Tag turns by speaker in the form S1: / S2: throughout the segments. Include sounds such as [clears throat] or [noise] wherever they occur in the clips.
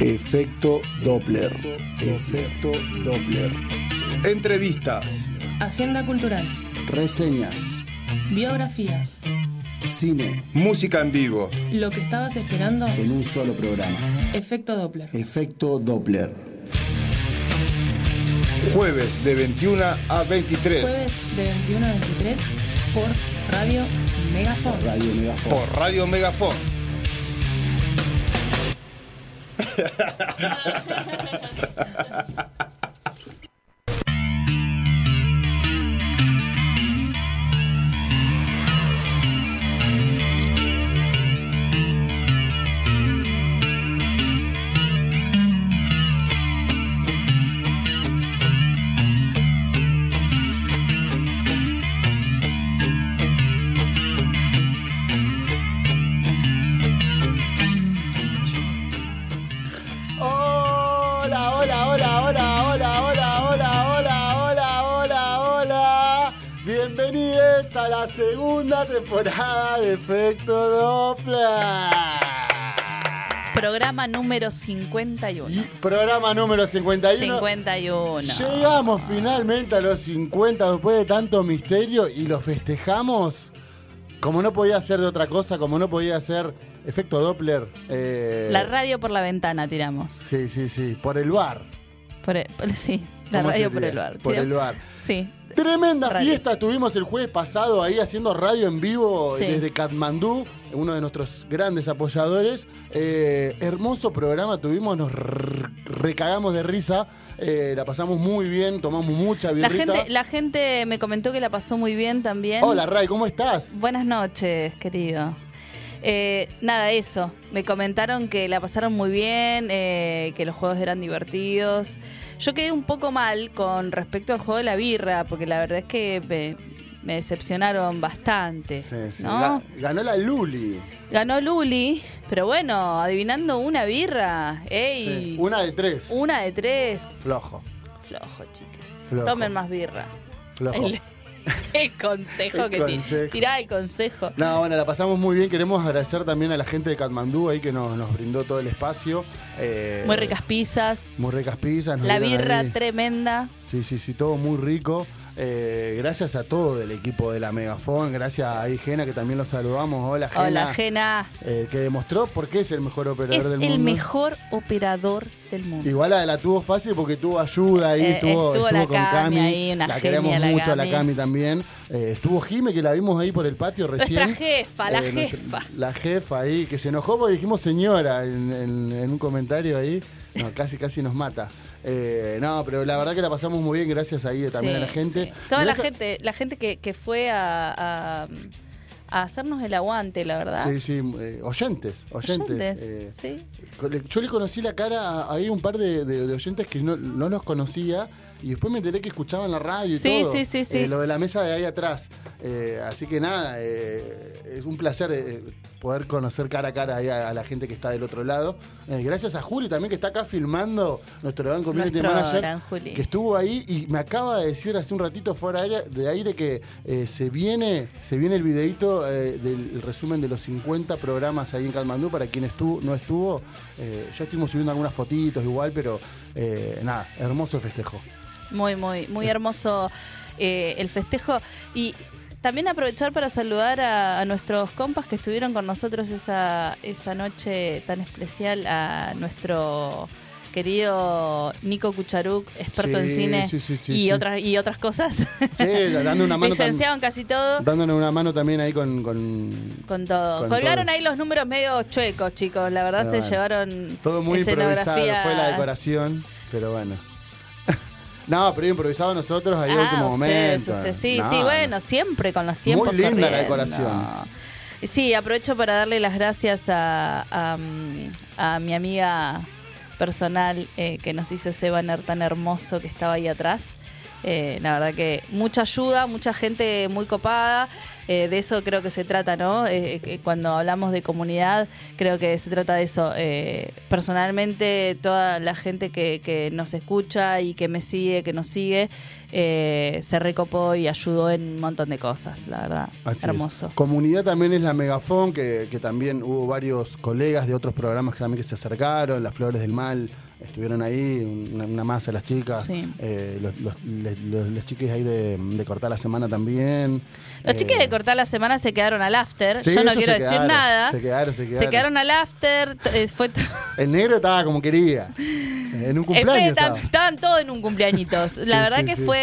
S1: Efecto Doppler. Efecto Doppler.
S2: Entrevistas.
S3: Agenda cultural.
S1: Reseñas.
S3: Biografías.
S1: Cine.
S2: Música en vivo.
S3: Lo que estabas esperando.
S1: En un solo programa.
S3: Efecto Doppler.
S1: Efecto Doppler.
S2: Jueves de 21 a 23.
S3: Jueves de 21 a 23 por Radio Megafon.
S1: Radio Megafon.
S2: Por Radio Megafon.
S4: Hola, hola, hola, hola, hola, hola, hola, hola, hola, hola, hola. Bienvenidos a la segunda temporada de Efecto Doppler.
S5: Programa número 51.
S4: Y programa número 51.
S5: 51.
S4: Llegamos finalmente a los 50 después de tanto misterio y lo festejamos como no podía ser de otra cosa, como no podía ser efecto Doppler. eh,
S5: La radio por la ventana tiramos.
S4: Sí, sí, sí, por el bar.
S5: Por el- por- sí, la
S4: ¿Cómo
S5: radio
S4: sería?
S5: por el bar.
S4: Por el bar.
S5: Sí.
S4: Tremenda
S5: Radio.
S4: fiesta tuvimos el jueves pasado ahí haciendo radio en vivo
S5: Sí.
S4: desde Katmandú, uno de nuestros grandes apoyadores. Eh, hermoso programa tuvimos, nos r- recagamos de risa, eh, la pasamos muy bien, tomamos mucha
S5: La
S4: birrita.
S5: gente, la gente me comentó que la pasó muy bien también.
S4: Hola Ray, ¿cómo estás?
S5: Buenas noches, querido. Eh, nada, eso. Me comentaron que la pasaron muy bien, eh, que los juegos eran divertidos. Yo quedé un poco mal con respecto al juego de la birra, porque la verdad es que me, me decepcionaron bastante.
S4: Sí, sí.
S5: ¿no?
S4: Ga- Ganó la Luli.
S5: Ganó Luli, pero bueno, adivinando una birra. ¡Ey!
S4: Sí. Una de tres.
S5: Una de tres.
S4: Flojo,
S5: Flojo, chicas.
S4: Flojo.
S5: Tomen
S4: [laughs]
S5: más birra.
S4: flojo.
S5: El, el consejo
S4: El
S5: que ti-
S4: consejo.
S5: Tirá el consejo.
S4: No, bueno, la pasamos muy bien. Queremos agradecer también a la gente de Katmandú ahí que nos, nos brindó todo el espacio. Eh,
S5: Muy ricas pizzas.
S4: Muy ricas pizzas. nos
S5: la
S4: dieron
S5: birra
S4: ahí.
S5: tremenda.
S4: Sí, sí, sí, todo muy rico. Eh, gracias a todo el equipo de la Megafon, gracias a Igena que también lo saludamos. Hola, Gena.
S5: Hola, Jena.
S4: Eh, que demostró por qué es el mejor operador
S5: Es
S4: del
S5: el
S4: mundo.
S5: mejor operador del mundo.
S4: Igual la, la tuvo fácil porque tuvo ayuda ahí,
S5: Eh,
S4: estuvo,
S5: estuvo la
S4: con
S5: Cami
S4: Cami.
S5: ahí, una
S4: la
S5: genia
S4: queremos
S5: la
S4: mucho a la
S5: Cami.
S4: Cami también. Eh, estuvo Jime, que la vimos ahí por el patio recién. Eh,
S5: Nuestra jefa, la
S4: nuestra-
S5: jefa.
S4: la jefa ahí, que se enojó porque dijimos señora en, en- en un comentario ahí.
S5: [laughs]
S4: No, casi, casi nos mata. Eh, no, pero la verdad que la pasamos muy bien, gracias ahí también
S5: Sí,
S4: a la gente.
S5: sí. Toda la
S4: Gracias-
S5: gente, la gente que, que fue a, a- a hacernos el aguante, la verdad.
S4: Sí, sí, eh, oyentes, oyentes.
S5: Oyentes,
S4: eh,
S5: sí.
S4: Con- le- Yo le conocí la cara a, ahí un par de, de- de oyentes que no, no los conocía y después me enteré que escuchaban la radio y
S5: Sí,
S4: todo.
S5: sí, sí, sí.
S4: Eh, lo de la mesa de ahí atrás. Eh, así que nada, eh, es un placer eh, poder conocer cara a cara ahí a, a la gente que está del otro lado. Eh, gracias a Juli también que está acá filmando nuestro Banco Community
S5: Nuestro
S4: Manager
S5: gran Juli.
S4: que estuvo ahí y me acaba de decir hace un ratito fuera de aire- de aire que eh, se viene se viene el videito eh, del el resumen de los 50 programas ahí en Calmandú para quien estuvo no estuvo eh, ya estuvimos subiendo algunas fotitos igual pero eh, nada hermoso festejo
S5: Muy, muy, muy hermoso eh, el festejo. Y también aprovechar para saludar a, a nuestros compas que estuvieron con nosotros esa, esa noche tan especial, a nuestro querido Nico Cucharuc, experto
S4: Sí,
S5: en cine
S4: sí, sí, sí,
S5: y,
S4: sí.
S5: Otras, y otras cosas.
S4: sí dando
S5: [laughs]
S4: una mano tam-
S5: Licenciado en casi todo.
S4: dándonos una mano también ahí con, con-
S5: Con todo.
S4: Con
S5: Colgaron
S4: todo.
S5: ahí los números medio chuecos, chicos. La verdad
S4: Pero bueno.
S5: se llevaron
S4: todo muy improvisado
S5: escenografía.
S4: fue la decoración pero bueno [laughs] No, pero improvisado nosotros ahí en
S5: Ah,
S4: último
S5: ustedes,
S4: momento.
S5: ustedes. Sí,
S4: No,
S5: sí,
S4: no.
S5: bueno, siempre con los tiempos.
S4: Muy linda la
S5: corriendo.
S4: decoración.
S5: Sí, aprovecho para darle las gracias a, a, mm, a mi amiga personal eh, que nos hizo ese banner tan hermoso que estaba ahí atrás. Eh, la verdad que mucha ayuda, mucha gente muy copada. eh, de eso creo que se trata, ¿no? Eh, eh, que cuando hablamos de comunidad, creo que se trata de eso. Eh, personalmente, toda la gente que, que nos escucha y que me sigue, que nos sigue, eh, se recopó y ayudó en un montón de cosas, la verdad.
S4: Así es.
S5: Hermoso.
S4: Comunidad también es la Megafon, que, que también hubo varios colegas de otros programas que también que se acercaron, las Flores del Mal estuvieron ahí, una, una masa las chicas,
S5: Sí.
S4: eh, los, los, les- los- los chiquis ahí de, de Cortar la Semana también.
S5: Los
S4: eh,
S5: chiques de cortar la semana se quedaron al after.
S4: Sí,
S5: Yo no
S4: eso
S5: quiero
S4: se
S5: decir
S4: quedaron,
S5: nada.
S4: Se quedaron, se quedaron.
S5: Se quedaron al after. t- [laughs] eh, Fue. to-
S4: El negro estaba como quería, en un
S5: Espe-
S4: cumpleaños
S5: ta-
S4: estaba.
S5: estaban todos en un cumpleañitos. La
S4: Sí,
S5: verdad
S4: sí,
S5: que
S4: sí.
S5: fue.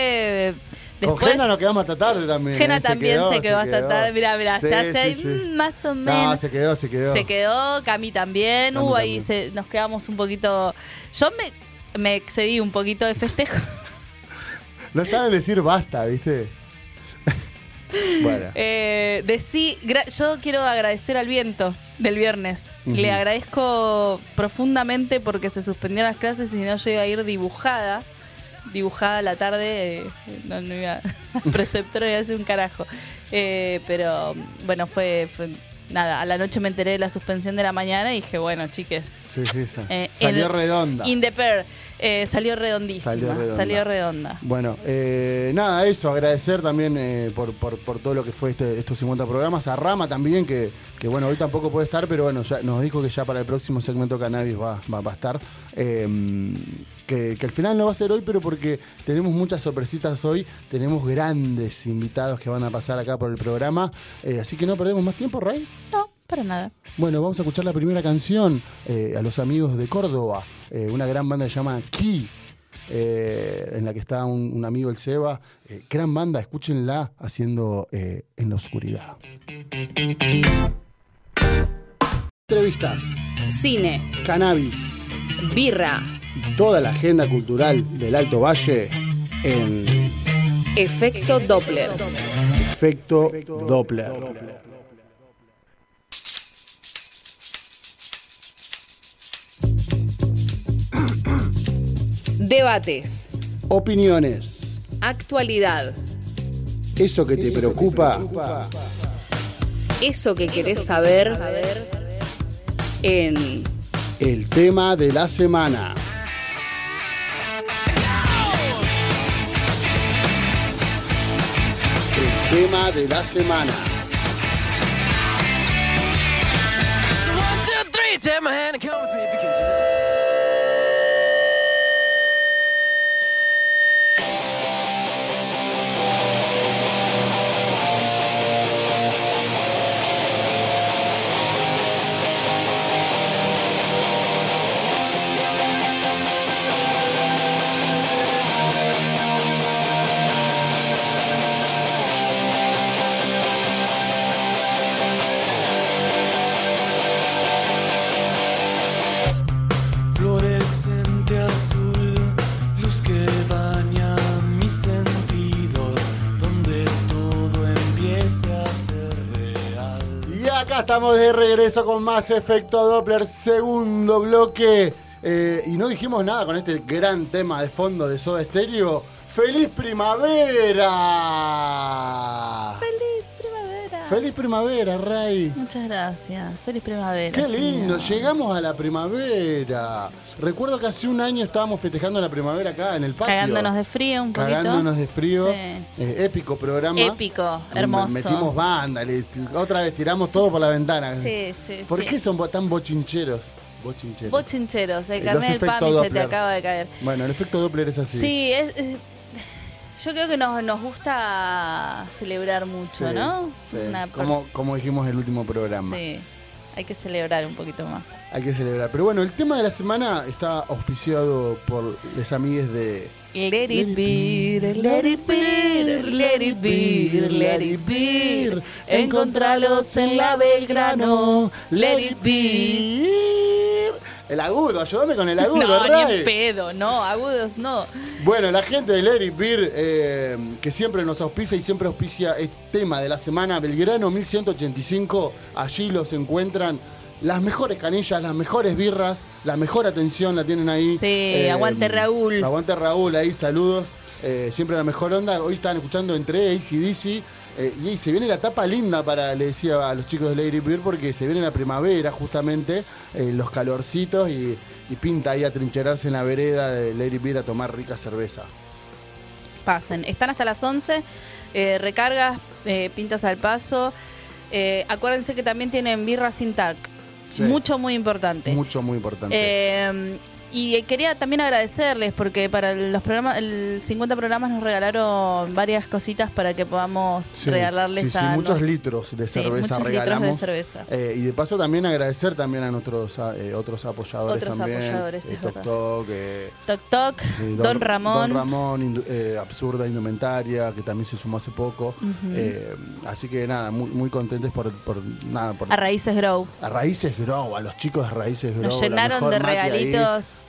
S5: eh,
S4: Con
S5: Después,
S4: Jena nos quedamos hasta tarde también.
S5: Jena
S4: eh, se
S5: también se quedó, hasta
S4: quedó.
S5: tarde. Mirá, mirá,
S4: Sí,
S5: se hace
S4: sí,
S5: ahí,
S4: sí.
S5: mm, más o menos.
S4: No, se quedó, se quedó.
S5: Se quedó, Cami también,
S4: Cami
S5: hubo ahí,
S4: también.
S5: se- nos quedamos un poquito. Yo me, me excedí un poquito de festejo.
S4: No saben decir basta, ¿viste? [laughs] bueno.
S5: Eh, de sí, gra- yo quiero agradecer al viento del viernes.
S4: Ujú.
S5: Le agradezco profundamente porque se suspendieron las clases y si no yo iba a ir dibujada. Dibujada a la tarde, eh, no, no iba [laughs] al preceptor y hace un carajo. Eh, pero bueno, fue, fue- nada. A la noche me enteré de la suspensión de la mañana y dije, bueno, chiques,
S4: Sí, sí, sí.
S5: Eh,
S4: Salió
S5: el-
S4: redonda.
S5: in the pair. Eh, salió redondísima.
S4: Salió
S5: Salió
S4: redonda.
S5: redonda.
S4: Bueno, eh, nada, eso, agradecer también eh, por, por, por todo lo que fue este- estos 50 programas, a Rama también, que, que bueno, hoy tampoco puede estar, pero bueno, ya nos dijo que ya para el próximo segmento Cannabis va, va, va a estar. Eh, que, que al final no va a ser hoy, pero porque tenemos muchas sorpresitas hoy, tenemos grandes invitados que van a pasar acá por el programa, eh, así que no perdemos más tiempo, Ray.
S5: No, para nada.
S4: Bueno, vamos a escuchar la primera canción eh, a los amigos de Córdoba, eh, una gran banda que se llama Key, eh, en la que está un, un amigo el Seba. Eh, gran banda, escúchenla haciendo eh, En la Oscuridad. Entrevistas,
S6: Cine,
S4: cannabis
S6: birra,
S4: y toda la agenda cultural del Alto Valle en
S6: efecto Doppler.
S4: Efecto Doppler.
S6: Debates,
S4: Opiniones,
S6: actualidad,
S4: eso que te preocupa
S6: eso que querés saber en
S4: El tema de la semana. El tema de la semana.
S7: Fluorescente azul, luz que baña mis sentidos, donde todo empiece a ser real.
S4: Y acá estamos de regreso con más efecto Doppler, segundo bloque. Eh, y no dijimos nada con este gran tema de fondo de Soda Stereo. ¡Feliz primavera!
S5: Feliz primavera.
S4: ¡Feliz primavera, Ray!
S5: Muchas gracias. Feliz primavera.
S4: Qué lindo,
S5: señor.
S4: llegamos a la primavera. Recuerdo que hace un año estábamos festejando la primavera acá en el patio.
S5: Cagándonos de frío un poquito.
S4: Cagándonos de frío.
S5: Sí.
S4: Eh, épico programa.
S5: Épico,
S4: Me-
S5: hermoso.
S4: Metimos banda, le- otra vez tiramos todo por la ventana.
S5: Sí, sí,
S4: ¿Por
S5: sí.
S4: qué son bo- tan bochincheros? Bochincheros.
S5: Vos chincheros, el
S4: Los
S5: carnet del
S4: efectos
S5: PAMI se te
S4: Doppler.
S5: acaba de caer.
S4: bueno, el efecto Doppler es así.
S5: Sí, es, es- yo creo que nos, nos gusta celebrar mucho,
S4: Sí,
S5: ¿no?
S4: sí.
S5: Una pers-
S4: Como, como dijimos el último programa.
S5: sí, hay que celebrar un poquito más.
S4: Hay que celebrar. Pero bueno, el tema de la semana está auspiciado por les amigues de
S5: Let it be, let it be, let it be, let it be. Encontralos en la Belgrano, let it be.
S4: El agudo, ayúdame con el agudo,
S5: [laughs] No, ni
S4: Ray.
S5: en pedo, no, agudos no.
S4: Bueno, la gente de Larry Beer, eh, que siempre nos auspicia y siempre auspicia este tema de la semana, Belgrano 1185, allí los encuentran. Las mejores canillas, las mejores birras, la mejor atención la tienen ahí.
S5: Sí, aguante Raúl.
S4: Eh, Aguante Raúl, ahí saludos. Eh, siempre la mejor onda. Hoy están escuchando entre ACDC Eh, y ahí se viene la etapa linda para, le decía a los chicos de Lady Bird, porque se viene la primavera justamente, eh, los calorcitos y, y pinta ahí a trincherarse en la vereda de Lady Bird a tomar rica cerveza.
S5: pasen. Están hasta las 11, eh, recargas, eh, pintas al paso. Eh, acuérdense que también tienen birra sin tac.
S4: Sí.
S5: Mucho, muy importante.
S4: Mucho, muy importante.
S5: Eh, y eh, quería también agradecerles porque para el- los programas, el 50 programas nos regalaron varias cositas para que podamos
S4: Sí,
S5: regalarles
S4: sí, sí,
S5: a
S4: muchos
S5: nos-
S4: litros de
S5: Sí,
S4: cerveza
S5: muchos litros de
S4: regalamos.
S5: cerveza.
S4: Eh, y de paso también agradecer también a nuestros a, eh, otros apoyadores
S5: Otros
S4: también.
S5: apoyadores,
S4: Eh,
S5: es
S4: Toc
S5: verdad.
S4: Toc, eh,
S5: Toc Toc,
S4: eh,
S5: Don, Ramón.
S4: Don Ramón, Indu- eh, Absurda Indumentaria, que también se sumó hace poco. Eh, así que nada, muy, muy contentes por, por nada, por
S5: a Raíces Grow.
S4: a Raíces Grow, a los chicos de Raíces Grow.
S5: Nos
S4: la
S5: llenaron
S4: mejor
S5: de
S4: mate ahí. Eh,
S5: regalitos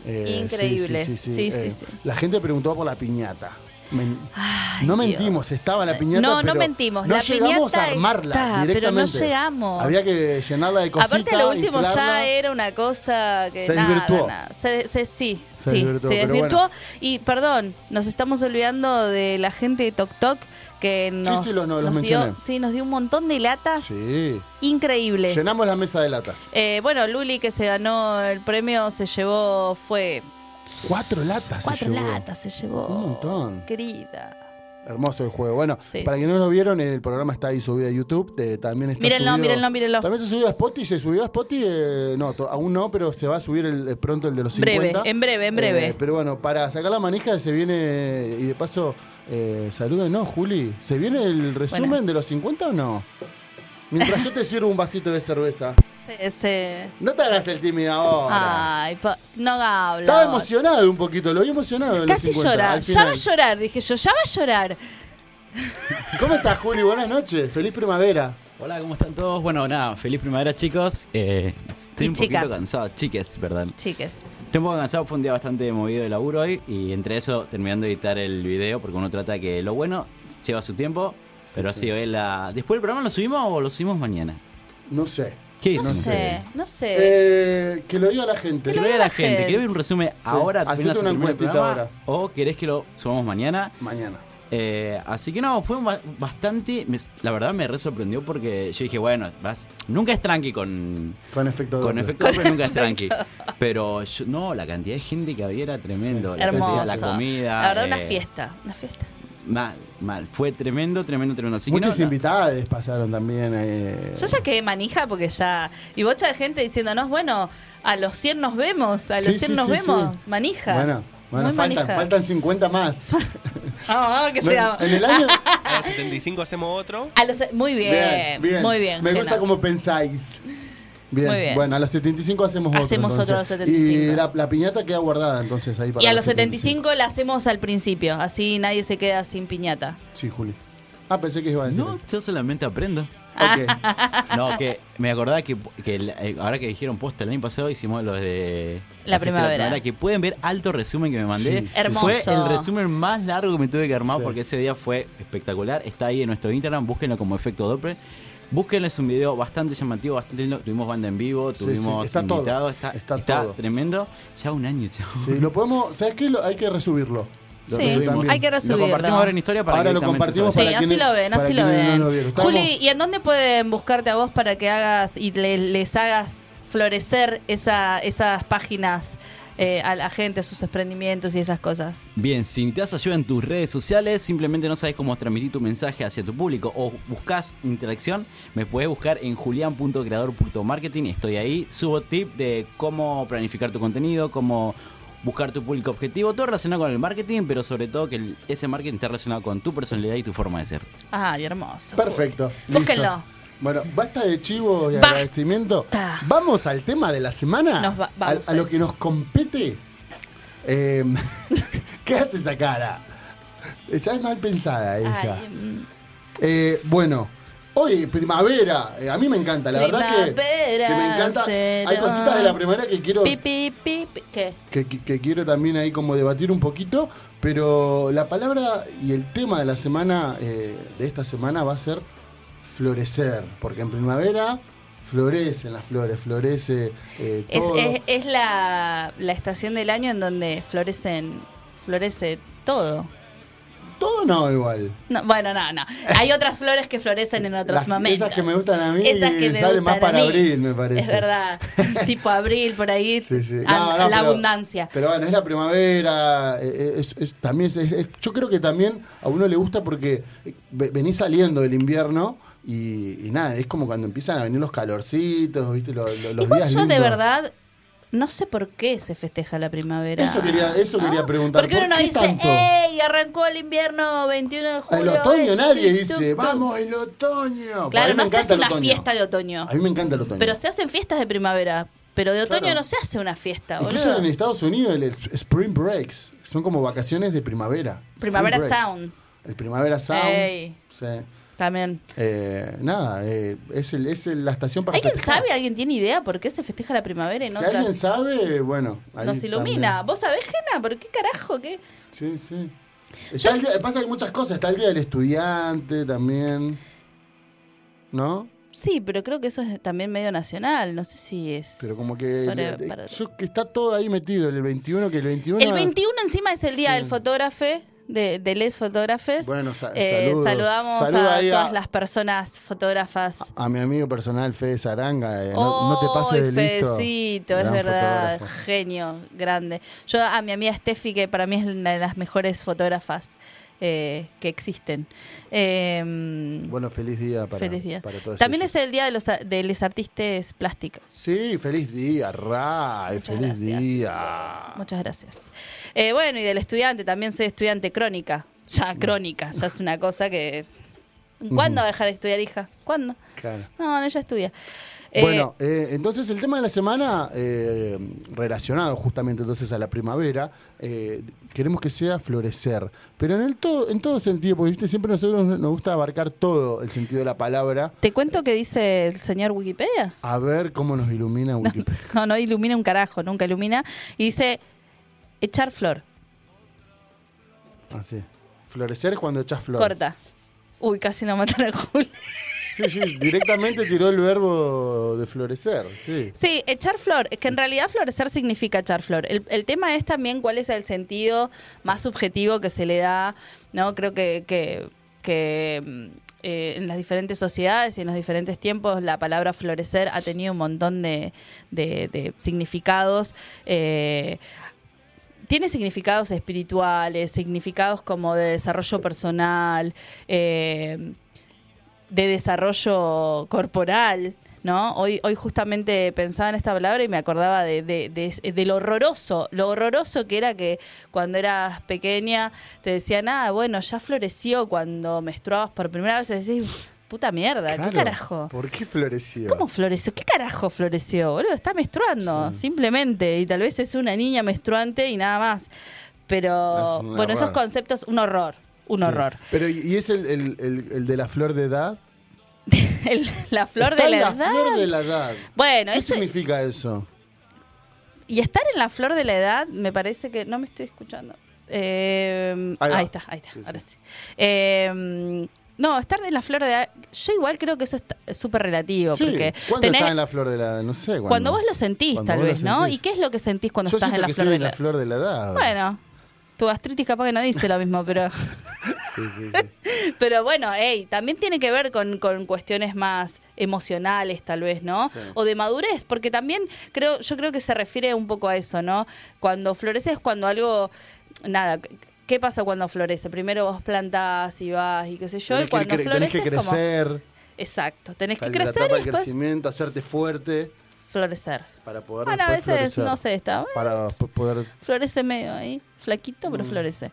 S5: increíbles.
S4: Sí, sí, sí,
S5: Sí,
S4: Eh,
S5: sí, sí.
S4: La gente preguntó por la piñata. Men-
S5: Ay,
S4: no
S5: Dios.
S4: mentimos, estaba la piñata.
S5: No,
S4: pero
S5: no mentimos.
S4: No
S5: la
S4: llegamos
S5: piñata
S4: a armarla
S5: está,
S4: directamente.
S5: Pero no llegamos.
S4: Había que llenarla de cositas.
S5: Aparte, lo último ya
S4: inflarla.
S5: era una cosa que.
S4: Se
S5: nada,
S4: desvirtuó.
S5: nada. Se, se- sí,
S4: Se
S5: sí,
S4: desvirtuó,
S5: se
S4: pero
S5: desvirtuó.
S4: bueno.
S5: Y perdón, nos estamos olvidando de la gente de Tok Tok que nos,
S4: sí, lo- no, los
S5: nos
S4: mencioné.
S5: dio, sí, nos dio un montón de latas
S4: Sí.
S5: increíbles.
S4: Llenamos la mesa de latas.
S5: Eh, bueno, Luli, que se ganó el premio, se llevó, fue
S4: Cuatro latas. se
S5: cuatro
S4: llevó.
S5: latas, se llevó.
S4: Un montón.
S5: Querida.
S4: Hermoso el juego. Bueno,
S5: Sí,
S4: para
S5: sí.
S4: que no lo vieron, el programa está ahí subido a YouTube. te- también está
S5: Mírenlo,
S4: subido-
S5: mírenlo, mírenlo.
S4: También se subió a Spotify. ¿Se subió a Spotify? Eh, no, to- aún no, pero se va a subir el- eh, pronto el de los
S5: Breve,
S4: 50.
S5: en breve, en breve.
S4: Eh, pero bueno, para sacar la manija se viene... Y de paso, eh, saluden, ¿no, Juli? ¿Se viene el resumen
S5: Buenas.
S4: de los 50 o no? Mientras yo te sirvo un vasito de cerveza.
S5: Se- se-
S4: No te hagas el tímido ahora.
S5: Ay, pa- Ah, no habla.
S4: Estaba emocionado un poquito, lo vi emocionado. en los
S5: Casi
S4: 50,
S5: llorar.
S4: al
S5: Ya va a
S4: final.
S5: llorar, dije yo, ya va a llorar.
S4: ¿Cómo estás, Juli? Buenas noches. Feliz primavera.
S8: Hola, ¿cómo están todos? Bueno, nada, feliz primavera, chicos. Eh, estoy
S5: Y
S8: un
S5: chicas.
S8: poquito cansado, chiques, perdón.
S5: Chiques.
S8: Estoy un poco cansado, fue un día bastante movido de laburo hoy y entre eso terminando de editar el video porque uno trata que lo bueno lleva su tiempo, pero así hoy la... ¿Después el programa lo subimos o lo subimos mañana?
S4: No sé.
S8: ¿Qué
S5: No,
S8: dicen ustedes?
S5: sé, no sé.
S4: Eh, que lo diga la gente.
S8: Que lo vea la gente. ¿Querés ver un resumen ahora?
S4: Hacete
S8: apenas se
S4: una
S8: termine el
S4: encuestita
S8: programa?
S4: ahora.
S8: ¿O querés que lo subamos mañana?
S4: Mañana.
S8: Eh, así que no, fue un ba- bastante... me- la verdad me re sorprendió porque yo dije, bueno, vas, nunca es tranqui con...
S4: Con efecto
S8: Con
S4: doble.
S8: efecto
S4: [laughs]
S8: doble nunca es tranqui. Pero yo- no, la cantidad de gente que había era tremendo. La
S5: Hermoso.
S8: cantidad, la comida.
S5: La verdad, una
S8: eh,
S5: fiesta. Una fiesta.
S8: Mal, mal. Fue tremendo, tremendo, tremendo. Así que
S4: Muchas
S8: no,
S4: invitadas pasaron también. eh.
S5: Yo ya quedé manija porque ya. Y bocha de gente diciéndonos, bueno, a los 100 nos vemos, a los
S4: Sí,
S5: 100
S4: sí,
S5: nos
S4: sí,
S5: vemos.
S4: sí.
S5: Manija.
S4: Bueno, bueno
S5: Muy
S4: faltan,
S5: manija.
S4: faltan 50 más.
S5: Vamos, vamos, [laughs] que llegamos.
S4: en el año.
S9: A los 75 hacemos otro.
S5: A los- muy [laughs] bien, muy bien.
S4: Me
S5: Jena.
S4: gusta cómo pensáis. Bien.
S5: Muy bien.
S4: Bueno, a los 75 hacemos otro.
S5: Hacemos otro a los
S4: entonces.
S5: 75.
S4: Y la, la piñata queda guardada entonces ahí para
S5: Y a los 75, la hacemos al principio, así nadie se queda sin piñata.
S4: Sí, Juli. Ah, pensé que iba a decir.
S8: no, yo solamente aprendo.
S5: Ah.
S4: Ok.
S8: No, que me acordaba que, que el- eh, ahora que dijeron posta el año pasado hicimos lo de
S5: La
S8: fiesta de
S5: primavera.
S8: que pueden ver alto resumen que me mandé.
S4: Sí, sí,
S5: Hermoso. sí.
S8: Fue el resumen más largo que me tuve que armar
S4: Sí.
S8: porque ese día fue espectacular. Está ahí en nuestro Instagram, búsquenlo como efecto Doppler. Búsquenlo, es un video bastante llamativo, bastante lindo. Tuvimos banda en vivo,
S4: Sí,
S8: tuvimos
S4: sí, está todo,
S8: invitados, está,
S4: está
S8: está
S4: todo.
S8: tremendo. Ya un año, chao.
S4: Sí, lo podemos. ¿Sabes qué? Lo- hay que resubirlo.
S8: Lo
S5: Sí,
S8: resumimos.
S5: hay que
S8: Lo
S5: resubirlo.
S8: compartimos ahora en historia para
S4: Ahora
S8: que
S4: lo
S8: directamente
S4: compartimos
S8: se
S5: Sí,
S8: vaya.
S4: para
S5: así
S4: quienes-
S5: lo ven,
S4: para
S5: así lo
S4: quienes no
S5: ven.
S4: lo vieron. Estamos-
S5: Juli, ¿y en dónde pueden buscarte a vos para que hagas y le- les hagas florecer esa, esas páginas eh, a la gente, sus emprendimientos y esas cosas?
S8: Bien, si necesitas ayuda en tus redes sociales, simplemente no sabes cómo transmitir tu mensaje hacia tu público o buscas interacción, me puedes buscar en julian.creador.marketing. Estoy ahí, subo tip de cómo planificar tu contenido, cómo buscar tu público objetivo, todo relacionado con el marketing, pero sobre todo que el- ese marketing está relacionado con tu personalidad y tu forma de ser.
S5: Ay, hermoso.
S4: Perfecto. listo.
S5: Búsquenlo.
S4: Bueno, basta de chivos y
S5: Basta.
S4: agradecimiento. Vamos al tema de la semana.
S5: Nos va- vamos
S4: a, a
S5: a
S4: lo
S5: eso.
S4: que nos compete. Eh, [laughs] ¿Qué hace esa cara? Ya es mal pensada ella.
S5: Ay, mm,
S4: Eh, bueno, hoy primavera. eh, a mí me encanta, la verdad que,
S5: Primavera
S4: que me encanta. Hay
S5: será.
S4: cositas de la primavera que quiero
S5: pi, pi, pi, pi. ¿Qué?
S4: que, que- que quiero también ahí como debatir un poquito, pero la palabra y el tema de la semana, eh, de esta semana, va a ser florecer, porque en primavera florecen las flores, florece eh,
S5: Es,
S4: todo.
S5: es- es la, la estación del año en donde florecen, florece todo.
S4: Todo no, igual.
S5: No, bueno, no, no.
S4: [laughs]
S5: Hay otras flores que florecen en otros
S4: Las-
S5: momentos.
S4: esas que me gustan a mí
S5: Esas que me
S4: salen
S5: gustan
S4: más para
S5: a mí.
S4: abril, me parece.
S5: Es verdad.
S4: [laughs]
S5: tipo abril, por ahí.
S4: Sí, sí.
S5: a-
S4: No, no,
S5: Ah, la
S4: pero-
S5: abundancia.
S4: Pero bueno, es la primavera. eh, eh, es- es- también es- es- es- yo creo que también a uno le gusta porque eh, ve- venís saliendo del invierno y, y nada, es como cuando empiezan a venir los calorcitos, ¿viste? Lo- lo- los
S5: Igual
S4: días
S5: yo de
S4: lindos.
S5: verdad no sé por qué se festeja la primavera.
S4: Eso quería- eso quería preguntar,
S5: Porque
S4: ¿por
S5: uno no
S4: qué
S5: dice,
S4: tanto?
S5: ¡Ey! Arrancó el invierno 21 de julio.
S4: El otoño,
S5: eh,
S4: nadie
S5: tum, tum,
S4: dice,
S5: tum".
S4: vamos, el otoño. Pero a
S5: Claro,
S4: mí me
S5: no se
S4: encanta
S5: hace
S4: el
S5: una
S4: otoño.
S5: fiesta de otoño.
S4: A mí me encanta el otoño.
S5: Pero se hacen fiestas de primavera. Pero de otoño
S4: Claro.
S5: no se hace una fiesta,
S4: Incluso
S5: boludo.
S4: en Estados Unidos el, el Spring Breaks son como vacaciones de primavera.
S5: Primavera
S4: Spring breaks.
S5: Sound.
S4: El Primavera Sound.
S5: Ey.
S4: Sí.
S5: También.
S4: Eh, nada, eh, es, el, es el- la estación para
S5: ¿Alguien
S4: festejar.
S5: sabe, alguien tiene idea por qué se festeja la primavera y
S4: Si
S5: no otras?
S4: alguien sabe, bueno. ahí
S5: Nos ilumina. ¿Vos sabés, Jena? ¿Por qué carajo? ¿Qué?
S4: también. Sí, sí. Está el día- pasa que muchas cosas. Está el día del estudiante también. ¿No?
S5: Sí, pero creo que eso es también medio nacional. No sé si es.
S4: Pero como que.
S5: para-
S4: eh,
S5: para-
S4: yo- que está todo ahí metido. El 21, que el 21.
S5: El 21 encima es el día del fotógrafo, de, de les fotógrafes.
S4: Bueno, sa-
S5: Eh,
S4: saludos.
S5: saludamos
S4: Saluda
S5: a
S4: ahí a-
S5: todas las personas fotógrafas.
S4: A mi amigo personal, Fede Saranga. eh, no, no te
S5: Ay,
S4: pases de listo.
S5: Fedecito, es
S4: Gran
S5: verdad.
S4: fotógrafo.
S5: Genio, grande. Yo a mi amiga Steffi, que para mí es una de las mejores fotógrafas eh, que existen. Eh,
S4: Bueno, feliz día para,
S5: feliz día.
S4: para todos.
S5: También
S4: ellos.
S5: es el día de los, a- de los artistas plásticos.
S4: Sí, feliz día, Ray.
S5: Muchas
S4: feliz
S5: gracias.
S4: día.
S5: Muchas gracias. Eh, bueno, y del estudiante, también soy estudiante crónica. Ya, crónica, ya es una cosa que... ¿Cuándo va a dejar de estudiar, hija? ¿Cuándo?
S4: Claro.
S5: No, no, ella estudia. Eh,
S4: Bueno, eh, entonces el tema de la semana, eh, relacionado justamente entonces a la primavera, eh, queremos que sea florecer, pero en, el todo, en todo sentido, porque ¿viste? siempre nosotros nos gusta abarcar todo el sentido de la palabra,
S5: ¿Te cuento qué dice el señor Wikipedia?
S4: a ver cómo nos ilumina Wikipedia.
S5: [laughs] No, no ilumina un carajo, nunca ilumina. Y dice, echar flor,
S4: Así. Florecer es cuando echas flor.
S5: corta. Uy, casi no matan a Julio.
S4: Sí, sí, directamente tiró el verbo de florecer, sí.
S5: Sí, echar flor, es que en realidad florecer significa echar flor. El, el tema es también cuál es el sentido más subjetivo que se le da, ¿no? Creo que, que- que, mm, eh, en las diferentes sociedades y en los diferentes tiempos la palabra florecer ha tenido un montón de, de- de significados. eh, tiene significados espirituales, significados como de desarrollo personal, eh, de desarrollo corporal, ¿no? Hoy, hoy justamente pensaba en esta palabra y me acordaba de, de- de- de lo horroroso, lo horroroso que era que cuando eras pequeña te decían, ah, bueno, ya floreció cuando menstruabas por primera vez, y decís, puta mierda, ¿qué
S4: Claro,
S5: carajo?
S4: ¿Por qué floreció?
S5: ¿Cómo floreció? ¿Qué carajo floreció, boludo? Está menstruando, simplemente. Y tal vez es una niña menstruante y nada más. Pero,
S4: Es un
S5: bueno, esos
S4: horror.
S5: conceptos, un horror, un
S4: Sí.
S5: horror. [laughs]
S4: Pero, ¿y y es el, el- el- el de la flor de edad?
S5: El- la flor
S4: Está
S5: de
S4: en
S5: la,
S4: la
S5: edad.
S4: flor de la edad.
S5: Bueno,
S4: ¿Qué
S5: eso,
S4: significa eso?
S5: y estar en la flor de la edad me parece que no me estoy escuchando. Eh,
S4: Ahí
S5: ahí,
S4: va.
S5: está, ahí está,
S4: Sí, sí.
S5: ahora sí. Eh, no, estar en la flor de edad, yo igual creo que eso está- es súper relativo.
S4: Sí,
S5: porque
S4: ¿Cuándo
S5: tenés-
S4: estás en la flor de la edad? No sé.
S5: cuando vos lo sentís,
S4: cuando
S5: tal
S4: vos lo
S5: vez, ¿no?
S4: sentís.
S5: ¿Y qué es lo que sentís cuando
S4: Yo
S5: estás
S4: siento
S5: en la
S4: que
S5: flor
S4: estoy
S5: de
S4: en
S5: la
S4: la
S5: edad?
S4: flor de la edad.
S5: Bueno, tu gastritis capaz que no dice lo mismo, pero, [laughs]
S4: Sí, sí, sí.
S5: pero bueno, ey, también tiene que ver con, con cuestiones más emocionales, tal vez, ¿no?
S4: Sí.
S5: O de madurez, porque también creo, yo creo que se refiere un poco a eso, ¿no? Cuando florece es cuando algo, nada. c- ¿Qué pasa cuando florece? Primero vos plantás y vas y qué sé yo,
S4: Tenés
S5: y
S4: que
S5: cuando
S4: cre- tenés
S5: florece
S4: que
S5: es como...
S4: crecer,
S5: Exacto, tenés que
S4: tal- la
S5: crecer
S4: etapa
S5: y
S4: de
S5: después
S4: crecimiento, hacerte fuerte
S5: florecer.
S4: para poder
S5: Bueno, a
S4: después
S5: veces,
S4: florecer.
S5: no sé, está...
S4: Para después poder...
S5: florece medio ahí, flaquito,
S4: Mm.
S5: pero florece.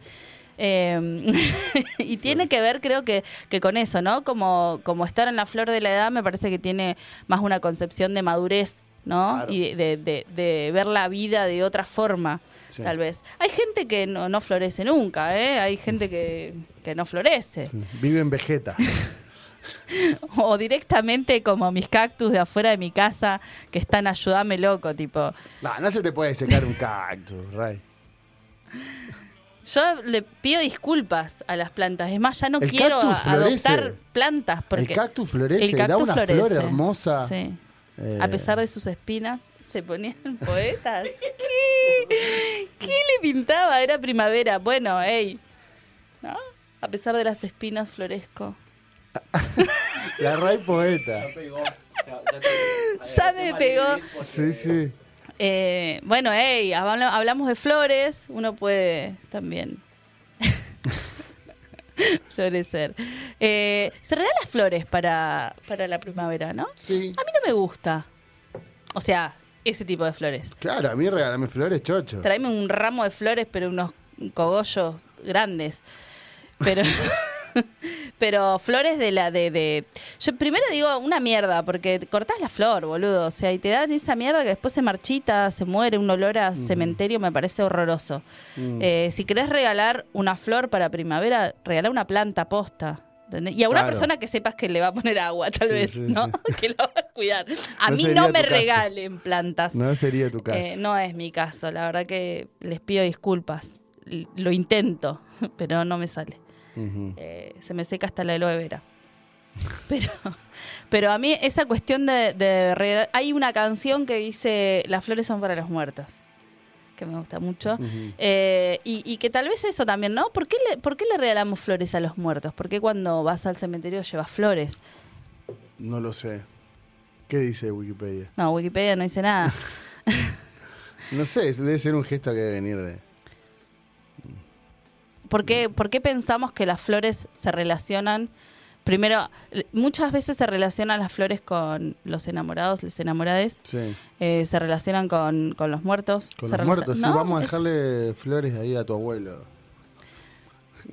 S5: Eh, [laughs] y tiene que ver, creo que, que con eso, ¿no? Como, como estar en la flor de la edad, me parece que tiene más una concepción de madurez, ¿no?
S4: Claro.
S5: Y de, de- de ver la vida de otra forma,
S4: Sí.
S5: tal vez. Hay gente que no, no florece nunca, ¿eh? Hay gente que, que no florece.
S4: sí. Vive en
S5: [laughs]
S4: vegeta.
S5: O directamente como mis cactus de afuera de mi casa que están ayudame loco, tipo.
S4: no, no se te puede secar un cactus, Ray.
S5: Yo le pido disculpas a las plantas. Es más, ya no
S4: El
S5: quiero
S4: cactus
S5: a-
S4: florece.
S5: adoptar plantas
S4: el
S5: porque
S4: cactus florece
S5: el
S4: y da
S5: cactus
S4: una flor
S5: florece.
S4: hermosa.
S5: Sí.
S4: Eh,
S5: A pesar de sus espinas, se ponían [laughs] poetas. ¿Qué? ¿Qué le pintaba? Era primavera. Bueno, ey. ¿No? A pesar de las espinas, florezco.
S4: La Ray Poeta.
S5: Ya me pegó.
S4: Sí, sí.
S5: Eh, bueno, hey, habla- hablamos de flores, uno puede también [laughs] florecer. Eh, se regalan las flores para, para la primavera, ¿no?
S4: Sí.
S5: A mí no me gusta. O sea, ese tipo de flores.
S4: Claro, a mí regalame flores, chocho.
S5: Traeme un ramo de flores, pero unos cogollos grandes.
S4: [laughs]
S5: Pero, pero flores de la de, de- Yo primero digo una mierda, porque cortás la flor, boludo. O sea, y te dan esa mierda que después se marchita, se muere, un olor a cementerio me parece horroroso.
S4: Mm.
S5: Eh, si querés regalar una flor para primavera, regala una planta posta. ¿entendés? Y a una
S4: Claro.
S5: persona que sepas que le va a poner agua, tal
S4: Sí,
S5: vez,
S4: sí,
S5: ¿no? [laughs] Que lo va a
S4: [laughs]
S5: cuidar. A
S4: No
S5: mí
S4: sería
S5: no
S4: tu
S5: me
S4: caso.
S5: regalen plantas.
S4: No sería tu caso.
S5: Eh, no es mi caso, la verdad que les pido disculpas. L- Lo intento, [laughs] pero no me sale.
S4: Ujú.
S5: Eh, se me seca hasta la aloe vera. [laughs] Pero, pero a mí esa cuestión de, de regalar- Hay una canción que dice Las flores son para los muertos, que me gusta mucho.
S4: Ujú.
S5: Eh, y, y que tal vez eso también, ¿no? ¿Por qué, le, ¿Por qué le regalamos flores a los muertos? ¿Por qué cuando vas al cementerio llevas flores?
S4: No lo sé. ¿Qué dice Wikipedia?
S5: No, Wikipedia no dice nada.
S4: No sé, debe ser un gesto que debe venir de.
S5: ¿Por qué, por qué pensamos que las flores se relacionan? Primero, l- muchas veces se relacionan las flores con los enamorados, los enamorades,
S4: Sí.
S5: eh, se relacionan con, con los muertos.
S4: Con
S5: se
S4: los
S5: relacion-
S4: muertos, sí.
S5: No,
S4: Vamos a
S5: es
S4: dejarle flores ahí a tu abuelo.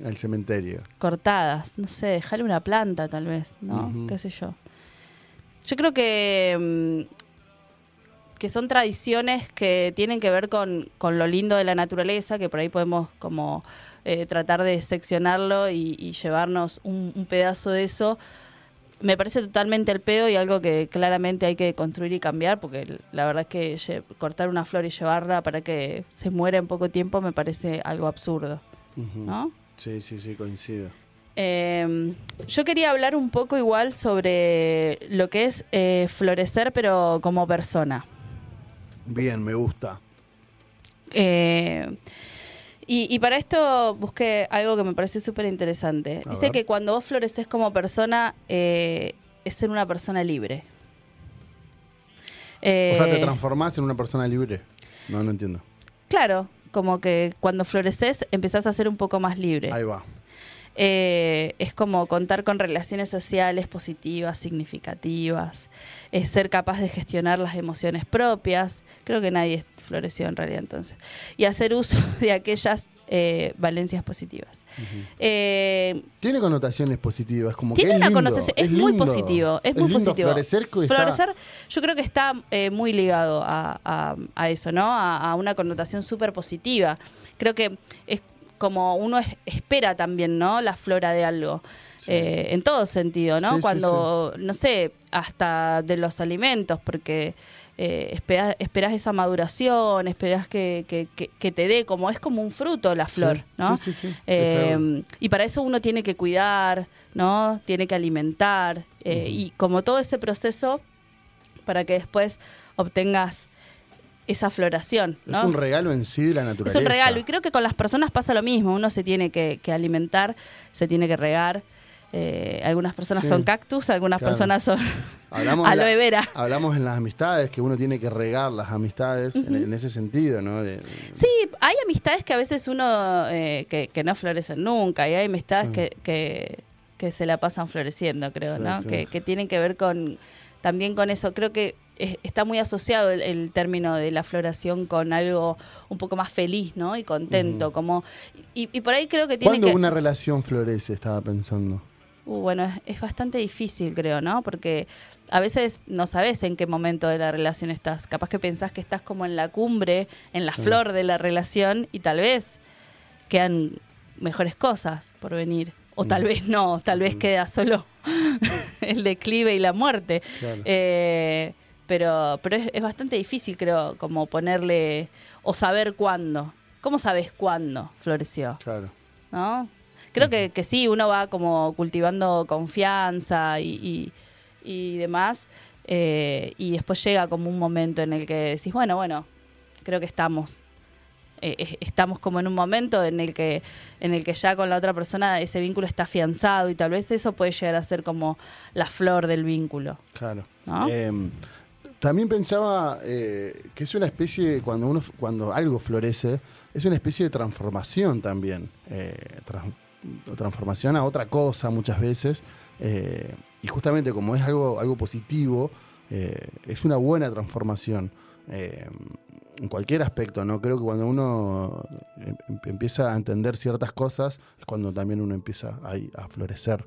S4: Al cementerio.
S5: Cortadas, no sé, dejarle una planta tal vez, ¿no?
S4: Ujú.
S5: Qué sé yo. Yo creo que, mm, que son tradiciones que tienen que ver con, con lo lindo de la naturaleza, que por ahí podemos como eh, tratar de seccionarlo y, y llevarnos un, un pedazo de eso. Me parece totalmente el pedo y algo que claramente hay que construir y cambiar, porque la verdad es que lle- cortar una flor y llevarla para que se muera en poco tiempo me parece algo absurdo,
S4: Ujú.
S5: ¿no?
S4: Sí, sí, sí, coincido.
S5: Eh, yo quería hablar un poco igual sobre lo que es eh, florecer, pero como persona.
S4: Bien, me gusta.
S5: Eh, y, y para esto busqué algo que me pareció súper interesante.
S4: A
S5: Dice
S4: ver.
S5: que cuando vos floreces como persona, eh, es ser una persona libre.
S4: O sea, te
S5: Eh,
S4: transformás en una persona libre. No, no entiendo.
S5: claro, como que cuando floreces empezás a ser un poco más libre.
S4: Ahí va.
S5: Eh, es como contar con relaciones sociales positivas, significativas, es ser capaz de gestionar las emociones propias, creo que nadie floreció en realidad entonces, y hacer uso [laughs] de aquellas eh, valencias positivas. Eh,
S4: Tiene connotaciones positivas, como
S5: tiene
S4: que es
S5: una
S4: lindo,
S5: connotación, es, muy
S4: lindo.
S5: positivo, es, muy
S4: lindo
S5: positivo.
S4: Florecer, que está-
S5: Florecer, yo creo que está eh, muy ligado a, a- a eso, ¿no? A, a una connotación súper positiva. Creo que es como uno es- espera también, ¿no? La flora de algo. Eh, en todo sentido, ¿no?
S4: Sí, sí,
S5: Cuando, no sé, hasta de los alimentos, porque eh, espera- esperás esa maduración, esperás que, que- que- que te dé, como es como un fruto la flor,
S4: Sí,
S5: ¿no?
S4: sí, sí, sí.
S5: Eh,
S4: Es algo.
S5: y para eso uno tiene que cuidar, ¿no? Tiene que alimentar. eh, Y como todo ese proceso para que después obtengas esa floración, ¿no?
S4: Es un regalo en sí de la
S5: Es
S4: naturaleza.
S5: un regalo. Y creo que con las personas pasa lo mismo. Uno se tiene que, que alimentar, se tiene que regar. Eh, algunas personas
S4: Sí.
S5: son cactus, algunas
S4: Claro.
S5: personas son
S4: Hablamos en la-
S5: [laughs] aloe vera.
S4: Hablamos en las amistades, que uno tiene que regar las amistades en, en ese sentido, ¿no? De- de-
S5: Sí, hay amistades que a veces uno eh, que, que no florecen nunca y hay amistades
S4: Sí.
S5: que, que, que se la pasan floreciendo, creo,
S4: Sí,
S5: ¿no?
S4: sí.
S5: Que, que tienen que ver con también con eso. Creo que es- está muy asociado el, el término de la floración con algo un poco más feliz, ¿no? Y contento, como y, y por ahí creo que tiene
S4: ¿Cuándo
S5: que
S4: una relación florece? Estaba pensando.
S5: Uh, bueno, es, es bastante difícil, creo, ¿no? Porque a veces no sabes en qué momento de la relación estás. Capaz que pensás que estás como en la cumbre, en la flor de la relación y tal vez quedan mejores cosas por venir. O tal vez no, tal vez queda solo [laughs] el declive y la muerte.
S4: Claro.
S5: Eh, pero pero es, es bastante difícil, creo, como ponerle o saber cuándo. ¿Cómo sabes cuándo floreció?
S4: Claro.
S5: ¿no? Creo que, que sí, uno va como cultivando confianza y, y- y demás, eh, y después llega como un momento en el que decís, bueno, bueno, creo que estamos eh, eh, estamos como en un momento en el que en el que ya con la otra persona ese vínculo está afianzado y tal vez eso puede llegar a ser como la flor del vínculo.
S4: Claro.
S5: ¿No?
S4: Eh, también pensaba eh, que es una especie, de- cuando, uno, cuando algo florece, es una especie de transformación también. eh, tran- transformación a otra cosa muchas veces. eh, y justamente como es algo, algo positivo, eh, es una buena transformación. eh, en cualquier aspecto, ¿no? Creo que cuando uno em- em- empieza a entender ciertas cosas, es cuando también uno empieza ahí a florecer.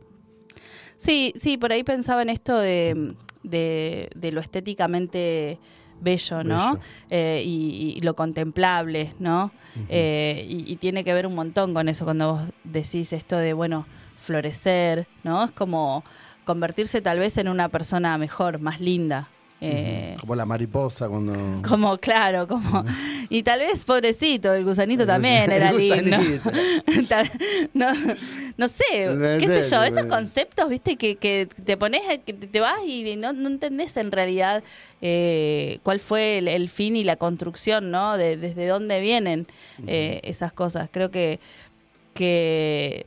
S5: Sí, sí, por ahí pensaba en esto de, de- de lo estéticamente bello, ¿no?
S4: Bello.
S5: Eh, y, y lo contemplable, ¿no? Eh, y, y tiene que ver un montón con eso cuando vos decís esto de, bueno, florecer, ¿no? Es como convertirse tal vez en una persona mejor, más linda. Eh,
S4: Como la mariposa cuando... [laughs]
S5: Como, claro, como. Y tal vez, pobrecito, el gusanito
S4: El
S5: también
S4: gusa-
S5: era
S4: el
S5: lindo.
S4: gusanito.
S5: [laughs] Tal- no, no sé,
S4: No
S5: qué sé
S4: sé,
S5: yo,
S4: no
S5: esos
S4: sé.
S5: conceptos, viste, que, que te pones, que te vas y no, no entendés en realidad eh, cuál fue el, el fin y la construcción, ¿no? De- desde dónde vienen eh, esas cosas. Creo que, que,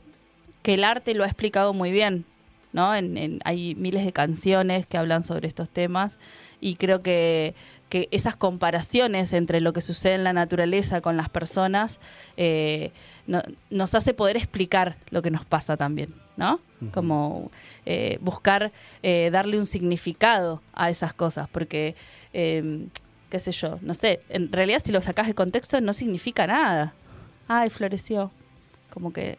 S5: que el arte lo ha explicado muy bien, ¿no? En- en- hay miles de canciones que hablan sobre estos temas y creo que, que esas comparaciones entre lo que sucede en la naturaleza con las personas eh, no- nos hace poder explicar lo que nos pasa también, ¿no? Como eh, buscar eh, darle un significado a esas cosas, porque, eh, qué sé yo, no sé, en realidad si lo sacás de contexto no significa nada. Ay, floreció. Como que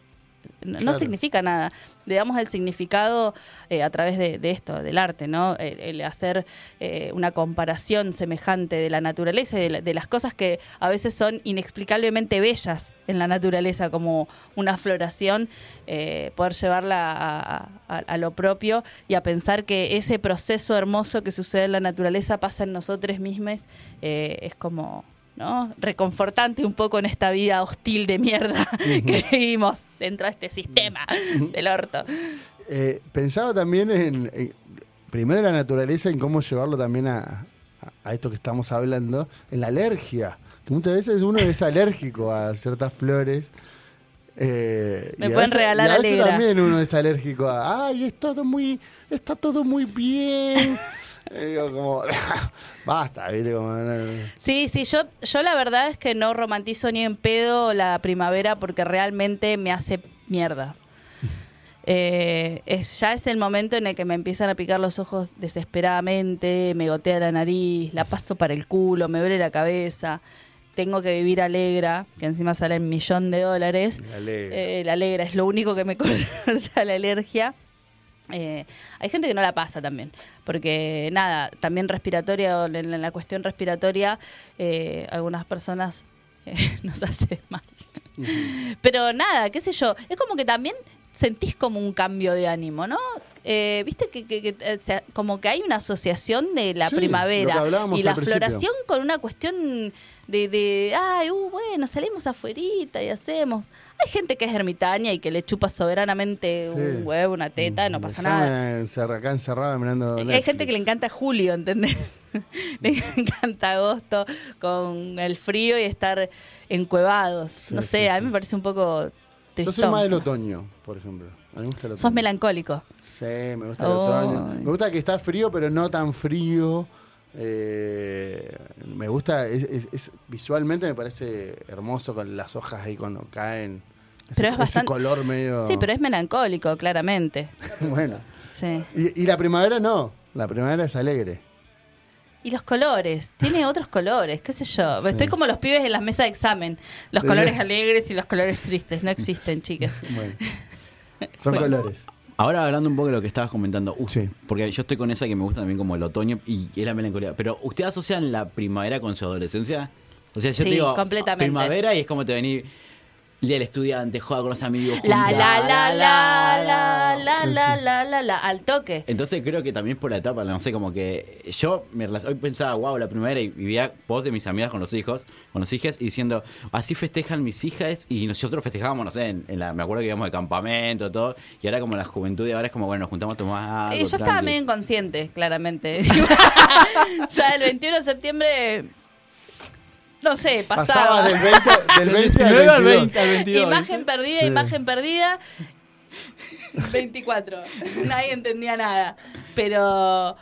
S5: no, no
S4: Claro.
S5: significa nada. Le damos el significado eh, a través de, de esto, del arte, ¿no? El, el hacer eh, una comparación semejante de la naturaleza y de, la- de las cosas que a veces son inexplicablemente bellas en la naturaleza, como una floración, eh, poder llevarla a, a- a lo propio y a pensar que ese proceso hermoso que sucede en la naturaleza pasa en nosotros mismos, eh, es como... ¿no? reconfortante un poco en esta vida hostil de mierda [laughs] que vivimos dentro de este sistema del orto.
S4: Eh, pensaba también en, en- primero en la naturaleza, en cómo llevarlo también a, a- a esto que estamos hablando, en la alergia. Que muchas veces uno
S5: [laughs]
S4: es alérgico a ciertas flores. eh,
S5: Me
S4: y a
S5: pueden
S4: veces-
S5: regalar
S4: y a veces
S5: alegra.
S4: también uno es alérgico a, ay, es todo muy, está todo muy bien. Eh, digo, como, [laughs] basta, viste, como... no,
S5: Sí, sí, yo, yo la verdad es que no romantizo ni en pedo la primavera porque realmente me hace
S4: [laughs]
S5: mierda. Eh, es- ya es el momento en el que me empiezan a picar los ojos desesperadamente, me gotea la nariz, la paso para el culo, me duele la cabeza, tengo que vivir alegra, que encima sale un millón de dólares.
S4: la alegra.
S5: Eh, la alegra es lo único que me [laughs] corta la alergia. Eh, hay gente que no la pasa también, porque nada, también respiratoria, en, en la cuestión respiratoria, eh, algunas personas [laughs] eh, nos hace mal. Pero nada, qué sé yo, es como que también sentís como un cambio de ánimo, ¿no? Eh, Viste que, que- que, eh, se- como que hay una asociación de la
S4: Sí, lo
S5: primavera
S4: que hablábamos
S5: y la
S4: al principio.
S5: floración con una cuestión de, de, ay, uh, bueno, salimos afuerita y hacemos. Hay gente que es ermitaña y que le chupa soberanamente
S4: Sí.
S5: un huevo, una teta, no pasa
S4: Dejame
S5: nada. Eh,
S4: encerra- acá encerrada mirando
S5: Hay
S4: Netflix.
S5: gente que le encanta julio, ¿entendés? [laughs] le encanta agosto con el frío y estar encuevados. no
S4: Sí,
S5: sé,
S4: sí,
S5: a mí
S4: sí.
S5: me parece un poco
S4: Yo
S5: tristón.
S4: soy más del otoño, por ejemplo. A mí me gusta el
S5: Sos
S4: otoño.
S5: melancólico.
S4: Sí, me gusta el
S5: Oh.
S4: otoño. Me gusta que está frío, pero no tan frío. Eh, me gusta, es, es- es- visualmente me parece hermoso con las hojas ahí cuando caen. Ese,
S5: Pero es
S4: ese
S5: bastante-
S4: color medio.
S5: Sí, pero es melancólico, claramente.
S4: [laughs] bueno.
S5: Sí.
S4: Y, y la primavera no. La primavera es alegre.
S5: Y los colores, tiene otros colores, qué sé yo.
S4: Sí.
S5: Estoy como los pibes en las mesas de examen. Los
S4: Sí.
S5: colores alegres y los colores tristes, no existen, chicas.
S4: Bueno. Son colores.
S8: Ahora hablando un poco de lo que estabas comentando, u-
S4: Sí.
S8: porque yo estoy con esa que me gusta también como el otoño y es la melancolía, pero ¿ustedes asocian la primavera con su adolescencia? O sea, yo
S5: Sí,
S8: te digo
S5: completamente.
S8: primavera y es como te vení el día del estudiante, joda con los amigos.
S5: La,
S8: junta,
S5: la, la, la, la, la,
S4: Sí,
S5: la,
S4: sí.
S5: la, la, la, al toque.
S8: Entonces creo que también es por la etapa, no sé, como que yo me relac- hoy pensaba, wow, la primavera y vivía vos de mis amigas con los hijos, con los hijes, y diciendo, así festejan mis hijas y nosotros festejábamos, no sé, en, en la, me acuerdo que íbamos de campamento, todo, y ahora como la juventud de ahora es como, bueno, nos juntamos a tomar
S5: Eh,
S8: algo.
S5: yo estaba
S8: tranqui.
S5: medio [laughs] inconsciente, claramente. ya el 21 de septiembre no sé,
S4: [laughs]
S5: pasaba.
S4: Pasabas del 20, del 20 al
S10: 19 al
S4: 22.
S10: 20, al 22.
S5: Imagen perdida,
S4: Sí. [laughs]
S5: imagen perdida. 24. Nadie entendía nada. Pero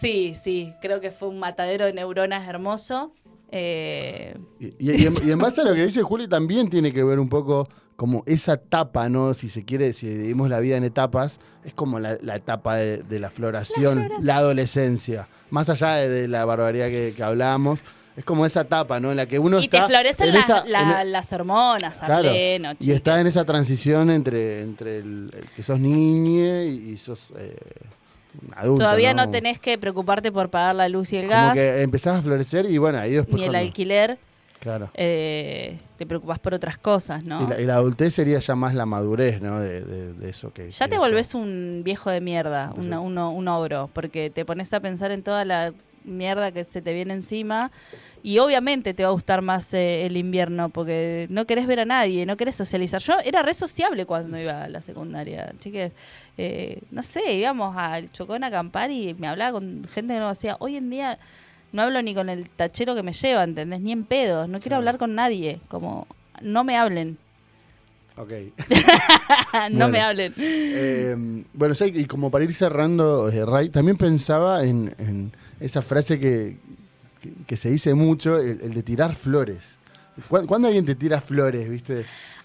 S5: sí, sí, creo que fue un matadero de neuronas hermoso. Eh,
S4: Y, y- y en, y en base a lo que dice Juli, también tiene que ver un poco como esa etapa, ¿no? Si se quiere, si dividimos la vida en etapas, es como la, la etapa de, de la floración, la adolescencia. Más allá de, de la barbaridad que, que hablábamos, es como esa etapa, ¿no? En la que uno
S5: y
S4: está.
S5: te florecen
S4: en
S5: las,
S4: esa-
S5: la-
S4: en- e-
S5: las hormonas a
S4: claro,
S5: pleno,
S4: Y
S5: chicas.
S4: está en esa transición entre, entre el, el que sos niña y, y sos eh, un adulto.
S5: Todavía
S4: ¿no?
S5: no tenés que preocuparte por pagar la luz y el
S4: Como
S5: gas,
S4: que empezás a florecer y bueno, ahí después.
S5: ni el
S4: cuando-
S5: alquiler.
S4: Claro.
S5: eh, te preocupás por otras cosas, ¿no?
S4: Y la, y la adultez sería ya más la madurez, ¿no? De, de- de eso que.
S5: Ya
S4: que-
S5: te volvés un viejo de mierda, un, un- un ogro, porque te pones a pensar en toda la mierda que se te viene encima y obviamente te va a gustar más eh, el invierno porque no querés ver a nadie, no querés socializar. Yo era re sociable cuando iba a la secundaria, chiques. Eh, no sé, íbamos al Chocón a acampar y me hablaba con gente que no hacía. Hoy en día no hablo ni con el tachero que me lleva, ¿entendés? Ni en pedos, no quiero hablar con nadie, como no me hablen,
S4: Ok. [laughs]
S5: no
S4: Bueno.
S5: me hablen.
S4: Eh, bueno, ya, y como para ir cerrando, eh, Ray, también pensaba en, en esa frase que, que, que se dice mucho, el, el de tirar flores. ¿Cuándo, cuándo alguien te tira flores, viste?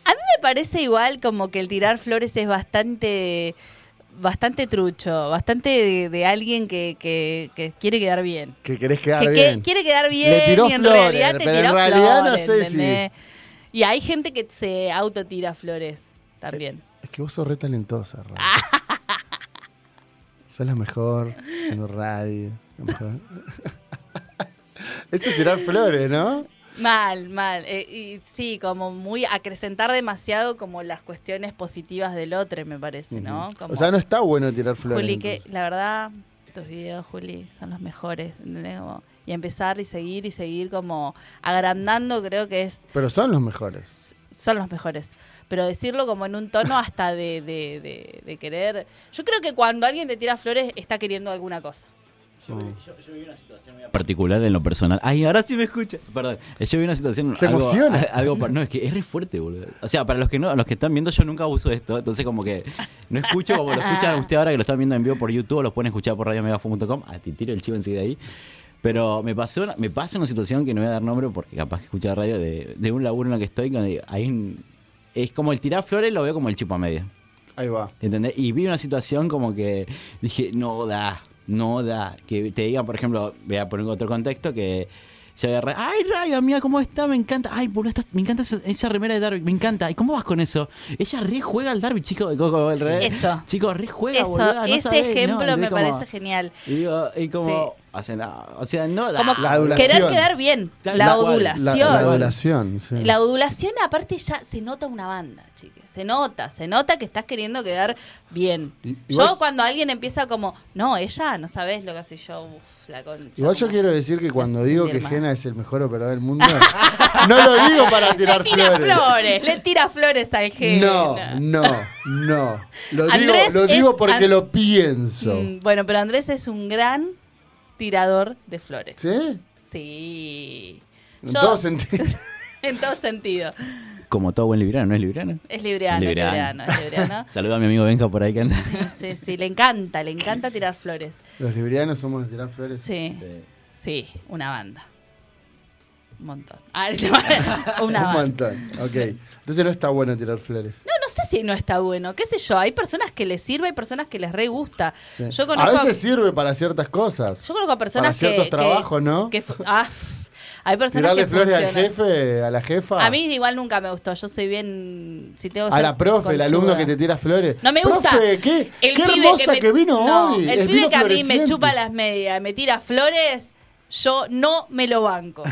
S5: A mí me parece igual como que el tirar flores es bastante bastante trucho, bastante de, de alguien que, que- que quiere quedar bien.
S4: Que querés quedar
S5: que que-
S4: bien.
S5: quiere quedar bien
S4: Le tiró
S5: y en
S4: flores,
S5: realidad te
S4: pero en
S5: tiró
S4: realidad no
S5: flores,
S4: sé si-
S5: ¿entendés? Y hay gente que se autotira flores también.
S4: Es que vos sos re talentosa, Ray. sos la mejor, siendo radio. la mejor. [laughs] Eso es tirar flores, ¿no?
S5: Mal, mal. Eh, y sí, como muy acrecentar demasiado como las cuestiones positivas del otro, me parece, ¿no? Como-
S4: O sea, no está bueno tirar flores.
S5: Juli, que
S4: entonces.
S5: la verdad, tus videos, Juli, son los mejores. ¿entendés? Como- y empezar y seguir y seguir como agrandando, creo que es
S4: Pero son los mejores.
S5: son los mejores. Pero decirlo como en un tono hasta de, de- de- de querer. Yo creo que cuando alguien te tira flores está queriendo alguna cosa.
S8: particular en lo personal. Ay, ahora sí me escucha. Perdón. Eh, Yo vi una situación.
S4: Se
S8: algo,
S4: emociona.
S8: a- Algo, par- no, es que es re fuerte, boludo. O sea, para los que no, los que están viendo, yo nunca uso esto. Entonces, como que no escucho como lo escuchan ustedes ahora que lo están viendo en vivo por YouTube o lo pueden escuchar por radiomegafon.com. A ti Ah, tiro el chivo enseguida ahí. Pero me pasó una, me pasa una situación que no voy a dar nombre porque capaz que escucha radio de, de un laburo en el que estoy. que hay un- es como el tirar flores, lo veo como el chupa medio.
S4: Ahí va.
S8: ¿Entendés? Y vi una situación como que dije, no da, no da. Que te digan, por ejemplo, voy a poner otro contexto que ya agarré, ay Raya, mira cómo está, me encanta, ay boludo, estás- me encanta esa, esa remera de Darby, me encanta, ¿y cómo vas con eso? Ella re juega al Darby, chico, como el re-
S5: Eso.
S8: Chico, re juega,
S5: Eso,
S8: boluda, no
S5: ese
S8: sabés, no,
S5: ejemplo
S8: ¿entendés?
S5: me
S8: Como-
S5: parece genial.
S8: Y digo, y como,
S5: Sí.
S8: o sea, no, o sea, no da.
S5: Como
S4: La adulación.
S5: querer quedar bien.
S8: Tal
S5: la
S8: cual.
S4: La,
S5: adulación.
S4: la adulación, sí.
S5: La adulación aparte ya se nota una banda, chiques. Se nota, se nota que estás queriendo quedar bien.
S4: Y-
S5: yo
S4: igual-
S5: cuando alguien empieza como, no, ella no sabes lo que hace yo, uf, la concha.
S4: Igual yo
S5: como-
S4: quiero decir que cuando
S5: Sí,
S4: digo
S5: mi
S4: que
S5: hermana.
S4: Jena es el mejor operador del
S5: [laughs]
S4: mundo, no lo digo para tirar
S5: Le tira
S4: flores.
S5: flores. le tira flores al gen.
S4: No, no, no.
S5: [laughs]
S4: Lo digo,
S5: Andrés
S4: lo
S5: es
S4: digo porque
S5: an-
S4: lo pienso.
S5: Mm, bueno, pero Andrés es un gran tirador de flores. Sí.
S4: ¿Sí? En todo sentido.
S5: [laughs] en todo sentido.
S8: Como todo buen librano, ¿no es librano?
S5: Es libriano,
S8: Libriano.
S5: es libriano, es
S8: [laughs]
S5: libriano.
S8: Saluda a mi amigo Benja por ahí que anda.
S5: Sí, sí, le encanta, le encanta tirar flores.
S4: [laughs] Los librianos somos de tirar flores.
S5: Sí.
S8: Sí.
S5: Sí, una banda. Un montón. Ah, [laughs] una
S4: Un
S5: banda.
S4: montón. Ok. Entonces no está bueno tirar flores.
S5: No, no sé si no está bueno. ¿Qué sé yo? Hay personas que les sirve, hay personas que les re gusta.
S4: Sí.
S5: Yo
S4: a
S5: conozco.
S4: veces sirve para ciertas cosas.
S5: Yo conozco a personas
S4: Para ciertos
S5: que.
S4: trabajos,
S5: que-
S4: ¿no?
S5: que fu- ah, hay personas
S4: Tirarle
S5: que
S4: flores al
S5: funcionan.
S4: jefe, a la jefa.
S5: A mí igual nunca me gustó. Yo soy bien. Si tengo que
S4: A
S5: ser
S4: la profe, el
S5: conchuda.
S4: alumno que te tira flores.
S5: No me gusta.
S4: Profe, qué,
S5: El
S4: qué
S5: pibe
S4: hermosa
S5: me-
S4: que, vino
S5: no,
S4: hoy.
S5: El
S4: Es
S5: pibe
S4: vino
S5: que a mí me
S4: floreciente.
S5: chupa las medias, me tira flores, yo no me lo banco.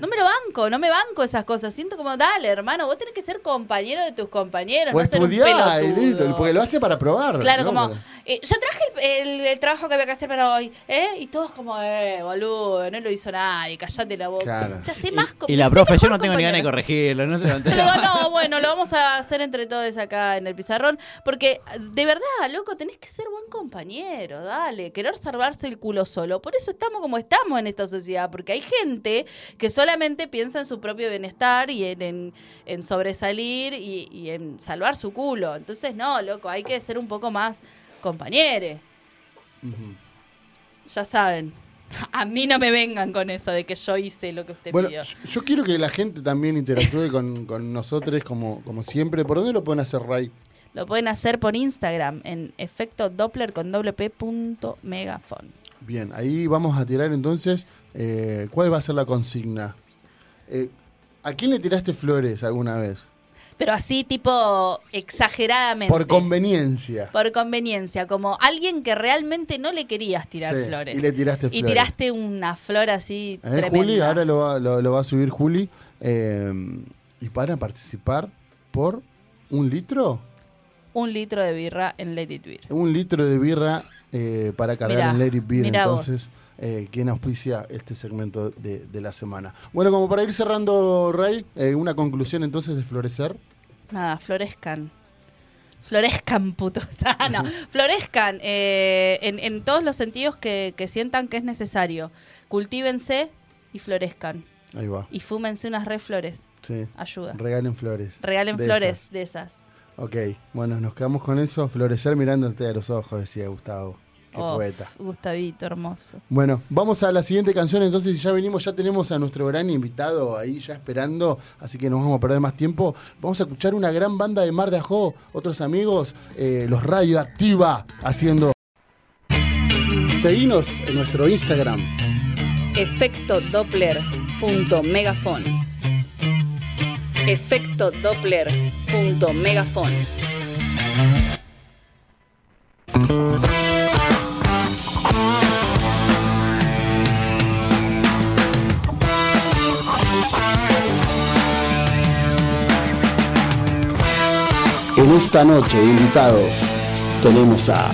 S5: No me lo banco, no me banco esas cosas. Siento como, dale, hermano, vos tenés que ser compañero de tus compañeros,
S4: O
S5: no ser un
S4: estudiar, y listo,
S5: pelotudo.
S4: porque lo hace para probar.
S5: Claro,
S4: ¿no?
S5: como,
S4: Para-
S5: eh, yo traje el, el- el trabajo que había que hacer para hoy, ¿eh? Y todos como, eh, boludo, no lo hizo nadie, callate la boca.
S4: Claro.
S5: O sea, sé más co-
S8: [laughs] Y la
S5: sé
S8: profe, yo
S5: mejor
S8: no tengo ni ganas de
S5: compañero.
S8: corregirlo. No sé,
S5: [laughs] Yo le digo, no, bueno, lo vamos a hacer entre todos acá en el pizarrón. Porque de verdad, loco, tenés que ser buen compañero, dale. Querer salvarse el culo solo. Por eso estamos como estamos en esta esta sociedad, porque hay gente que solamente piensa en su propio bienestar y en, en- en sobresalir y, y en salvar su culo. Entonces, no, loco, hay que ser un poco más compañeros. Ya saben. A mí no me vengan con eso de que yo hice lo que usted
S4: Bueno,
S5: pidió.
S4: yo- yo quiero que la gente también interactúe con, con nosotros como, como siempre. ¿Por dónde lo pueden hacer, Ray?
S5: Lo pueden hacer por Instagram en efecto Doppler con doble P punto megafon.
S4: Bien, ahí vamos a tirar entonces. eh, ¿Cuál va a ser la consigna? Eh, ¿A quién le tiraste flores alguna vez?
S5: Pero así, tipo, exageradamente.
S4: Por conveniencia.
S5: Por conveniencia, como alguien que realmente no le querías tirar
S4: Sí,
S5: flores.
S4: y le tiraste
S5: Y
S4: flores.
S5: tiraste una flor así
S4: Eh,
S5: tremenda.
S4: Juli, ahora lo va, lo- lo va a subir Juli. eh, y para participar por un litro,
S5: Un litro de birra en Lady Twitter.
S4: un litro de birra eh, para cargar
S5: Mirá,
S4: en Lady Beer.
S5: mirá vos.
S4: Entonces, eh, quien auspicia este segmento de, de la semana. Bueno, como para ir cerrando, Ray, eh, una conclusión entonces de Florecer.
S5: Nada, florezcan. Florezcan, putos. [laughs]
S4: [laughs]
S5: Ah, no. Florezcan eh, en, en todos los sentidos que, que sientan que es necesario. Cultívense y florezcan.
S4: Ahí va.
S5: Y fúmense unas re flores.
S4: Sí.
S5: Ayuda.
S4: Regalen flores.
S5: Regalen
S4: De
S5: flores
S4: esas.
S5: de esas.
S4: Ok, bueno, nos quedamos con eso. Florecer mirándote a los ojos, decía Gustavo. Qué
S5: Oh,
S4: poeta.
S5: Gustavito, hermoso.
S4: Bueno, vamos a la siguiente canción. Entonces, si ya venimos, ya tenemos a nuestro gran invitado ahí ya esperando. Así que no vamos a perder más tiempo. Vamos a escuchar una gran banda de Mar de Ajó, otros amigos, eh, los Radio Activa, haciendo. Seguinos en nuestro Instagram.
S6: Efecto Doppler punto megafon. Efecto Doppler punto megafon.
S1: En esta noche, de invitados, tenemos a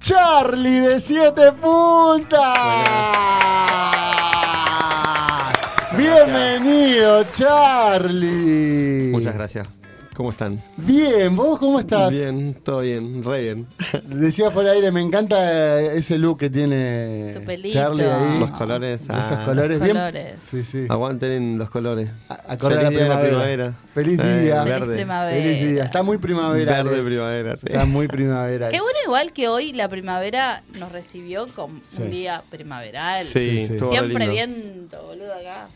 S4: Charlie de Siete Puntas.
S10: Ah,
S4: Bienvenido, Charlie.
S10: Muchas gracias. ¿Cómo están?
S4: Bien, ¿vos cómo estás?
S10: Bien, todo bien,
S4: [laughs]
S10: re bien.
S4: Decía por aire, me encanta eh, ese look que tiene
S5: Su pelito.
S4: Charlie ahí.
S10: Los colores,
S4: Esos
S10: ah.
S4: colores. Bien.
S5: Colores.
S4: Sí, sí.
S10: Aguanten los colores.
S4: A- acorde a la
S10: Feliz día de
S4: primavera.
S10: la primavera.
S4: Feliz
S10: Eh,
S4: día. Feliz
S10: verde.
S5: primavera.
S4: Feliz día. Está muy primavera.
S10: Verde
S4: eh.
S10: primavera, sí.
S4: Está muy primavera.
S5: Qué bueno igual que hoy la primavera nos recibió con
S4: Sí.
S5: un día primaveral.
S10: Sí,
S4: Sí, sí.
S10: estuvo
S5: Siempre
S10: lindo.
S5: viento, boludo, acá.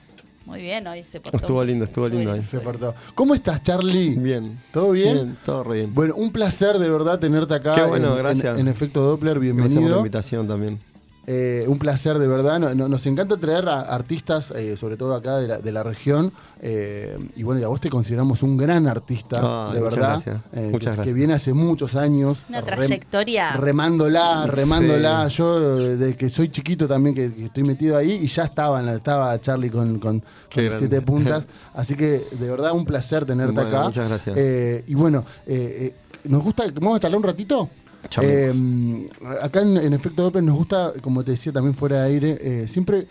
S5: Muy bien, hoy se portó.
S10: Estuvo lindo, estuvo lindo eh. hoy.
S4: Se portó. ¿Cómo estás, Charlie?
S10: Bien.
S4: ¿Todo bien?
S10: todo re bien.
S4: Bueno, un placer de verdad tenerte acá.
S10: Qué bueno,
S4: en- en,
S10: gracias.
S4: En, efecto Doppler,
S10: Gracias por la
S4: bienvenido.
S10: invitación también.
S4: Eh, un placer, de verdad. No- no- nos encanta traer a artistas, eh, sobre todo acá de la, de la región. eh, y bueno, y a vos te consideramos un gran artista,
S10: Ah,
S4: de
S10: muchas
S4: verdad.
S10: gracias.
S4: eh,
S10: Muchas
S4: que,
S10: gracias.
S4: que viene hace muchos años.
S5: Una
S4: rem-
S5: trayectoria.
S4: remándola, remándola.
S10: Sí.
S4: Yo, eh, desde que soy chiquito también, que, que estoy metido ahí, y ya estaba, en la- estaba Charlie con, con, con
S10: grande.
S4: siete
S10: [laughs]
S4: puntas. Así que, de verdad, un placer tenerte
S10: Bueno,
S4: acá.
S10: muchas gracias.
S4: Eh, y bueno, eh, eh, nos gusta, vamos a charlar un ratito.
S10: Charlemos.
S4: Eh, acá en, en Efecto Doppler nos gusta, como te decía también fuera de aire, eh, siempre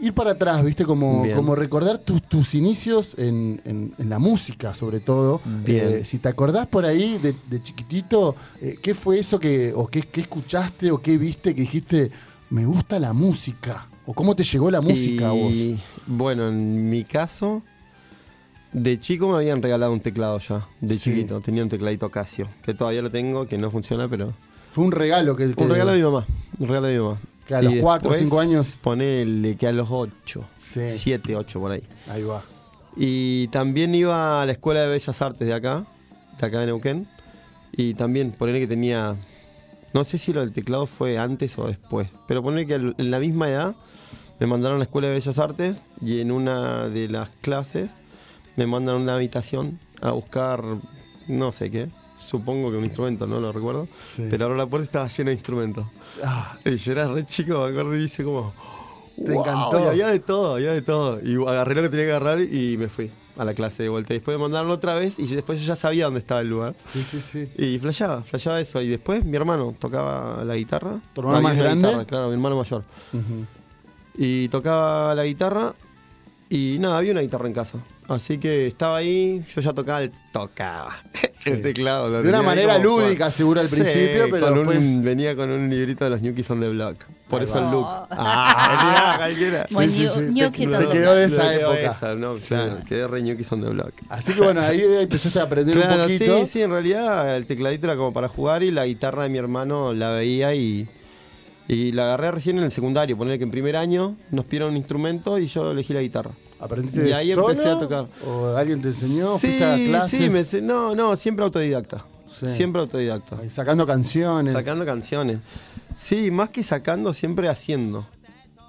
S4: ir para atrás, ¿viste? Como,
S10: Bien.
S4: como recordar tus, tus inicios en, en- en la música, sobre todo.
S10: Bien.
S4: Eh, si te acordás por ahí de, de chiquitito, eh, ¿qué fue eso que, o qué, qué escuchaste o qué viste que dijiste, me gusta la música? ¿O cómo te llegó la música a vos?
S10: Y, Bueno, en mi caso, de chico me habían regalado un teclado ya, de
S4: Sí.
S10: chiquito. Tenía un tecladito Casio, que todavía lo tengo, que no funciona, pero...
S4: Fue un regalo que... que-
S10: Un regalo de mi mamá, un regalo de mi mamá.
S4: Que a los cuatro,
S10: después,
S4: cinco años.
S10: Ponele que a los 8,
S4: Sí.
S10: 7, 8 por ahí.
S4: Ahí va.
S10: Y también iba a la Escuela de Bellas Artes de acá, de acá de Neuquén. Y también ponele que tenía, no sé si lo del teclado fue antes o después, pero ponele que al- en la misma edad me mandaron a la Escuela de Bellas Artes y en una de las clases me mandan a una habitación a buscar no sé qué. Supongo que un instrumento, no lo recuerdo.
S4: Sí.
S10: Pero ahora la puerta estaba llena de instrumentos.
S4: Ah,
S10: Y yo era re chico, me acuerdo y hice como,
S4: Te
S10: Wow,
S4: encantó.
S10: y había de todo, había de todo. Y agarré lo que tenía que agarrar y me fui a la clase de vuelta. Y después me mandaron otra vez y yo- después yo ya sabía dónde estaba el lugar.
S4: Sí, sí, sí.
S10: Y flasheaba, flasheaba eso. Y después mi hermano tocaba la guitarra.
S4: ¿Tu hermano
S10: Mi
S4: más
S10: vieja
S4: grande?
S10: guitarra, claro, mi hermano mayor. Y tocaba la guitarra y nada, había una guitarra en casa. Así que estaba ahí, yo ya tocaba el, tocaba [laughs] el teclado.
S4: De
S10: lo
S4: una
S10: tenía ahí
S4: manera
S10: como jugando.
S4: lúdica, seguro, al
S10: Sí,
S4: principio, pero
S10: con un-
S4: después-
S10: venía con un librito de los Newkies on the Block. Por
S4: Ahí
S10: eso
S4: va.
S10: el look.
S5: Oh. [laughs]
S10: Ah, cualquiera.
S5: Buen
S4: sí, sí,
S5: ñu-
S4: te-
S5: ñoquito
S4: te
S5: de
S4: quedó
S5: loco.
S4: de esa
S10: Me quedó
S4: época.
S10: esa, no, claro, quedé re Newkies on the Block.
S4: Así que bueno, ahí empezaste a aprender un
S10: Claro,
S4: poquito.
S10: sí, sí, en realidad el tecladito era como para jugar y la guitarra de mi hermano la veía y, y la agarré recién en el secundario. Ponerle que en primer año nos pidieron un instrumento y yo elegí la guitarra.
S4: ¿Aprendiste
S10: Y ahí
S4: solo?
S10: empecé a tocar.
S4: ¿O alguien te enseñó?
S10: sí,
S4: ¿Fuiste a clases?
S10: sí, me ense- no, no, siempre autodidacta.
S4: Sí.
S10: Siempre autodidacta.
S4: Ahí Sacando canciones.
S10: Sacando canciones. Sí, más que sacando, siempre haciendo.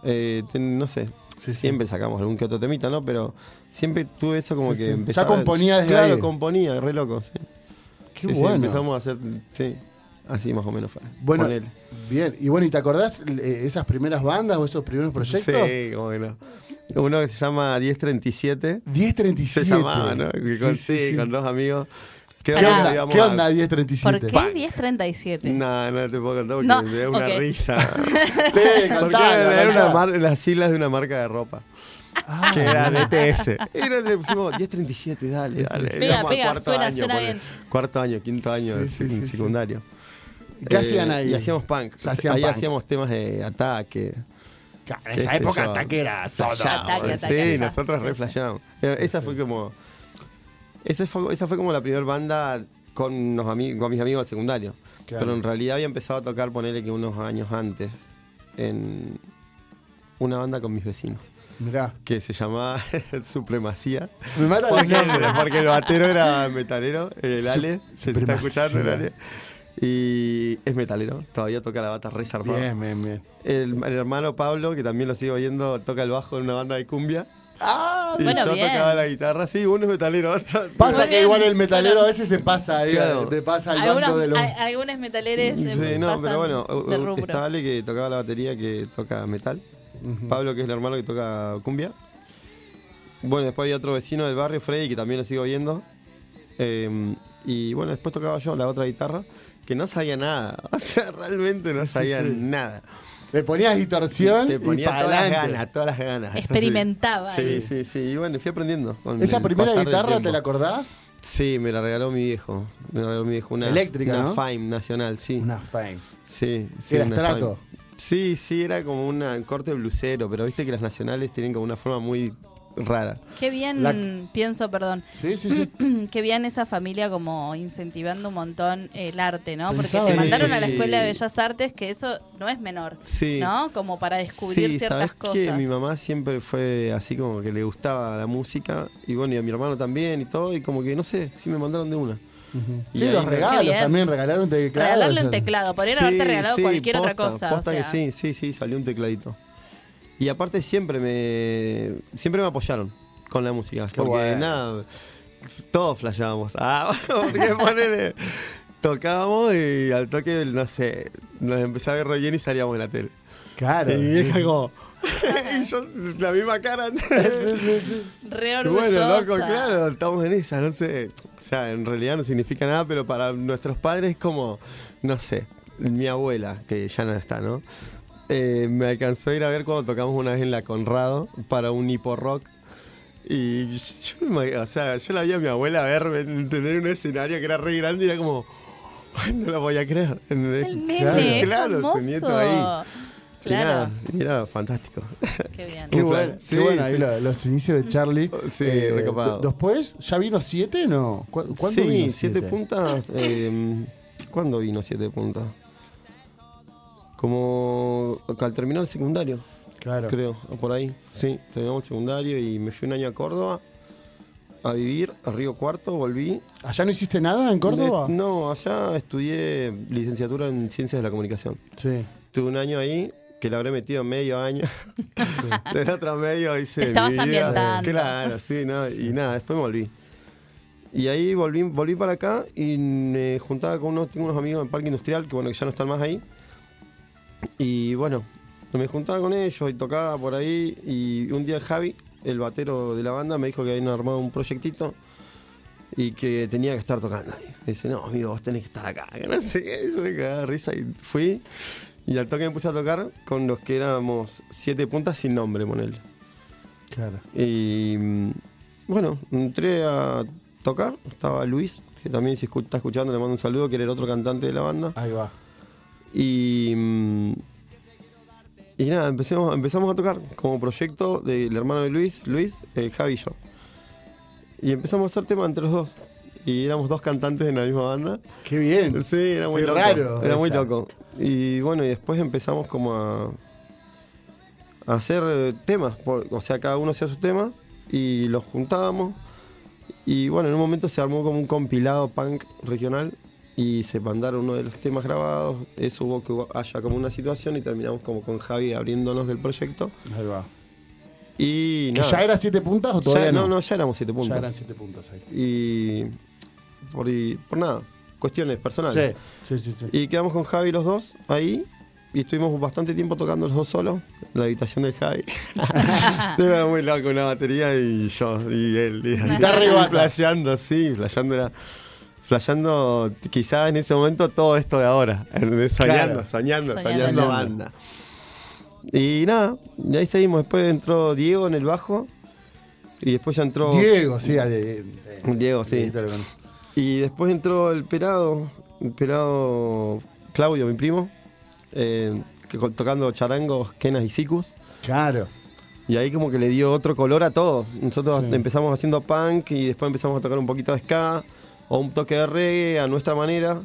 S10: Eh, ten- no sé.
S4: Sí, sí.
S10: siempre sacamos algún que otro temita, ¿no? Pero siempre tuve eso como
S4: Sí,
S10: que
S4: sí. Ya
S10: empezaba-
S4: componía desde
S10: Claro,
S4: ahí.
S10: componía, re loco. sí.
S4: Qué
S10: Sí, sí,
S4: bueno.
S10: empezamos a hacer. Sí, así más o menos fue.
S4: bueno,
S10: Ponele.
S4: bien. Y bueno, ¿y te acordás eh, esas primeras bandas o esos primeros proyectos?
S10: Sí, como que no. Uno que se llama 1037.
S4: 1037.
S10: Se llamaba, ¿no? Que con,
S4: Sí, sí, sí.
S10: con dos amigos. Creo
S4: ¿Qué
S10: que
S4: onda,
S10: íbamos
S4: ¿Qué
S10: a-
S4: onda
S5: ¿Por
S4: 1037?
S5: qué 1037?
S10: No, no te puedo contar porque
S5: No,
S10: me da una
S5: ok. [laughs]
S10: risa.
S4: Sí,
S10: Porque
S4: cantala,
S10: era, era
S4: cantala.
S10: una mar- las siglas de una marca de ropa.
S4: Ah.
S10: Que
S5: [laughs]
S10: era DTS. Y nos le pusimos 1037, dale, dale.
S5: Pega,
S10: Íbamos a
S5: pega,
S10: cuarto
S5: suena,
S10: año,
S5: suena
S10: ponele.
S5: bien.
S10: Cuarto año, quinto año
S4: Sí, sí,
S10: en
S4: sí, sí.
S10: secundario.
S4: ¿Qué
S10: Eh,
S4: hacían ahí?
S10: Y hacíamos punk.
S4: Ya hacían
S10: ahí
S4: punk.
S10: hacíamos temas de ataque.
S4: Claro, En
S10: qué
S4: esa
S10: sé
S4: época
S10: yo.
S4: hasta que era todo.
S10: Flasheamos.
S5: Ataque,
S4: eh.
S5: ataque,
S10: sí,
S5: ya.
S10: nosotros
S5: Sí,
S10: re
S5: sí.
S10: flasheamos. Eh, Esa fue como. Esa fue, esa fue como la primera banda con, unos ami- con mis amigos del secundario.
S4: Claro.
S10: Pero en realidad había empezado a tocar, ponele que unos años antes, en una banda con mis vecinos,
S4: Mirá.
S10: que se llamaba [laughs] Supremacía.
S4: Me mata los
S10: Porque,
S4: nombres.
S10: porque el batero era metalero, el
S4: Su-
S10: Ale, se está
S4: Supremacía.
S10: escuchando el Ale. Y es metalero, todavía toca la bata re zarpada.
S4: Bien, bien, bien.
S10: El, el hermano Pablo, que también lo sigo oyendo, toca el bajo en una banda de cumbia. y
S5: Ah, bueno,
S10: yo
S5: bien.
S10: tocaba la guitarra, sí, uno es metalero, otro.
S4: Pasa
S10: [laughs]
S5: Muy
S4: que
S5: bien.
S4: igual el metalero a veces se pasa, digamos,
S10: Claro.
S4: te pasa el bando
S5: Algunos,
S4: de los.
S5: a- algunos metaleres eh,
S10: Sí, no,
S5: pasan
S10: pero bueno, u-
S5: de
S10: u-
S5: rubro.
S10: está Ale que tocaba la batería, que toca metal. Pablo, que es el hermano que toca cumbia. Bueno, después había otro vecino del barrio, Freddy, que también lo sigo viendo. Eh, y bueno, después tocaba yo la otra guitarra, que no sabía nada. [laughs] O sea, realmente no sabía
S4: sí.
S10: nada.
S4: Le ponías distorsión
S10: Te
S4: y
S10: ponía
S4: para
S10: todas las
S4: adelante.
S10: ganas, todas las ganas.
S5: Experimentaba
S10: Sí,
S5: ahí.
S10: sí, sí. Y bueno, fui aprendiendo. con
S4: ¿Esa
S10: el
S4: primera
S10: pasar del
S4: guitarra te
S10: tiempo.
S4: la acordás?
S10: Sí, me la regaló mi viejo. Me la regaló mi viejo. Una,
S4: Eléctrica,
S10: una
S4: ¿no?
S10: Fime nacional, sí.
S4: Una fame.
S10: Sí, sí.
S4: Era
S10: una
S4: estrato.
S10: Fime. Sí, sí, era como una- un corte blusero, pero viste que las nacionales tienen como una forma muy rara.
S5: Qué bien,
S4: La-
S5: pienso, perdón.
S4: Sí, sí, sí.
S5: [clears throat] Qué bien esa familia como incentivando un montón el arte, ¿no? Porque
S4: Pensaba
S5: te
S4: en
S5: mandaron
S4: eso,
S5: a la
S10: sí.
S5: escuela de Bellas Artes, que eso no es menor,
S10: Sí.
S5: ¿no? Como para descubrir
S10: sí,
S5: ciertas
S10: ¿sabés qué?
S5: cosas.
S10: mi mamá siempre fue así como que le gustaba la música y bueno, y a mi hermano también y todo, y como que no sé, sí me mandaron de una.
S4: Y
S10: ahí
S4: los
S10: me-
S5: Qué
S4: regalos
S5: bien.
S4: también, regalaron teclados.
S5: Regalarle un
S4: o sea,
S5: teclado, por ahí no
S10: Sí,
S5: haberte regalado
S10: sí,
S5: cualquier otra
S10: posta,
S5: cosa.
S10: posta
S5: o sea,
S10: que sí, sí, sí, salió un tecladito. Y aparte siempre me siempre me apoyaron con la música. Porque
S4: bueno.
S10: nada, todos flasheábamos. [laughs] Ah, porque ponele, tocábamos y al toque, no sé, nos empezaba a ver re bien y salíamos en la tele.
S4: Claro.
S10: Y mi
S4: [laughs]
S10: vieja como... [laughs] y yo la misma cara.
S4: Sí, sí, sí.
S5: re
S10: Y Bueno,
S5: orgullosa.
S10: loco, claro, estamos en esa, no sé. O sea, en realidad no significa nada, pero para nuestros padres es como, no sé, mi abuela, que ya no está, ¿no? Eh, me alcanzó a ir a ver cuando tocamos una vez en la Conrado para un hipo rock. Y yo, me imag- o sea, yo la vi a mi abuela verme, entender un escenario que era re grande y era como, no lo voy a creer. ¿entendés?
S5: El nene,
S10: Claro,
S5: es
S10: claro,
S5: famoso.
S10: su nieto ahí. Y
S5: Claro,
S10: nada, y era fantástico.
S5: qué bien.
S4: Qué
S10: Un
S4: bueno,
S10: flash.
S4: qué
S10: Sí,
S4: bueno ahí
S10: sí. Mm.
S4: lo- los inicios de Charlie.
S10: Sí, recopado.
S4: d- Después, ¿ya vino siete no? ¿Cu- ¿Cuándo
S10: sí,
S4: vino
S10: siete puntas. eh, ¿Cuándo vino siete puntas? Como al terminar el secundario,
S4: Claro.
S10: creo, o por ahí. Sí, terminamos el secundario y me fui un año a Córdoba a vivir, a Río Cuarto, volví.
S4: ¿Allá no hiciste nada en Córdoba?
S10: Eh, no, allá estudié licenciatura en Ciencias de la Comunicación.
S4: Sí.
S10: Tuve un año ahí que le habré metido medio año. Del otro medio hice.
S5: Te estabas
S10: mi vida.
S5: ambientando.
S10: Claro, sí, no, y nada, después me volví. Y ahí volví, volví para acá y me juntaba con unos, tengo unos amigos en Parque Industrial que bueno, que ya no están más ahí. Y bueno, Me juntaba con ellos y tocaba por ahí. Y un día Javi, el batero de la banda, me dijo que habían armado un proyectito y que tenía que estar tocando ahí. Me dice, no, amigo, vos tenés que estar acá. que no sé qué. Yo me cagaba de risa y fui. Y al toque me puse a tocar con los que éramos siete puntas sin nombre, ponele.
S4: Claro.
S10: Y mm, bueno, entré a tocar. Estaba Luis, que también si escu- está escuchando le mando un saludo, que era el otro cantante de la banda.
S4: Ahí va.
S10: Y, mm, y nada, empecemos, empezamos a tocar como proyecto del hermano de Luis, Luis, eh, Javi y yo. Y empezamos a hacer tema entre los dos. Y éramos dos cantantes en la misma banda.
S4: Qué bien.
S10: [laughs] Sí, era muy
S4: Sí,
S10: loco.
S4: raro
S10: Era muy
S4: esa.
S10: loco. Y bueno, y después empezamos como a, a hacer eh, temas. por- o sea, cada uno hacía su tema y los juntábamos. Y bueno, en un momento se armó como un compilado punk regional y se mandaron uno de los temas grabados. Eso hubo que hubo- haya como una situación y terminamos como con Javi abriéndonos del proyecto.
S4: Ahí va.
S10: Y
S4: ¿Que
S10: nada.
S4: ¿Ya era siete puntas o
S10: Ya-
S4: todavía
S10: no,
S4: no?
S10: no, ya éramos siete puntos
S4: Ya eran siete puntas ahí.
S10: y por, y- por nada, cuestiones
S4: Sí,
S10: personales.
S4: sí, sí. sí.
S10: Y quedamos con Javi los dos ahí y estuvimos bastante tiempo tocando los dos solos en la habitación
S4: [laughs]
S10: del Javi. Era muy loco una batería y yo y él. [laughs] Y,
S4: Guitarra y
S10: y
S4: bata.
S10: flasheando, sí, flasheando era... Flasheando quizás en ese momento todo esto de ahora, ¿entendés? soñando,
S4: Claro.
S10: soñando,
S5: Soñando.
S10: soñando,
S4: Soñando.
S10: banda. Y nada, y ahí seguimos. Después entró Diego en el bajo y después ya entró
S4: Diego, sí. ah, de- de-
S10: Diego, sí.
S4: Dieguito lo conozco.
S10: Y después entró el pelado, el pelado Claudio, mi primo, eh, que- tocando charangos, quenas y sicus.
S4: Claro.
S10: Y ahí como que le dio otro color a todo. Nosotros
S4: Sí.
S10: empezamos haciendo punk y después empezamos a tocar un poquito de ska o un toque de reggae a nuestra manera.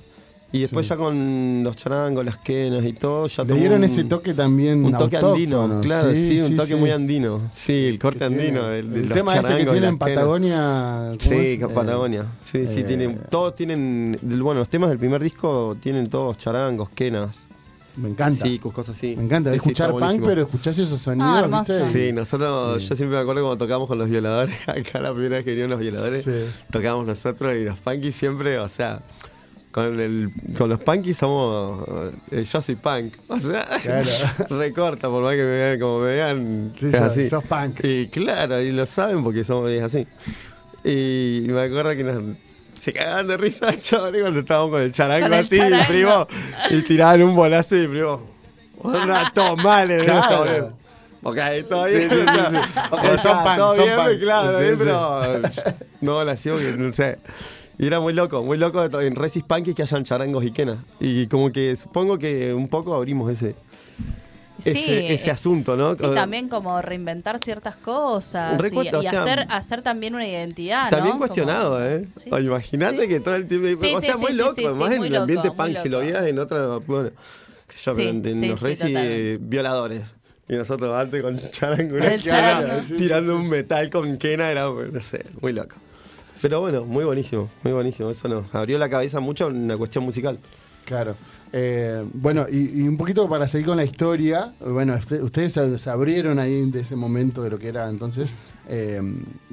S10: Y después ya con los charangos, las quenas y todo, ya
S4: Le
S10: tomó
S4: dieron
S10: un-
S4: ese toque también
S10: un toque
S4: autóctono,
S10: andino, claro, sí, un toque
S4: sí.
S10: muy andino. Sí, el corte
S4: Que tiene-
S10: andino del, de
S4: el
S10: los
S4: tema este que
S10: charangos y
S4: tiene
S10: las
S4: en
S10: quenas.
S4: Patagonia. ¿cómo
S10: Sí,
S4: es?
S10: que
S4: Eh,
S10: Patagonia. Sí, sí,
S4: eh,
S10: tienen. Todos tienen. del- Bueno, los temas del primer disco tienen todos charangos, quenas,
S4: Me encanta.
S10: sicus, cosas así.
S4: Me encanta
S10: Sí, sí,
S4: escuchar
S10: está
S4: punk,
S10: buenísimo.
S4: pero escuchás esos
S5: Ah,
S4: sonidos.
S5: hermoso.
S4: ¿viste?
S10: Sí, nosotros. Yo siempre me acuerdo cuando tocamos con los violadores. [laughs] Acá la primera vez que vinieron los violadores,
S4: Sí.
S10: tocábamos nosotros y los punkies siempre, o sea. Con, el, con los punkies somos. eh, yo soy punk. O sea,
S4: Claro.
S10: [laughs] recorta, por más que me vean como me vean.
S4: Sí,
S10: es
S4: sos-
S10: así.
S4: sos punk.
S10: Y claro, y lo saben porque somos es así. Y me acuerdo que nos, se cagaban de risa, [laughs] chavales, cuando estábamos con el charango
S5: Con el
S10: así,
S5: charango.
S10: primo. [laughs] Y tiraban un bolazo y primo. Onda, todo
S4: [laughs]
S10: mal, le digo,
S4: Claro.
S10: chavales. Porque ahí todavía.
S4: Sí, sí, sí, sí.
S10: O sea,
S4: Son punk,
S10: todo
S4: son
S10: bien,
S4: punk.
S10: claro,
S4: Sí,
S10: bien,
S4: sí. [laughs]
S10: pero. No, la hacía porque no sé. Y era muy loco, muy loco de to- en Resis Punky que hayan charangos y quenas. Y como que supongo que un poco abrimos ese,
S5: Sí,
S10: ese, ese
S5: eh,
S10: asunto, ¿no?
S5: Sí, también como reinventar ciertas cosas y-
S10: Recuerdo,
S5: y,
S10: o sea,
S5: hacer, hacer también una identidad. Ah, ¿no?
S10: También
S5: Como-
S10: cuestionado, ¿eh?
S5: Sí.
S10: O Imagínate
S5: Sí.
S10: que todo el tiempo.
S5: Sí,
S10: o sea,
S5: sí,
S10: muy
S5: sí,
S10: loco,
S5: sí, sí,
S10: más
S5: sí,
S10: en
S5: muy
S10: el
S5: loco,
S10: ambiente
S5: muy
S10: punk, si lo
S5: loco.
S10: vieras en otra. Bueno, qué sé yo,
S5: Sí,
S10: pero en, en
S5: sí,
S10: los
S5: sí,
S10: Resi,
S5: totalmente.
S10: eh, violadores. Y nosotros antes con charango,
S5: Con el
S10: que era
S5: charango.
S10: tirando un metal con quena, era, bueno, no sé, muy loco. Pero bueno, muy buenísimo, muy buenísimo. Eso nos abrió la cabeza mucho en la cuestión musical.
S4: Claro. Eh, bueno, y, y un poquito para seguir con la historia, bueno, este- ustedes se- se abrieron ahí de ese momento de lo que era entonces eh,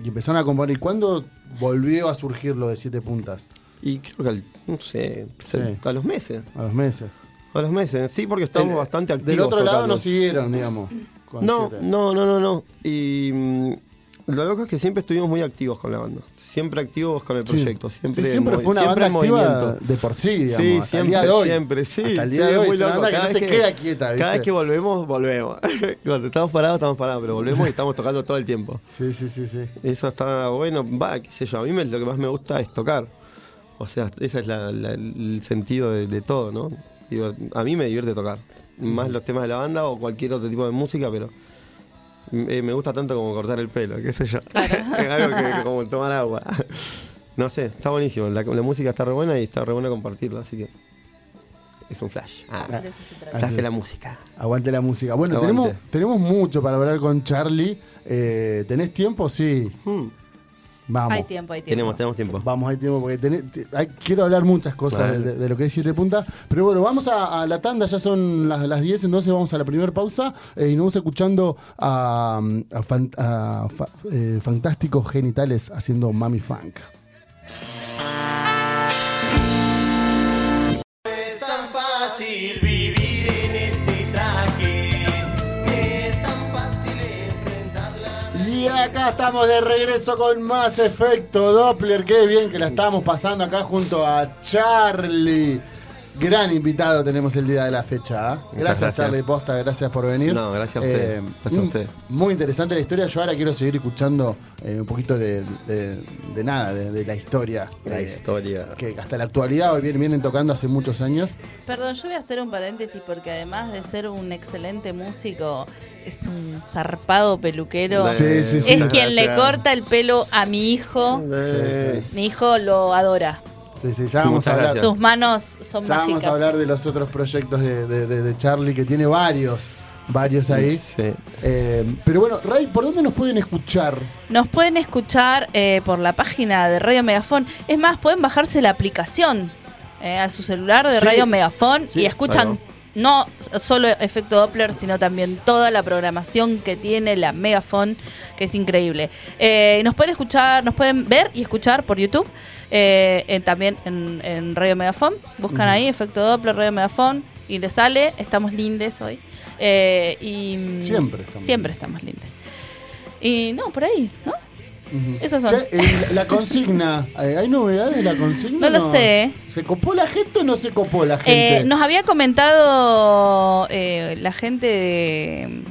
S4: y empezaron a componer. ¿Y cuándo volvió a surgir lo de Siete Puntas?
S10: Y creo que, al- no sé,
S4: Sí.
S10: a los meses.
S4: A los meses.
S10: A los meses, sí, porque estamos
S4: Del-
S10: bastante activos.
S4: Del otro lado
S10: tocando.
S4: no siguieron, digamos. con
S10: No,
S4: Siete.
S10: no, no, no, no. Y mm, lo loco es que siempre estuvimos muy activos con la banda. Siempre activos con el
S4: Sí.
S10: proyecto. Siempre,
S4: Sí, siempre
S10: movi-
S4: fue una
S10: siempre
S4: banda
S10: en
S4: activa
S10: movimiento.
S4: de por sí, digamos.
S10: Sí,
S4: hasta el
S10: siempre,
S4: día de hoy.
S10: siempre, sí.
S4: Hasta el
S10: sí,
S4: día de
S10: es
S4: hoy,
S10: muy
S4: es una
S10: loco.
S4: banda que
S10: Cada
S4: no
S10: vez
S4: se queda quieta,
S10: Cada vez
S4: ¿viste?
S10: que volvemos, volvemos. [laughs] Cuando estamos parados, estamos parados, pero volvemos y estamos tocando todo el tiempo.
S4: Sí, sí, sí, sí.
S10: Eso está bueno, va, qué sé yo. A mí me- lo que más me gusta es tocar. O sea, ese es la- la- el sentido de, de todo, ¿no? Digo, a mí me divierte tocar. Más los temas de la banda o cualquier otro tipo de música, pero eh, me gusta tanto como cortar el pelo, qué sé yo. [laughs] Es algo que, que como tomar agua. [laughs] No sé, está buenísimo. La, la música está re buena y está re bueno compartirla, así que es un flash. Ah,
S5: De eso se trata.
S4: Ah, sí.
S10: hace la música.
S4: Aguante la música. Bueno,
S10: Aguante.
S4: tenemos, tenemos mucho para hablar con Charlie. Eh, ¿Tenés tiempo? Sí.
S10: Hmm.
S4: Vamos.
S5: Hay tiempo, hay tiempo.
S10: Tenemos, tenemos tiempo.
S4: Vamos, hay tiempo, porque tenés- te- hay- quiero hablar muchas cosas
S10: Bueno.
S4: de, de lo que es Siete Puntas. Pero bueno, vamos a, a la tanda, ya son las, las 10, entonces vamos a la primera pausa eh, y nos vamos escuchando a, a fan- a fa- eh, Fantásticos Genitales haciendo Mami Funk.
S7: Es tan fácil vivir en este traje
S4: Ya estamos de regreso con más efecto Doppler. Qué bien que la estamos pasando acá junto a Charlie. Gran invitado tenemos el día de la fecha. ¿ah?
S10: Muchas
S4: Gracias,
S10: gracias.
S4: Charlie Posta, gracias por venir.
S10: No, gracias a usted. Gracias a
S4: mm,
S10: usted.
S4: Muy interesante la historia. Yo ahora quiero seguir escuchando eh, un poquito de, de- de nada, de, de la historia.
S10: La
S4: eh,
S10: historia.
S4: Que hasta la actualidad hoy vienen, vienen tocando hace muchos años.
S5: Perdón, yo voy a hacer un paréntesis porque además de ser un excelente músico, es un zarpado peluquero.
S4: Sí, sí, sí.
S5: Es quien le
S10: Gracias.
S5: corta el pelo a mi hijo.
S10: Eh,
S5: Mi hijo lo adora.
S4: Sí, sí, ya vamos a
S10: Muchas
S4: hablar.
S10: gracias.
S5: Sus manos son
S4: Ya vamos
S5: mágicas.
S4: a hablar de los otros proyectos de, de- de- de Charlie, que tiene varios, varios ahí.
S10: sí.
S4: Eh, pero bueno, Ray, ¿por dónde nos pueden escuchar?
S5: Nos pueden escuchar eh, por la página de Radio Megafón. Es más, pueden bajarse la aplicación eh, a su celular de
S4: Sí.
S5: Radio Megafón
S4: Sí,
S5: y escuchan no solo efecto Doppler, sino también toda la programación que tiene la Megafón, que es increíble. Eh, nos pueden escuchar, nos pueden ver y escuchar por YouTube, eh, eh, también en, en Radio Megafón. Buscan ahí efecto Doppler, Radio Megafón y les sale. Estamos lindes hoy. Eh, y,
S4: Siempre estamos
S5: Siempre estamos lindes. Y no, por ahí, ¿no?
S4: Ujú.
S5: Esas son.
S4: Che, eh, la- la consigna, eh, ¿hay novedades de la consigna?
S5: No lo sé.
S4: ¿Se copó la gente o no se copó la gente?
S5: Eh, nos había comentado eh, la gente de,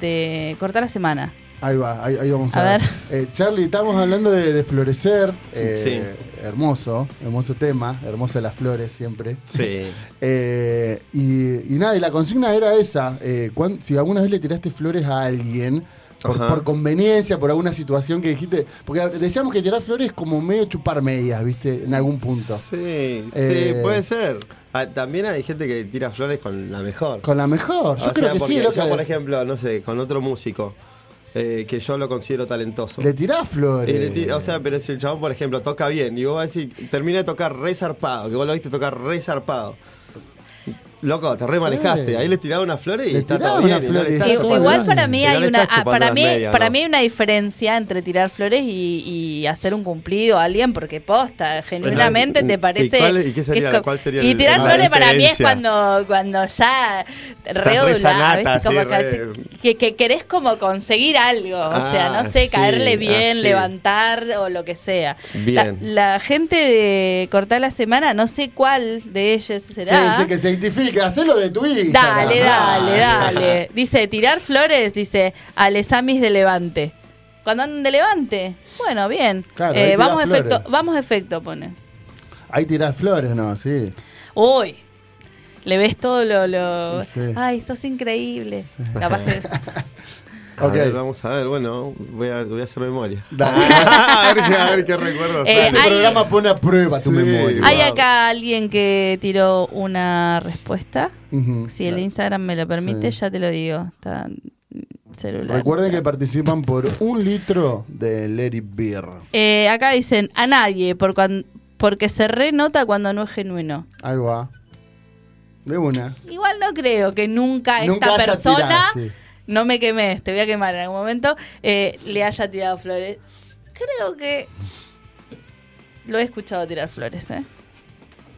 S5: de Cortar la Semana.
S4: Ahí va, ahí, ahí vamos a,
S5: A
S4: ver.
S5: ver.
S4: Eh, Charlie, estamos hablando de, de florecer. eh,
S10: Sí.
S4: Hermoso, hermoso tema, hermoso las flores siempre. [laughs]
S10: Sí.
S4: Eh, y, y nada, y la consigna era esa. eh, cuán- si alguna vez le tiraste flores a alguien, por,
S10: Ajá.
S4: por conveniencia, por alguna situación que dijiste. Porque decíamos que tirar flores es como medio chupar medias, ¿viste? En algún punto.
S10: Sí,
S4: Eh,
S10: sí, puede ser. Ah, también hay gente que tira flores con la mejor.
S4: Con la mejor, yo
S10: O
S4: creo
S10: sea,
S4: que
S10: porque
S4: sí, loco,
S10: yo, por
S4: es-
S10: ejemplo, no sé, con otro músico eh, que yo lo considero talentoso.
S4: Le tirás flores.
S10: Y le ti- o sea, pero si el chabón, por ejemplo, toca bien, y vos vas a decir, termina de tocar re zarpado, que vos lo viste tocar re zarpado. Loco, te re manejaste. Ahí le tiraba una flor y
S4: Le
S10: está
S4: tiraba
S10: todo bien.
S4: una
S10: y no
S4: flor y
S10: le está
S4: está
S5: I-
S10: chupando-
S4: todo
S5: Eh, igual
S4: bien.
S5: para mí
S10: Pero
S5: hay
S10: le
S5: una
S10: está
S5: ah, para
S10: chupando
S5: mí
S10: las medias,
S5: para
S10: ¿no?
S5: mí hay una diferencia entre tirar flores y, y hacer un cumplido a alguien porque posta genuinamente
S10: Bueno, ¿y-
S5: te parece
S10: y cuál- y qué
S5: que
S10: sería-
S5: es co-
S10: cuál sería
S5: y
S10: el-
S5: tirar
S10: la
S5: flores para mí es
S10: diferencia?
S5: cuando cuando ya
S10: re
S5: reodulada
S10: sanata,
S5: ¿viste?
S10: así,
S5: Como que,
S10: re-
S5: que- que querés como conseguir algo o sea
S10: Ah,
S5: no sé
S10: sí,
S5: caerle bien
S10: así.
S5: levantar o lo que sea
S10: Bien.
S5: La, la gente de cortar la semana no sé cuál de ellas será
S4: Sí, sí, que se identifica, hacelo de tu hija.
S5: Dale, dale, dale. Dice, tirar flores, dice, a les amis de Levante. Cuando andan de Levante. Bueno, bien.
S4: Claro,
S5: Eh,
S4: ahí tira
S5: vamos
S4: flores.
S5: efecto, vamos efecto, pone.
S4: Ahí tirás flores, ¿no? Sí.
S5: Uy. Le ves todo lo... lo-
S4: Sí.
S5: Ay, sos increíble. Capaz
S4: [laughs]
S5: que-
S10: A
S4: Ok.
S10: ver, vamos a ver, bueno, voy a, voy a hacer memoria.
S4: [laughs] Dale.
S10: [laughs] a, ver, qué- a ver qué recuerdo.
S5: Eh,
S4: este
S5: hay-
S4: programa pone a prueba tu
S10: Sí.
S4: memoria.
S5: Hay
S10: Wow.
S5: acá alguien que tiró una respuesta.
S4: Ujú.
S5: Si el Instagram me lo permite,
S4: Sí.
S5: ya te lo digo. Está en celular.
S4: Recuerden que participan por un litro de Let It Beer.
S5: Eh, acá dicen, a nadie, por cuan- porque se renota cuando no es genuino.
S4: Ahí va. De una.
S5: Igual no creo que nunca,
S4: Nunca
S5: Ah, esta
S4: haya
S5: persona,
S4: tirado, sí.
S5: no me quemes, te voy a quemar en algún momento, eh, le haya tirado flores. Creo que lo he escuchado tirar flores, ¿eh?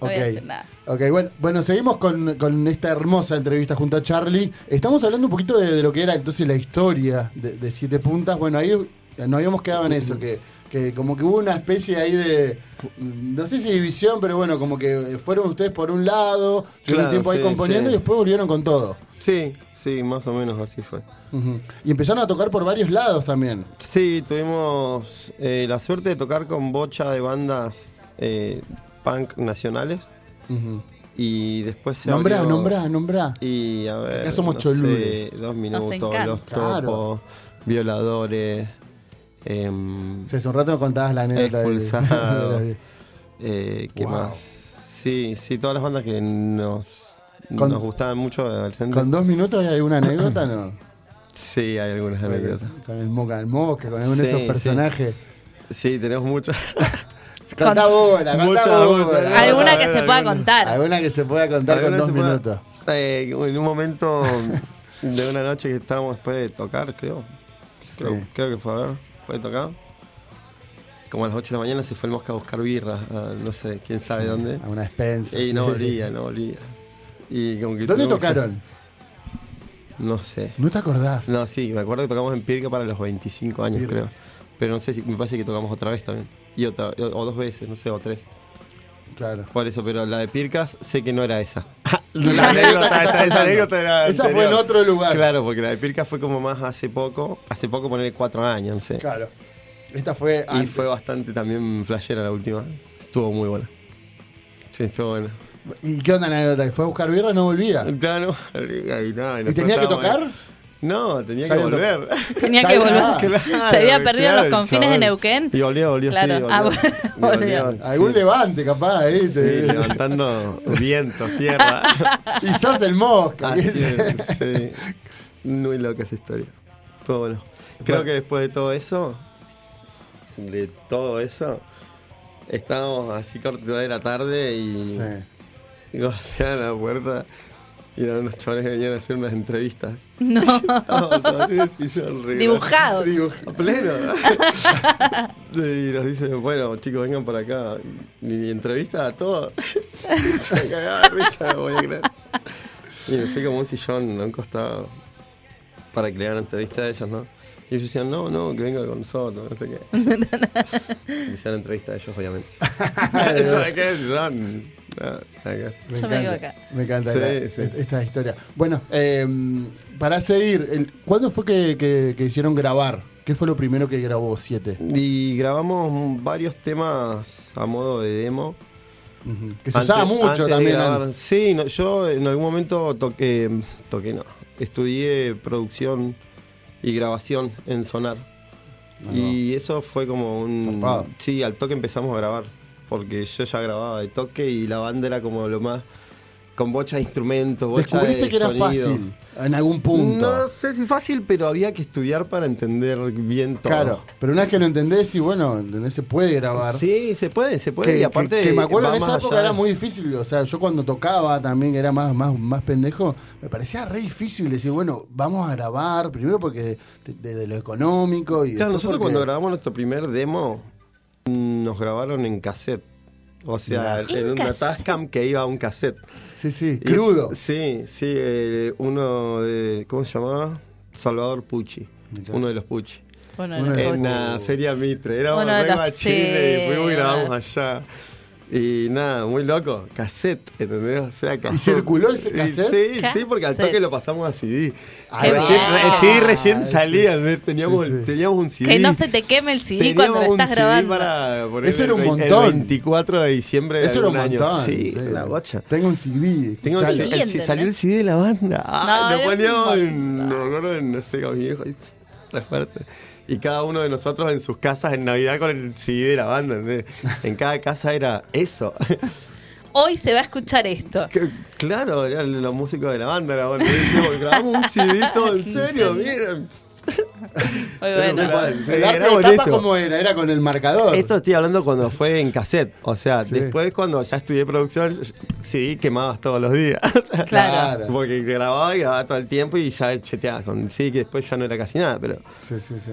S5: No voy a
S4: Ok.
S5: decir nada.
S4: Ok, bueno, bueno seguimos con, con esta hermosa entrevista junto a Charlie. Estamos hablando un poquito de, de lo que era entonces la historia de, de Siete Puntas. Bueno, ahí eh, nos habíamos quedado en eso, que, que como que hubo una especie ahí de, no sé si división, pero bueno, como que eh, fueron ustedes por un lado, tuvieron
S10: Claro,
S4: tiempo ahí
S10: sí,
S4: componiendo
S10: sí.
S4: y después volvieron con todo.
S10: Sí, sí, más o menos así fue.
S4: Ujú. Y empezaron a tocar por varios lados también.
S10: Sí, tuvimos eh, la suerte de tocar con bocha de bandas eh, punk nacionales
S4: Ujú.
S10: y después se
S4: Nombrá,
S10: abrió-
S4: nombrá, nombrá.
S10: Y a ver.
S4: Acá somos
S10: no
S4: choludes.
S10: sé, dos minutos,
S5: encanta.
S10: los
S4: Claro.
S10: topos, violadores, em,
S4: O sea, hace un rato me contabas la anécdota de- [laughs]
S10: Expulsado.
S4: de-
S10: eh, ¿qué
S4: Wow.
S10: más? Sí, sí, todas las bandas que nos,
S4: Con-
S10: nos gustaban mucho. eh, al centro.
S4: ¿Con dos minutos hay alguna anécdota? No.
S10: Sí, hay algunas anécdotas.
S4: Con el Moca el Mosca, con alguno de
S10: Sí,
S4: esos
S10: sí.
S4: personajes.
S10: Sí,
S4: [laughs]
S10: tenemos muchas.
S4: Contá bola, contá
S10: Mucha
S4: bola.
S10: bola, ¿no?
S4: Alguna,
S5: Alguna
S10: a
S5: que
S10: ver,
S5: se pueda
S10: alguna.
S5: contar.
S4: que se pueda contar con
S10: Alguna
S4: dos
S10: se puede-
S4: minutos.
S10: Eh, en
S4: [laughs]
S10: un momento de una noche que estábamos después de tocar, creo. Creo,
S4: Sí.
S10: creo que fue a ver, después de tocar. Como a las 8 de la mañana se fue el mosca a buscar birra, a no sé, quién sabe dónde.
S4: A una despensa.
S10: Y
S4: sí.
S10: no volvía, no volvía. Y como que
S4: ¿Dónde
S10: tuvimos-
S4: tocaron?
S10: No sé.
S4: ¿No te acordás?
S10: No, sí, me acuerdo que tocamos en Pirca para los 25 años,
S4: Pirca.
S10: creo. Pero no sé si me parece que tocamos otra vez también. Y otra, o, o dos veces, no sé, o tres.
S4: Claro.
S10: Por eso, pero la de Pircas sé que no era esa.
S4: [laughs] La anécdota que estás contando.
S10: era
S4: Esa fue
S10: anterior.
S4: en otro lugar.
S10: Claro, porque la de Pircas fue como más hace poco. Hace poco ponerle cuatro años, no sé.
S4: Claro. Esta fue
S10: Y
S4: antes.
S10: fue bastante también flashera la última. Estuvo muy buena. Sí, estuvo buena.
S4: ¿Y qué onda la anécdota? ¿Fue a buscar birra? No volvía.
S10: [laughs] Claro, y nada,
S4: ¿Y tenía
S10: nosotros
S4: que
S10: estábamos ahí.
S4: tocar?
S10: No, tenía que
S4: Sabía
S10: volver.
S5: Tenía que
S4: Claro,
S5: volver.
S10: Ah,
S5: [laughs]
S10: Claro,
S5: Se había perdido
S10: claro,
S5: los confines de
S10: chabón.
S5: Neuquén.
S10: Y volvió, volvió,
S5: Claro.
S10: sí, volvió.
S5: Ah, bueno, [laughs]
S10: Y
S5: volvió.
S10: sí.
S4: Algún levante, capaz, ¿eh?
S10: Sí, [laughs] levantando vientos, tierra.
S4: Y sos el mosca.
S10: Así es, sí. [laughs] Muy loca esa historia. Pero bueno, creo que después de todo eso, de todo eso, estábamos así corto de la tarde y
S4: Sí.
S10: y [laughs] golpeaban la puerta y eran unos chavales que venían a hacer unas entrevistas.
S5: No.
S10: [laughs] Estábamos todos así en el sillón, arriba.
S5: Dibujados.
S10: A
S5: [laughs]
S10: pleno. [laughs] y nos dicen, bueno, chicos, vengan para acá. Y, y entrevista a todos. [laughs] Yo me cagaba de risa, no voy a creer. Y me fui como a un sillón a un costado para crear la entrevista a ellos, ¿no? Y ellos decían, no, no, que venga con nosotros, no sé qué. Y Hicieron entrevista a ellos,
S4: [laughs]
S10: obviamente. Yo me quedé en el sillón. No, nada que ver.
S4: Me
S5: Yo me
S4: encanta,
S5: quedo acá.
S4: me encanta
S10: Sí,
S4: la-
S10: sí.
S4: est- esta historia. Bueno, eh, para seguir, el- ¿cuándo fue que, que- que hicieron grabar? ¿Qué fue lo primero que grabó Siete?
S10: Y grabamos varios temas a modo de demo.
S4: Ujú. Que se
S10: Antes-
S4: usaba mucho
S10: antes de
S4: también.
S10: grabar.
S4: ¿no?
S10: Sí, no, yo en algún momento toqué, toqué no, estudié producción y grabación en Sonar. Y eso fue como un...
S4: Ah, Zarpado.
S10: Sí, al toque empezamos a grabar, porque yo ya grababa de toque y la banda era como lo más... Con bocha de instrumentos, bocha
S4: Descubriste
S10: de
S4: que era
S10: sonido.
S4: fácil en algún punto.
S10: No sé si fácil, pero había que estudiar para entender bien todo.
S4: claro, pero una vez que lo entendés y bueno, entendés, se puede grabar.
S10: Sí, se puede, se puede.
S4: Que-
S10: y aparte,
S4: que, que me acuerdo
S10: va
S4: en esa
S10: más
S4: época
S10: allá.
S4: era muy difícil. O sea, yo cuando tocaba también, que era más, más, más pendejo, me parecía re difícil decir, bueno, vamos a grabar, primero porque desde lo económico y.
S10: Claro,
S4: después
S10: nosotros
S4: porque-
S10: cuando grabamos nuestro primer demo, mm, nos grabaron en cassette. O sea, en,
S5: ¿En
S10: una
S5: cassette?
S10: Tascam que iba a un cassette.
S4: Sí, sí,
S10: Y-
S4: crudo.
S10: Sí, sí, eh, uno de. ¿Cómo se llamaba? Salvador Pucci.
S4: Mirá.
S10: Uno de los Pucci.
S5: Bueno,
S4: Uno
S5: no,
S4: de
S10: En
S5: coche.
S10: la Feria Mitre. Éramos
S5: Uno de
S10: re
S5: los-
S10: guachines y fuimos y
S5: sí,
S10: grabamos
S5: bueno.
S10: allá. Y nada, muy loco. Cassette, ¿entendés? O sea, cassette.
S4: circuló ese
S10: Y
S4: cassette?
S10: Sí, sí,
S5: Cassette.
S10: porque al toque lo pasamos a CD.
S4: Ahí
S5: va.
S10: Recién, re- sí,
S4: Ah,
S10: recién
S4: sí.
S10: salía. ¿entendés? Teníamos,
S4: Sí, sí.
S10: teníamos un CD.
S5: Que no se te queme el CD
S10: Teníamos
S5: cuando lo
S10: un
S5: estás
S10: CD
S5: grabando.
S10: para poner
S4: Eso era un
S10: el vein-
S4: montón.
S10: El 24 de diciembre de
S4: Eso era un
S10: algún año.
S4: montón.
S10: Sí,
S4: sí.
S10: la bocha.
S4: Tengo un CD.
S10: Tengo el-
S4: Sale.
S10: el-
S5: ¿entendés?
S10: salió el CD de la banda. Ah,
S5: No,
S10: lo
S5: era un
S10: poníamos en,
S5: montón.
S10: no, me acuerdo, en, no sé, con mi viejo. ahí, pf, la fuerte. Y cada uno de nosotros en sus casas en Navidad con el CD de la banda. ¿entendés? En cada casa era eso. [laughs]
S5: Hoy se va a escuchar esto.
S10: Que- claro, eran los músicos de la banda. La banda. Y decíamos, grabamos un CD todo en serio, miren.
S5: Muy
S10: Pero
S5: bueno.
S10: bueno.
S4: El
S10: Sí,
S4: arte
S10: era
S4: de tapa,
S10: buenísimo.
S4: ¿cómo era? Era con el marcador.
S10: Esto estoy hablando cuando fue en cassette. O sea,
S4: Sí.
S10: después cuando ya estudié producción, sí, quemabas todos los días.
S5: Claro.
S10: Porque grababa y grababa todo el tiempo y ya cheteabas con sí, que después ya no era casi nada, pero.
S4: Sí, sí, sí.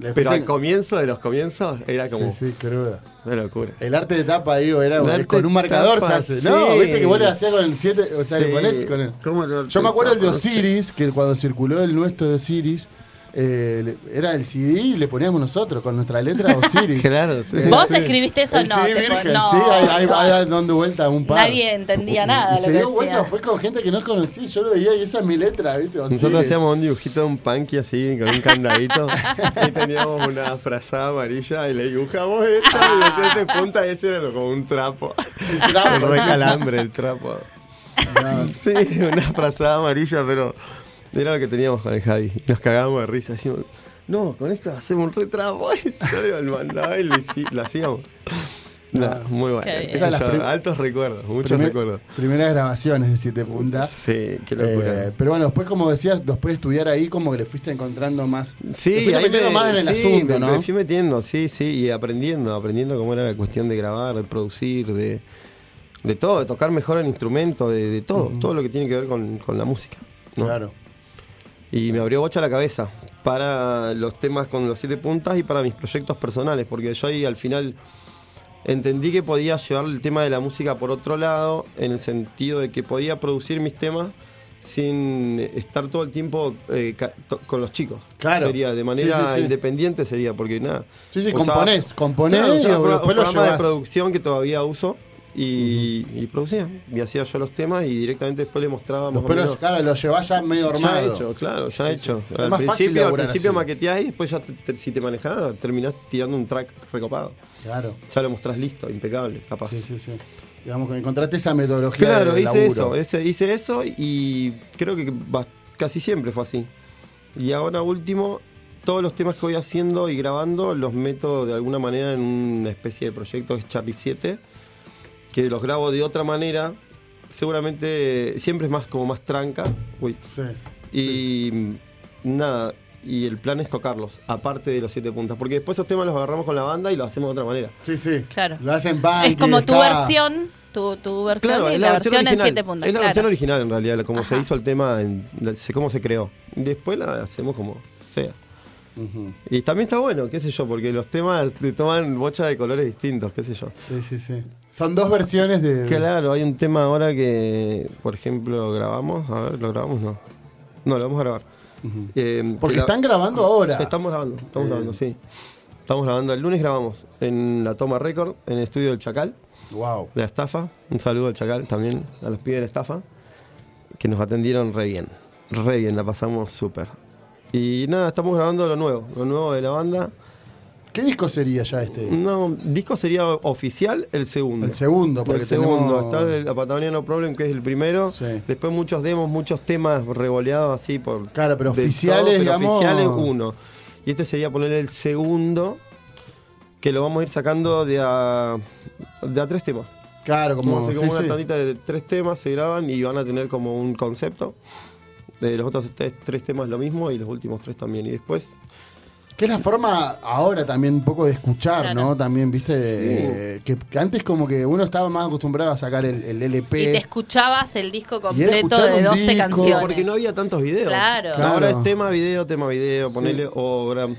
S4: Le
S10: Pero al
S4: fuiste-
S10: comienzo de los comienzos era como
S4: Sí, este sí, cruda.
S10: una locura.
S4: El arte de tapa, digo, era
S10: El arte
S4: con un
S10: de
S4: marcador
S10: tapa,
S4: se hace.
S10: sí.
S4: No, viste que vos le hacías con el 7, o sea,
S10: Sí.
S4: le ponés con el...
S10: ¿Cómo el arte
S4: Yo me
S10: de
S4: acuerdo el de
S10: tapa? No sé.
S4: Osiris, que cuando circuló el nuestro de Osiris, eh, le- era el CD y le poníamos nosotros con nuestra letra
S10: [laughs]
S4: Osiris.
S10: Claro, sí.
S5: Vos
S4: Sí.
S5: escribiste eso,
S4: El
S5: no,
S4: CD
S5: te pon-
S4: virgen,
S5: no,
S4: sí, ahí,
S5: no.
S4: ahí- ahí dando vuelta un par.
S5: Nadie entendía nada
S4: Y se
S5: lo que
S4: dio
S5: decía.
S4: vuelta, fue con gente que no conocí, yo lo veía y esa es mi letra, ¿viste? Osiris.
S10: Nosotros hacíamos un dibujito de un punky así, con un candadito.
S5: [laughs]
S10: y teníamos una frazada amarilla y le dibujamos esto. Y hacía este punta y ese era lo- como
S5: [laughs]
S10: un trapo.
S4: El trapo.
S10: El recalambre, el trapo. Sí, una frazada amarilla, pero era lo que teníamos con el Javi. Y Nos cagábamos de risa. Decíamos, no, con esto hacemos un retrapo. [laughs] Y yo lo mandaba y lo, hici- lo hacíamos. Nah, muy bueno.
S5: Ah. Qué bien.
S10: Qué sé
S4: Esas las
S10: yo,
S4: prim-
S10: altos recuerdos, muchos
S4: Primer-
S10: recuerdos.
S4: Primeras grabaciones de Siete Puntas.
S10: Sí, qué locura.
S4: Eh, pero bueno, después como decías, después de estudiar ahí, como que le fuiste encontrando más.
S10: Sí,
S4: le fuiste
S10: ahí
S4: metiendo
S10: me,
S4: más en el
S10: sí,
S4: asunto,
S10: me-
S4: ¿no?
S10: me fui metiendo, sí, sí, y aprendiendo, aprendiendo cómo era la cuestión de grabar, de producir, de, de todo, de tocar mejor el instrumento, de, de todo, todo lo que tiene que ver con, con la música. ¿no?
S4: Claro.
S10: Y me abrió bocha la cabeza para los temas con los siete puntas y para mis proyectos personales, porque yo ahí al final entendí que podía llevar el tema de la música por otro lado, en el sentido de que podía producir mis temas sin estar todo el tiempo eh, ca- to- con los chicos.
S4: Claro.
S10: Sería de manera
S4: Sí, sí, sí.
S10: independiente sería, porque nada.
S4: Sí, sí,
S10: O sea,
S4: componés, componés
S10: claro, o sea,
S4: y
S10: un pro- un
S4: después lo
S10: programa de
S4: llevás.
S10: producción que todavía uso y, y producía. Y hacía yo los temas y directamente después le mostraba más o
S4: Después lo,
S10: menos-
S4: claro, lo llevás ya medio
S10: ya
S4: armado.
S10: hecho, claro, ya
S4: Sí, sí.
S10: hecho.
S4: Es más
S10: Al
S4: fácil
S10: principio, al
S4: laburar
S10: principio
S4: así.
S10: maqueteás y después ya te- te- si te manejás, terminás tirando un track recopado.
S4: Claro.
S10: Ya lo mostrás listo, impecable, capaz.
S4: Sí, sí, sí. Digamos que encontraste esa metodología.
S10: Claro,
S4: de
S10: hice
S4: laburo.
S10: eso, ese- hice eso y creo que va- casi siempre fue así. Y ahora último, todos los temas que voy haciendo y grabando los meto de alguna manera en una especie de proyecto que es Charlie 7, que los grabo de otra manera, seguramente eh, siempre es más como más tranca. Uy.
S4: Sí.
S10: Y mm, nada, y el plan es tocarlos, aparte de los siete puntas, porque después esos temas los agarramos con la banda y los hacemos de otra manera.
S4: Sí, sí.
S5: Claro.
S4: Lo hacen banca.
S5: Es como tu versión, tu, tu versión
S10: Claro,
S5: y
S10: es
S5: la, versión, en
S10: original.
S5: siete puntas.
S10: Es la
S5: claro.
S10: versión original en realidad, como se
S5: Ajá.
S10: hizo el tema, en- la- se- cómo se creó. Después la hacemos como sea. Y también está bueno, qué sé yo, porque los temas te toman bocha de colores distintos, qué sé yo.
S4: Sí, sí, sí. Son dos versiones de.
S10: Claro, hay un tema ahora que, por ejemplo, grabamos. A ver, ¿lo grabamos? No. No, lo vamos a grabar. Eh,
S4: Porque
S10: que la-
S4: están grabando ahora.
S10: Estamos grabando, estamos
S4: Eh.
S10: grabando, sí. Estamos grabando. El lunes grabamos en la Toma Record, en el estudio del Chacal.
S4: Wow.
S10: de la estafa. Un saludo al Chacal también, a los pibes de la estafa, que nos atendieron re bien. Re bien, la pasamos súper. Y nada, estamos grabando lo nuevo, lo nuevo de la banda.
S4: ¿Qué disco sería ya este?
S10: No, disco sería oficial el segundo.
S4: El segundo, porque
S10: el segundo.
S4: tenemos-
S10: Está el Patagonia No Problem, que es el primero.
S4: Sí.
S10: Después muchos demos, muchos temas revoleados así por.
S4: Claro, pero
S10: de
S4: oficiales,
S10: pero
S4: digamos-
S10: oficiales uno. Y este sería poner el segundo, que lo vamos a ir sacando de a, de a tres temas.
S4: Claro,
S10: Vamos a
S4: como.
S10: hacer
S4: sí,
S10: como una
S4: sí.
S10: tandita de tres temas, se graban y van a tener como un concepto. Eh, los otros tres, tres temas lo mismo y los últimos tres también. Y después,
S4: Que es la forma ahora también un poco de escuchar,
S5: Claro.
S4: ¿no? También, viste, eh, que, que antes como que uno estaba más acostumbrado a sacar el, el LP.
S5: Y
S10: eh,
S5: te escuchabas el disco completo
S4: escuchar
S5: de
S4: un
S5: 12
S4: disco,
S5: canciones. [laughs]
S10: porque no había tantos videos.
S5: Claro.
S4: Claro.
S10: Ahora es tema, video, tema, video, ponele o gra-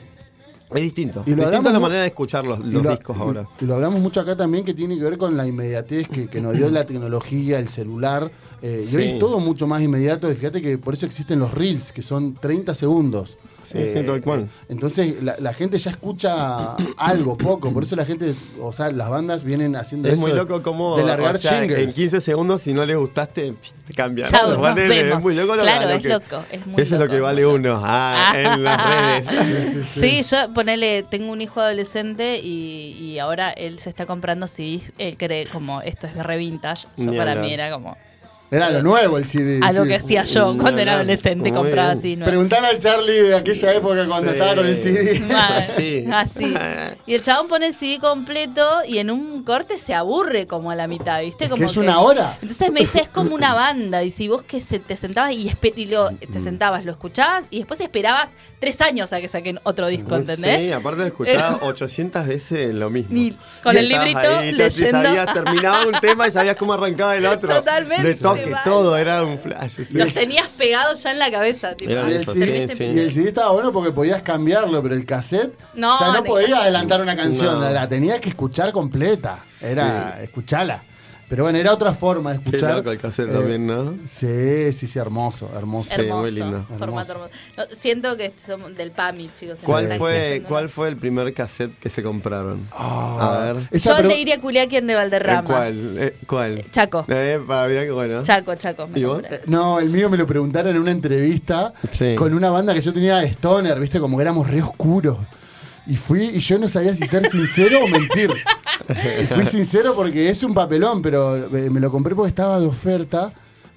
S10: Es distinto.
S4: Y lo
S10: distinta
S4: hablamos
S10: la
S4: mu-
S10: manera de escuchar los,
S4: Y
S10: los
S4: lo-
S10: discos
S4: y-
S10: ahora.
S4: Y lo hablamos mucho acá también que tiene que ver con la inmediatez que, que nos dio la tecnología, el celular. eh, Y hoy
S10: Sí.
S4: es todo mucho más inmediato. Y fíjate que por eso existen los reels, que son 30 segundos. Eh,
S10: Sí, sí, tal cual.
S4: Entonces la, la gente ya escucha algo poco. Por eso la gente, o sea, las bandas vienen haciendo
S10: Es
S4: eso
S10: muy
S4: de-
S10: loco como
S4: de largar singles.
S10: en 15 segundos si no les gustaste [laughs] te cambian.
S5: Chau,
S10: Los
S5: nos
S10: valen-
S5: vemos.
S10: Es muy loco lo
S5: Claro,
S10: lo
S5: es loco, es muy
S10: Eso es lo
S5: loco,
S10: que
S5: es
S10: vale
S5: muy
S10: uno
S5: [laughs]
S10: ah, en las redes.
S5: Sí, yo ponele, tengo un hijo adolescente y, y ahora él se está comprando CDs, él cree como esto es re vintage. Yo
S10: Ni
S5: para
S10: hablar.
S5: mí era como
S4: Era lo nuevo el CD.
S5: algo
S4: sí.
S5: que hacía yo
S10: Ni
S5: cuando era
S10: hablar.
S5: adolescente,
S10: Muy
S5: compraba
S10: bien.
S5: CDs nuevos.
S4: Preguntale al Charlie de aquella época cuando
S10: Sí.
S4: estaba con el
S10: [laughs]
S4: CD.
S5: Mal,
S10: Así. [laughs]
S5: así. Y el chabón pone el CD completo y en un corte se aburre como a la mitad, ¿viste?
S4: Es que
S5: Como
S4: es una hora.
S5: Entonces me dice, es como una banda. Y si vos que se- te sentabas y, espe- y lo-
S4: Mm.
S5: te sentabas, lo escuchabas y después esperabas tres años a que saquen otro disco, ¿entendés?
S10: Sí, aparte de
S5: [laughs]
S10: escuchar 800 veces lo mismo.
S5: Mil. Con el
S10: estabas
S5: librito,
S10: ahí, te- te
S5: leyendo.
S10: sabías, terminaba un tema y sabías cómo arrancaba el otro.
S5: [laughs] Totalmente,
S10: De toque,
S5: mal.
S10: todo, era un flash. sí.
S5: Los tenías pegados ya en la cabeza, tipo. este
S10: Era
S4: Y el,
S10: Eso,
S4: CD,
S10: sí, sí.
S4: y el CD estaba bueno porque podías cambiarlo, pero el cassette.
S5: No,
S4: o sea, no
S5: de-
S4: podías adelantar una canción,
S10: No.
S4: la, la tenías que escuchar completa. Era escucharla. Pero bueno, era otra forma de
S10: Qué
S4: escuchar.
S10: loco el cassette
S4: Eh,
S10: también, ¿no?
S4: Sí, sí, sí, hermoso, hermoso.
S10: Sí,
S5: Hermoso,
S10: muy lindo.
S5: formato hermoso. No, siento que somos del PAMI, chicos.
S10: ¿Cuál
S5: Sí.
S10: fue,
S5: Yo
S10: ¿Cuál fue el primer cassette que se compraron?
S4: Ah.
S10: A ver.
S4: Esa
S5: el
S4: pregu-
S5: de Iria Culiaquien de
S10: Eh,
S5: Valderrama.
S10: ¿Cuál? Eh, ¿Cuál?
S5: Chaco.
S10: Epa, mirá qué bueno.
S5: Chaco, Chaco. me
S10: ¿Y vos?
S5: compré.
S4: Eh, No, el mío me lo preguntaron en una entrevista
S10: Sí.
S4: con una banda que yo tenía de Stoner, viste, como que éramos re oscuros. Y fui, y yo no sabía si ser sincero o mentir. Y fui sincero porque es un papelón, pero eh, me lo compré porque estaba de oferta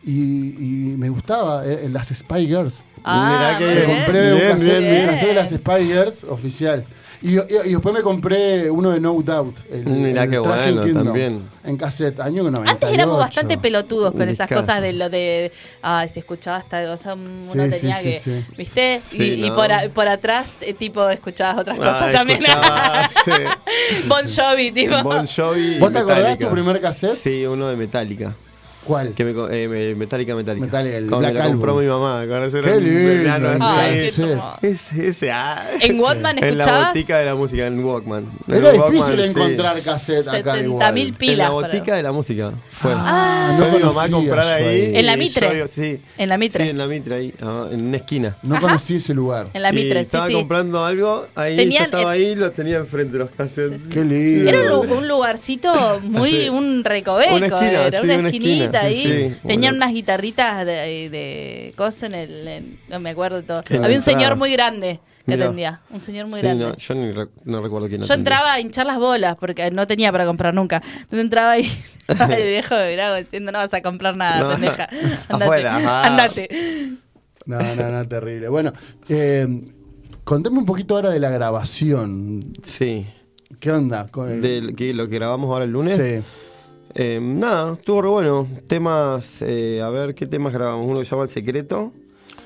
S4: y, y me gustaba, eh, las Spy Girls.
S5: Ah,
S10: Mirá que
S5: muy
S4: Me
S10: bien.
S4: compré un
S10: Bien,
S4: cassette,
S10: bien,
S4: un
S10: bien.
S4: cassette de las Spy Girls oficial. Y, y- y después me compré uno de No Doubt. El,
S10: Mirá
S4: el
S10: qué
S4: Tragic
S10: bueno,
S4: Kingdom,
S10: también.
S4: En cassette, año 98.
S5: Antes éramos bastante pelotudos con
S10: De
S5: esas
S10: casa.
S5: cosas de lo de. Ay, se escuchaba esta cosa, uno
S4: Sí, sí,
S5: tenía
S4: sí,
S5: que.
S4: sí.
S5: ¿Viste?
S10: Sí,
S5: y y
S10: ¿no?
S5: por, a- por atrás, eh, tipo, escuchabas otras cosas
S10: Ah,
S5: también. [laughs]
S10: escuchaba, sí.
S5: bon Jovi, tipo.
S10: Bon Jovi. y
S4: ¿Vos te acordás
S10: Metallica.
S4: tu primer cassette?
S10: Sí, uno de Metallica.
S4: ¿Cuál?
S10: Que me, co- eh, me- Metallica, Metallica.
S4: Metallica, el
S10: Como me
S4: Black
S10: la compró
S4: Album.
S10: mi mamá. cuando yo era
S4: Qué
S10: un
S4: lindo.
S10: verano,
S5: Ay,
S10: así.
S5: qué
S4: ese.
S5: tomada.
S10: Ese, ese, ah.
S5: ¿En Walkman
S10: En la
S5: escuchabas?
S10: botica de la música, en Walkman. En
S4: Era
S10: el Walkman,
S4: difícil
S10: sí.
S4: encontrar cassette acá igual.
S5: 70.000
S10: En
S5: pilas.
S10: la
S5: para-
S10: botica de la música. Fue.
S4: Ah,
S10: Fue mi mamá a
S4: conocía
S10: comprar
S4: yo
S10: ahí.
S5: En la
S10: y
S5: Mitre.
S10: yo digo, sí.
S5: En la Mitre.
S10: Sí, en la Mitre ahí, ah, en una esquina.
S4: No conocí ese lugar.
S5: En la
S10: Y
S5: Mitre, sí,
S10: estaba
S5: sí.
S10: comprando algo, ahí
S5: Tenían
S10: yo estaba
S5: el-
S10: ahí y lo tenía enfrente los cassettes.
S4: Qué lindo.
S5: Era un, lu- un lugarcito muy,
S10: Sí.
S5: un recoveco,
S10: Una esquina,
S5: era
S10: sí,
S5: una
S10: una
S5: esquinita
S10: esquina, sí,
S5: ahí.
S10: sí.
S5: Tenían
S10: Bueno.
S5: unas guitarritas de, de cosas en el, en- no me acuerdo de todo.
S10: Qué
S5: Había un
S10: avanzada.
S5: señor muy grande que
S10: Mirá.
S5: atendía, un señor muy
S10: Sí,
S5: grande.
S10: no, yo ni rec- no recuerdo quién
S5: Yo
S10: atendía.
S5: entraba a hinchar las bolas porque no tenía para comprar nunca. Entonces entraba
S10: [laughs]
S5: ahí, estaba el viejo de Bravo diciendo: No vas a comprar nada,
S10: No.
S5: pendeja. Andate.
S10: [laughs] Afuera, ah. ajá.
S5: Andate.
S4: No, no, no, terrible. Bueno, eh, contame un poquito ahora de la grabación.
S10: Sí.
S4: ¿Qué onda? Con el-
S10: De que lo que grabamos ahora el lunes.
S4: Sí.
S10: Eh, nada, estuvo re bueno. Temas, eh, a ver, ¿qué temas grabamos? Uno que se llama El Secreto.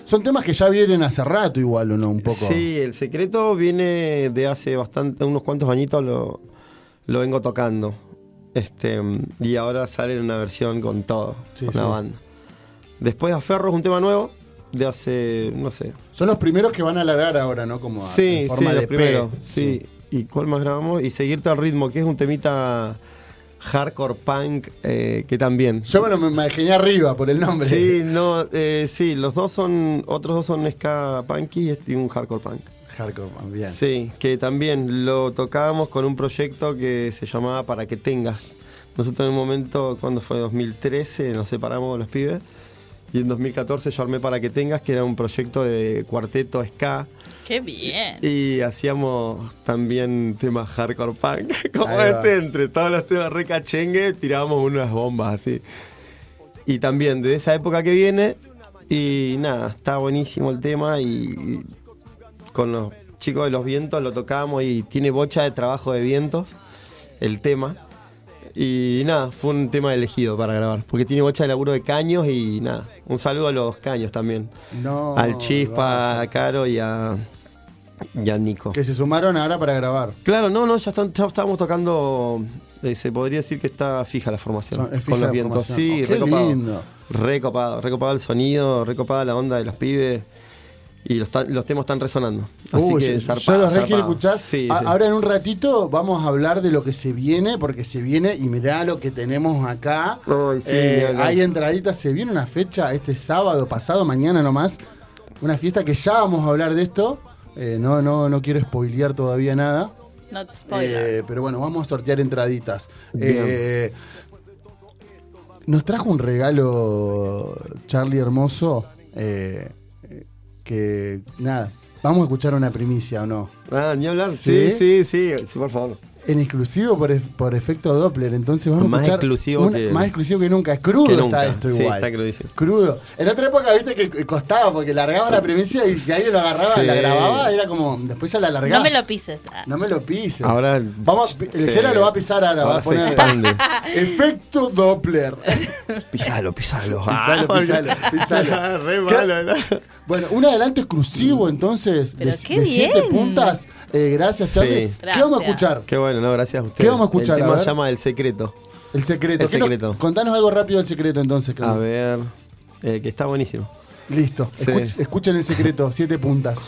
S4: Son temas que ya vienen hace rato igual, ¿o no? Un poco.
S10: Sí, El Secreto viene de hace bastante, unos cuantos añitos lo, lo vengo tocando. Este, y ahora sale en una versión con todo,
S4: Sí,
S10: con la
S4: sí.
S10: banda. Después Aferro es un tema nuevo de hace, no sé.
S4: Son los primeros que van a largar ahora, ¿no? Como a-
S10: Sí,
S4: Ah, en
S10: sí,
S4: forma de
S10: los
S4: EP.
S10: primeros. Sí. ¿Y cuál más grabamos? Y Seguirte al ritmo, que es un temita hardcore punk eh, que también.
S4: Yo me lo me imaginé arriba por el nombre.
S10: Sí, no, eh, sí, los dos son, otros dos son ska punky y este un hardcore punk.
S4: Hardcore, bien.
S10: Sí, que también lo tocábamos con un proyecto que se llamaba Para que tengas. Nosotros en un momento, cuando fue 2013, nos separamos los pibes. Y en 2014 yo armé Para que tengas, que era un proyecto de cuarteto ska.
S5: Qué bien.
S10: Y hacíamos también temas hardcore punk. [laughs] Como
S4: Ahí va.
S10: este, entre todos los temas re cachengue, tirábamos unas bombas así. Y también de esa época que viene. Y nada, está buenísimo el tema. Y con los chicos de los vientos lo tocamos y tiene bocha de trabajo de vientos el tema. Y nada, fue un tema elegido para grabar. Porque tiene bocha de laburo de caños y nada. Un saludo a los caños también.
S4: No,
S10: al Chispa, a Caro y a, y a Nico.
S4: Que se sumaron ahora para
S10: [laughs]
S4: grabar.
S10: Claro, no, no, ya, están, ya estábamos tocando. eh, se podría decir que está fija la formación.
S4: Son- Ah, es fija
S10: con los
S4: la
S10: vientos.
S4: formación.
S10: Sí,
S4: Oh, qué
S10: recopado.
S4: lindo.
S10: Recopado, recopado el sonido, recopada la onda de los pibes. Y los, ta- los temas están resonando. Así
S4: Uy,
S10: que
S4: yo-
S10: zarpado,
S4: yo los re
S10: zarpado.
S4: quiero escuchar.
S10: Sí,
S4: A-
S10: sí.
S4: Ahora en un ratito vamos a hablar de lo que se viene, porque se viene y mirá lo que tenemos acá.
S10: Ay, sí,
S4: Eh,
S10: ni hablar.
S4: hay entraditas, se viene una fecha este sábado, pasado, mañana nomás. Una fiesta que ya vamos a hablar de esto. Eh, no, no, no quiero spoilear todavía nada.
S5: Not spoiler.
S4: Eh, pero bueno, vamos a sortear entraditas. Eh, nos trajo un regalo Charlie Hermoso eh, eh, que nada, vamos a escuchar una primicia o no.
S10: Ah, ni hablar. Sí,
S4: ¿Sí?
S10: sí, sí, sí, por favor.
S4: En exclusivo por, ef- por efecto Doppler, entonces vamos a
S10: Más
S4: escuchar
S10: exclusivo que-
S4: más exclusivo que nunca, es crudo
S10: Que nunca.
S4: está esto
S10: Sí,
S4: igual.
S10: está crudísimo.
S4: Crudo. En otra época viste que costaba porque largaba la primicia y si alguien lo agarraba,
S10: Sí.
S4: la grababa, era como después ya la largaba.
S5: No me lo pises. Ah.
S4: No me lo pises.
S10: Ahora.
S4: Vamos, el
S10: se-
S4: Jera lo va a pisar ahora, va a
S10: se
S4: poner-
S10: expande.
S4: Efecto Doppler.
S10: pisalo,
S4: [laughs]
S10: pisalo.
S4: Pisalo, pisalo, pisalo.
S10: [laughs] Re malo, ¿no?
S4: Bueno, un adelanto exclusivo entonces
S5: Pero
S4: de,
S5: qué
S4: de siete
S5: bien.
S4: puntas. Eh, gracias,
S10: Sí.
S4: Charlie. ¿Qué vamos a
S5: Gracias.
S4: escuchar?
S10: Qué bueno, no, gracias a ustedes.
S4: vamos a escuchar,
S10: El
S4: a
S10: tema
S4: ver?
S10: se llama El Secreto.
S4: El secreto.
S10: El
S4: ¿Qué nos-
S10: secreto.
S4: contanos algo rápido del secreto entonces. que-
S10: A ver, eh, que está buenísimo.
S4: Listo.
S10: Sí.
S4: Escuch- escuchen el secreto, siete puntas.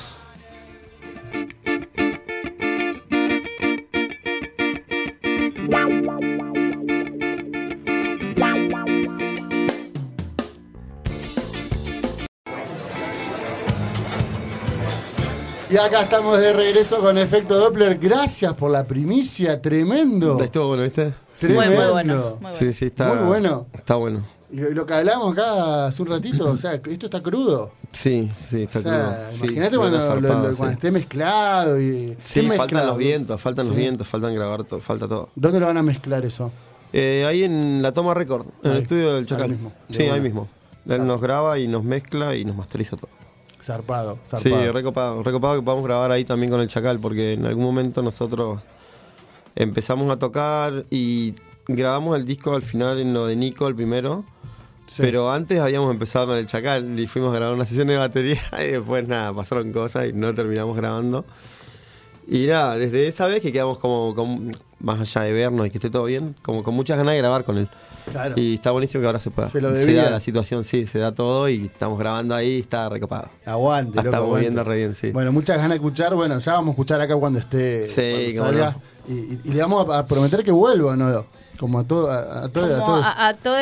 S4: Y acá estamos de regreso con Efecto Doppler. Gracias por la primicia, tremendo.
S10: Estuvo bueno, ¿viste?
S5: Muy, muy
S4: Tremendo.
S5: bueno. Muy bueno.
S10: Sí, sí, está.
S4: Oh. Muy bueno.
S10: Está bueno.
S4: Y Lo, lo que hablábamos acá hace un ratito, o sea, esto está crudo.
S10: Sí, sí, está
S4: O sea,
S10: crudo. Sí,
S4: imagínate
S10: se
S4: cuando,
S10: nota
S4: lo-
S10: zarpado,
S4: lo- cuando
S10: sí.
S4: esté mezclado y.
S10: Sí,
S4: ¿qué
S10: faltan
S4: mezclado?
S10: los vientos, faltan los
S4: Sí.
S10: vientos, faltan grabar todo, falta todo.
S4: ¿Dónde lo van a mezclar eso?
S10: Eh, ahí en la toma récord, en
S4: Ahí.
S10: el estudio del
S4: Ahí
S10: Chacal.
S4: mismo.
S10: sí,
S4: De una.
S10: ahí mismo. Él nos graba y nos mezcla y nos masteriza todo.
S4: Zarpado,
S10: Sí,
S4: zarpado.
S10: recopado. Recopado que podamos grabar ahí también con el Chacal, porque en algún momento nosotros empezamos a tocar y grabamos el disco al final en lo de Nico, el primero.
S4: Sí.
S10: Pero antes habíamos empezado con el Chacal y [laughs] fuimos a grabar una sesión de batería y después nada, pasaron cosas y no terminamos grabando. Y nada, desde esa vez que quedamos como, con- más allá de vernos y que esté todo bien, como con muchas ganas de grabar con él.
S4: Claro.
S10: Y está buenísimo que ahora se pueda.
S4: Se lo
S10: se
S4: debía.
S10: da la situación, sí, se da todo y estamos grabando ahí, está recopado.
S4: Aguante,
S10: La
S4: loco,
S10: estamos
S4: aguante.
S10: viendo Ah, re bien, sí.
S4: Bueno, muchas ganas de escuchar. Bueno, ya vamos a escuchar acá cuando esté.
S10: Sí,
S4: cuando
S10: cómo
S4: salga. Y, y- y le vamos a, a prometer que vuelva, ¿no? Como a, todo, a, a todo- a
S5: Como
S4: todos.
S5: a, todos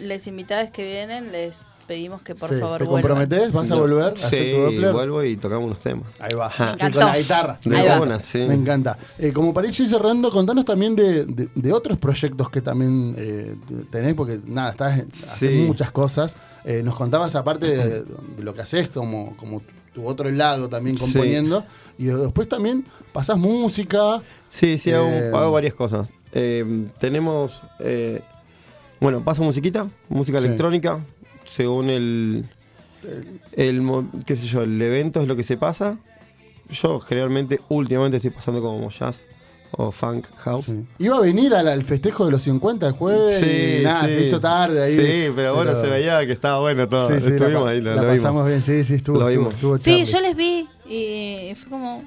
S5: los invitados que vienen, les pedimos que por
S4: Sí,
S5: favor
S4: ¿Te
S5: vuelvan.
S4: comprometés? ¿Vas a volver? a hacer
S10: Sí,
S4: tu Doppler?
S10: vuelvo y tocamos unos temas.
S4: Ahí va.
S10: Ajá.
S4: Sí, con la guitarra.
S10: De
S4: Me encanta,
S10: una, sí.
S4: Me encanta. Eh, como para ir cerrando, contanos también de, de- de otros proyectos que también eh, tenés, porque nada, estás haciendo
S10: Sí.
S4: muchas cosas. Eh, nos contabas, aparte de, de lo que haces, como, como tu otro lado también
S10: Sí.
S4: componiendo. Y después también pasás música.
S10: Sí, sí, hago,
S4: Eh,
S10: hago varias cosas. Eh, tenemos, eh, bueno, pasa musiquita, música
S4: Sí.
S10: electrónica, según el, el, mo- qué sé yo, el evento es lo que se pasa. Yo generalmente, últimamente estoy pasando como jazz o funk house.
S4: Sí. Iba a venir al, al festejo de los 50 el jueves. y nada, se hizo tarde ahí.
S10: Sí, pero bueno, se veía que estaba bueno todo.
S4: Sí, sí, la
S10: Estuvimos
S4: pa-
S10: ahí, lo,
S4: la
S10: lo vimos.
S4: pasamos bien, sí, sí, estuvo.
S10: Lo
S4: estuvo-
S10: vimos.
S4: estuvo
S5: Sí,
S4: Charlie.
S5: yo les vi y fue como.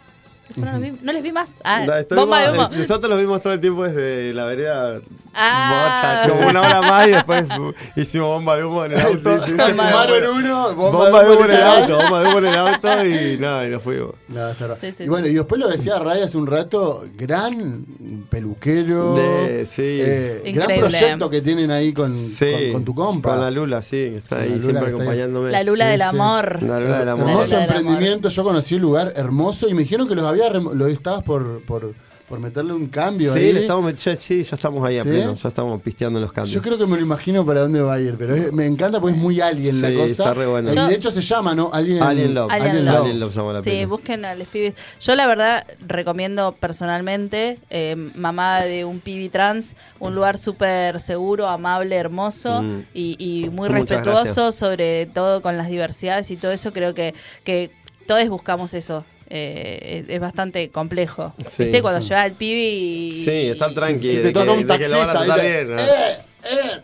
S5: fueron los mismos. No les vi más. Ah,
S10: La- estuvimos-
S5: bomba de humo.
S10: eh, [laughs] Nosotros lo vimos todo el tiempo desde la vereda
S5: Ah.
S10: Bocha, como una hora más y después fu- hicimos bomba de humo en el auto.
S4: Sí, sí, se
S5: Bomba de
S4: fumaron
S10: humo.
S4: uno,
S10: Bomba, de humo en el auto, bomba de humo en el auto y nada, y nos fuimos.
S4: La cerró.
S5: Sí, sí,
S4: y bueno,
S5: sí.
S4: y después lo decía Ray hace un rato, gran peluquero,
S10: De- sí.
S4: eh, gran
S5: Increíble.
S4: proyecto que tienen ahí con,
S10: Sí,
S4: Mm, con, con tu compa.
S10: Con la Lula, sí, que está
S4: Con la
S10: ahí
S4: Lula
S10: siempre
S4: que está ahí.
S10: acompañándome.
S5: La Lula
S4: Sí,
S5: del
S4: sí.
S5: amor.
S10: La Lula del amor.
S4: Hermoso
S5: La del
S4: emprendimiento, yo conocí el lugar hermoso y me dijeron que los había rem- lo estabas por, por, por meterle un cambio
S10: Sí,
S4: ahí.
S10: le estamos, met- ya, sí, ya estamos ahí a
S4: ¿eh? ¿Sí?
S10: pleno, ya estamos pisteando en los cambios.
S4: Yo creo que me lo imagino para dónde va a ir, pero es- me encanta porque es muy alien
S10: Sí,
S4: la cosa.
S10: está re bueno.
S4: Y
S10: Yo-
S4: de hecho se llama, ¿no? Alien,
S10: Alien Love.
S5: Alien
S10: Alien
S5: Love.
S10: Love. se llama la
S5: sí,
S10: película.
S5: busquen a los pibes. Yo la verdad recomiendo personalmente, eh, mamá de un pibi trans, un lugar súper seguro, amable, hermoso
S10: Mm.
S5: y, y muy
S10: Muchas
S5: respetuoso,
S10: gracias.
S5: sobre todo con las diversidades y todo eso. Creo que, que todos buscamos eso. Eh, es- es bastante complejo.
S10: Sí,
S5: ¿Viste? Cuando
S10: sí.
S5: llega el pibi y,
S10: Sí, estar
S5: y-
S10: tranqui.
S4: Y
S10: de
S4: te
S10: que-
S4: toca un
S10: de que lo van a
S4: taxista.
S10: tratar
S4: ¿viste?
S10: bien, ¿no?
S4: Eh, eh.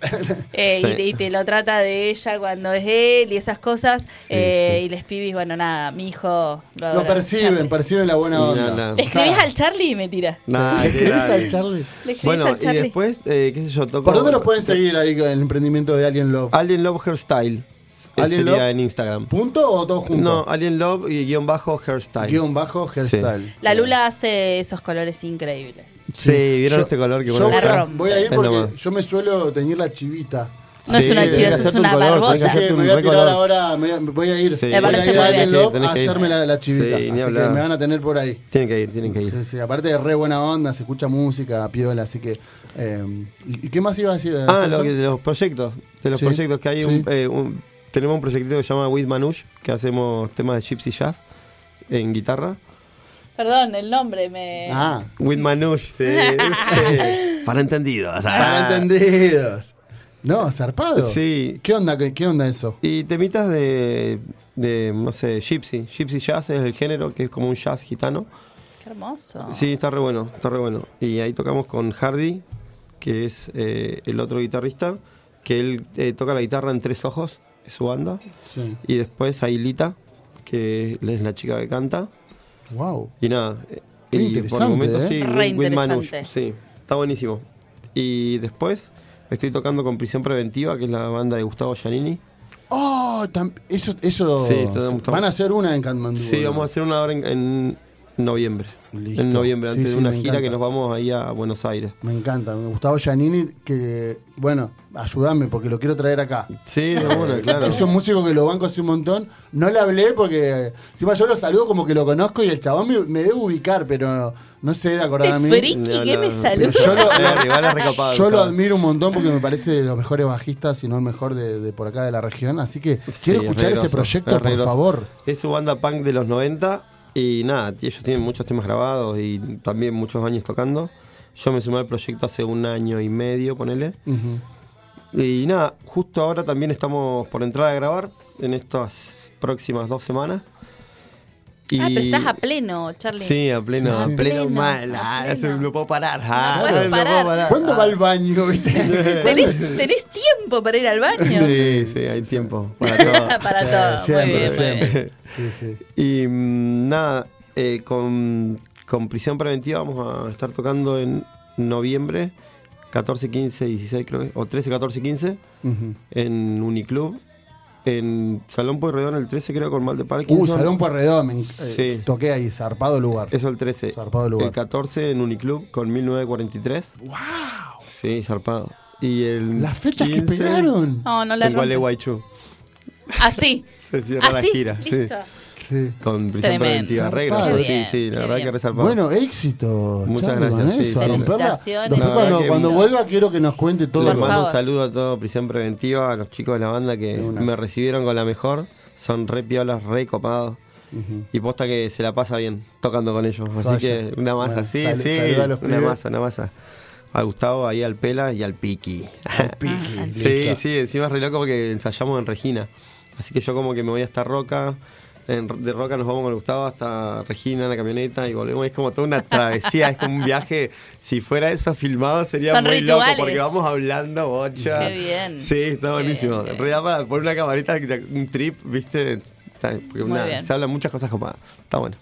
S5: Eh,
S10: Sí.
S5: y, te- y te lo trata de ella cuando es él y esas cosas. Eh, Y les pibis, bueno, nada, mi hijo lo,
S4: Lo
S5: adora,
S4: perciben,
S5: Charlie.
S4: perciben la buena
S10: No,
S4: onda.
S10: no.
S5: Le escribís al Charlie y me tira.
S4: ¿Le
S10: Nah, qué
S4: escribís
S10: grave.
S4: al Charlie?
S5: Le escribís
S10: Bueno,
S5: al
S10: y
S5: Charlie.
S10: después, eh, qué sé yo, toco...
S4: ¿Por dónde nos pueden seguir ahí con el emprendimiento de Alien Love?
S10: Alien Love Hairstyle.
S4: Alien
S10: Alien
S4: Love-
S10: Love en Instagram.
S4: ¿Punto o todo junto?
S10: No, Alien Love y guión bajo Hairstyle.
S4: Guión bajo, hairstyle.
S5: La Lula hace esos colores increíbles.
S10: Sí, ¿vieron
S4: Yo-
S10: este color que
S4: yo
S10: bueno
S4: voy,
S5: La
S4: a,
S5: rompe.
S4: voy a ir
S10: Es
S4: porque
S10: nomás.
S4: yo me suelo teñir la chivita.
S5: No es una chiva,
S10: tenés que
S5: es
S10: hacerte
S5: una
S10: un color,
S5: barbosa.
S10: tenés que
S4: Así que
S10: hacerte
S4: me
S10: un
S4: voy a tirar
S10: recolor.
S4: ahora, me voy a- voy a ir,
S10: Sí.
S4: voy a,
S5: parece
S4: ir
S5: muy
S4: a
S5: bien.
S4: Alien Love
S10: Tenés
S4: a
S10: que ir.
S4: hacerme la, la chivita.
S10: Sí, ni
S4: así que
S10: hablar.
S4: me van a tener por ahí.
S10: Tienen que ir, tienen que ir.
S4: Sí, sí, aparte de re buena onda, se escucha música, piola, así que... eh, ¿Y y qué más iba a decir?
S10: Ah, lo que- de los proyectos. De los
S4: Sí,
S10: proyectos que hay.
S4: sí.
S10: Un, eh, un- tenemos un proyectito que se llama With Manush, que hacemos temas de gypsy jazz en guitarra.
S5: Perdón, el nombre me.
S4: Ah,
S10: With
S5: [laughs]
S10: Manush, sí. sí. Para entendidos. o sea.
S4: Ah, entendidos. No, zarpado.
S10: Sí.
S4: ¿Qué onda, qué, qué onda eso?
S10: Y temitas de, de, no sé, gypsy. Gypsy jazz es el género que es como un jazz gitano.
S5: Qué
S4: Ah.
S5: hermoso.
S10: Sí, está re bueno, está re bueno. Y ahí tocamos con Hardy, que es eh, el otro guitarrista, que él eh, toca la guitarra en tres ojos, es su banda.
S4: Sí.
S10: Y después a Lita, que es la chica que canta.
S4: Wow.
S10: Y nada. eh,
S4: Qué
S10: y por el
S4: interesante,
S10: momento
S4: ¿eh?
S10: sí,
S5: Re
S10: With- With Manush.
S5: interesante.
S10: Sí, está buenísimo. Y después estoy tocando con Prisión Preventiva, que es la banda de Gustavo Giannini.
S4: Oh, tam- eso, eso.
S10: Sí, está- está-
S4: van a hacer una en Katmandú.
S10: Sí, vamos a hacer una hora en, en noviembre.
S4: Listo.
S10: En noviembre,
S4: Sí,
S10: antes
S4: sí,
S10: de una
S4: me
S10: gira
S4: encanta.
S10: que nos vamos ahí a Buenos Aires.
S4: Me encanta, me Gustavo Giannini, que, bueno, ayúdame porque lo quiero traer acá.
S10: Sí, de [laughs] una, claro.
S4: Es un músico que lo banco hace un montón. No le hablé porque, encima yo lo saludo como que lo conozco y el chabón me, me debe ubicar, pero no se debe acordar a mí.
S5: Este friki
S10: No,
S5: que
S10: no,
S5: me
S10: no.
S5: saluda.
S4: Yo lo-
S10: Eh, igual es recopado,
S4: Yo lo
S10: Gustavo.
S4: admiro un montón porque me parece de los mejores bajistas, si no el mejor de, de por acá de la región. Así que
S10: Sí,
S4: quiero
S10: es
S4: escuchar
S10: re
S4: ese
S10: groso,
S4: proyecto,
S10: es re
S4: por
S10: groso.
S4: favor.
S10: Es su banda punk de los 90 y nada, t- ellos tienen muchos temas grabados y también muchos años tocando. Yo me sumé al proyecto hace un año y medio, ponele.
S4: Ujú.
S10: Y nada, justo ahora también estamos por entrar a grabar en estas próximas dos semanas. Y...
S5: Ah, pero estás a pleno, Charlie.
S10: Sí, a pleno,
S4: Sí, sí.
S10: a pleno,
S5: Pleno,
S10: mal.
S5: a
S10: Ah,
S5: pleno.
S10: no puedo Ah. parar. Ah,
S5: puedo
S10: no
S5: parar.
S4: ¿Cuándo va al baño?
S10: [laughs]
S4: viste?
S5: ¿Tenés, tenés tiempo para ir al baño. Ah,
S10: Sí, sí, hay tiempo
S5: [laughs]
S10: para todo.
S5: para todo.
S4: siempre,
S5: muy bien, muy bien.
S4: siempre. Sí, sí.
S10: Y mm, nada, eh, con Con prisión preventiva vamos a estar tocando en noviembre, 14, 15, 16 creo que, o 13, 14, 15,
S4: Ujú.
S10: en Uniclub, en Salón Pueyrredón el 13 creo con Mal de Parkinson.
S4: Uh, Salón Pueyrredón, me enc- eh,
S10: Sí.
S4: toqué ahí, zarpado lugar.
S10: Eso el 13.
S4: Zarpado lugar.
S10: El 14 en Uniclub con 1943. ¡Wow! Sí, zarpado. Y el
S4: Las fechas que
S10: 15
S4: pegaron.
S5: No, no la
S10: En
S5: rompo.
S10: Gualeguaychú.
S5: Así.
S10: Se cierra
S5: Así.
S10: la gira.
S5: Listo.
S10: Sí.
S4: Sí.
S10: Con prisión
S5: Tremendo.
S10: preventiva. Reglas.
S4: Zarpado.
S10: Sí, sí, la
S5: Qué
S10: verdad
S5: bien.
S10: que resalpado.
S4: Bueno, éxito.
S10: Muchas
S4: Charlie,
S10: gracias,
S4: con
S10: sí,
S4: eso, a
S10: sí.
S4: romperla.
S5: Felicitaciones.
S4: Después
S10: La
S4: cuando,
S10: verdad que
S4: cuando
S10: no.
S4: vuelva quiero que nos cuente todo.
S10: Les
S5: Por
S4: lo-
S10: mando
S5: favor.
S10: un saludo a todo Prisión Preventiva, a los chicos de la banda que me recibieron con la mejor. Son re piolas, re copados. Y posta que se la pasa bien tocando con ellos. Así
S4: Vaya.
S10: que una masa,
S4: Bueno,
S10: sí,
S4: sal-
S10: sí.
S4: saluda a los
S10: Una
S4: pibes.
S10: masa, una masa. A Gustavo, ahí al Pela y al Piqui.
S4: Piqui,
S10: [laughs] sí,
S4: listo.
S10: sí, encima es re loco porque ensayamos en Regina. Así que yo como que me voy hasta Roca. en- de Roca nos vamos con Gustavo hasta Regina en la camioneta y volvemos. Es como toda una travesía, es como un viaje. Si fuera eso filmado sería
S5: Son
S10: muy
S5: rituales.
S10: loco porque vamos hablando, bocha.
S5: Qué bien.
S10: Sí, está
S5: Qué
S10: buenísimo.
S5: bien, qué
S10: En realidad para poner una camarita, que te- un trip, viste. Está- porque
S5: Muy
S10: una-
S5: bien.
S10: se hablan muchas cosas copadas. Está bueno.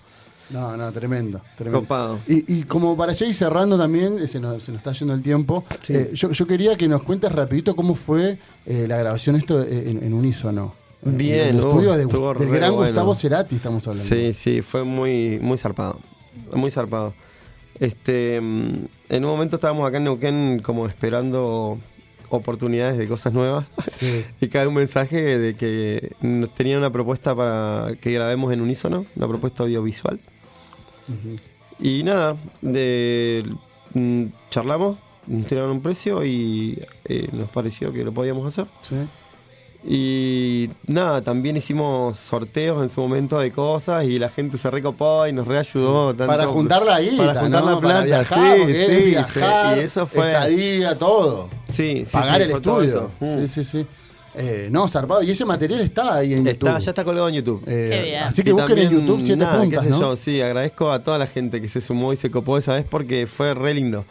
S4: No, no, tremendo. tremendo.
S10: Copado.
S4: Y, y como para ya ir cerrando también, eh, se nos, se nos está yendo el tiempo, eh, yo, yo quería que nos cuentes rapidito cómo fue eh, la grabación esto eh, en, en unísono. En-
S10: Bien,
S4: en el
S10: uh,
S4: estudio de-
S10: estuvo
S4: del
S10: re
S4: gran
S10: bueno.
S4: Gustavo Cerati estamos hablando.
S10: Sí, sí, fue muy, muy zarpado. Muy zarpado. Este, mm, en un momento estábamos acá en Neuquén como esperando oportunidades de cosas nuevas.
S4: Sí.
S10: [laughs] y cae un mensaje de que nos tenían una propuesta para que grabemos en unísono, una propuesta audiovisual. Y nada, de, mm, charlamos, nos tiraron un precio y eh, nos pareció que lo podíamos hacer.
S4: Sí.
S10: Y nada, también hicimos sorteos en su momento de cosas y la gente se recopó y nos reayudó. tanto-
S4: Para juntar la guita,
S10: Para juntar
S4: ¿no?
S10: la plata,
S4: Para viajar,
S10: sí,
S4: porque
S10: sí,
S4: es
S10: sí.
S4: viajar,
S10: Y eso fue.
S4: estadía, todo.
S10: Sí, sí,
S4: Pagar
S10: sí,
S4: el
S10: fue todo
S4: estudio.
S10: eso.
S4: Sí,
S10: Mm.
S4: sí, sí. Eh, no, zarpado. Y ese material está ahí en
S10: Está,
S4: YouTube.
S10: ya está colgado en YouTube.
S4: Eh,
S5: Qué bien.
S4: Así que
S10: Y
S4: busquen en
S10: también,
S4: YouTube siete
S10: nada,
S4: puntas,
S10: qué sé
S4: ¿no?
S10: yo, sí, agradezco a toda la gente que se sumó y se copó esa vez porque fue re lindo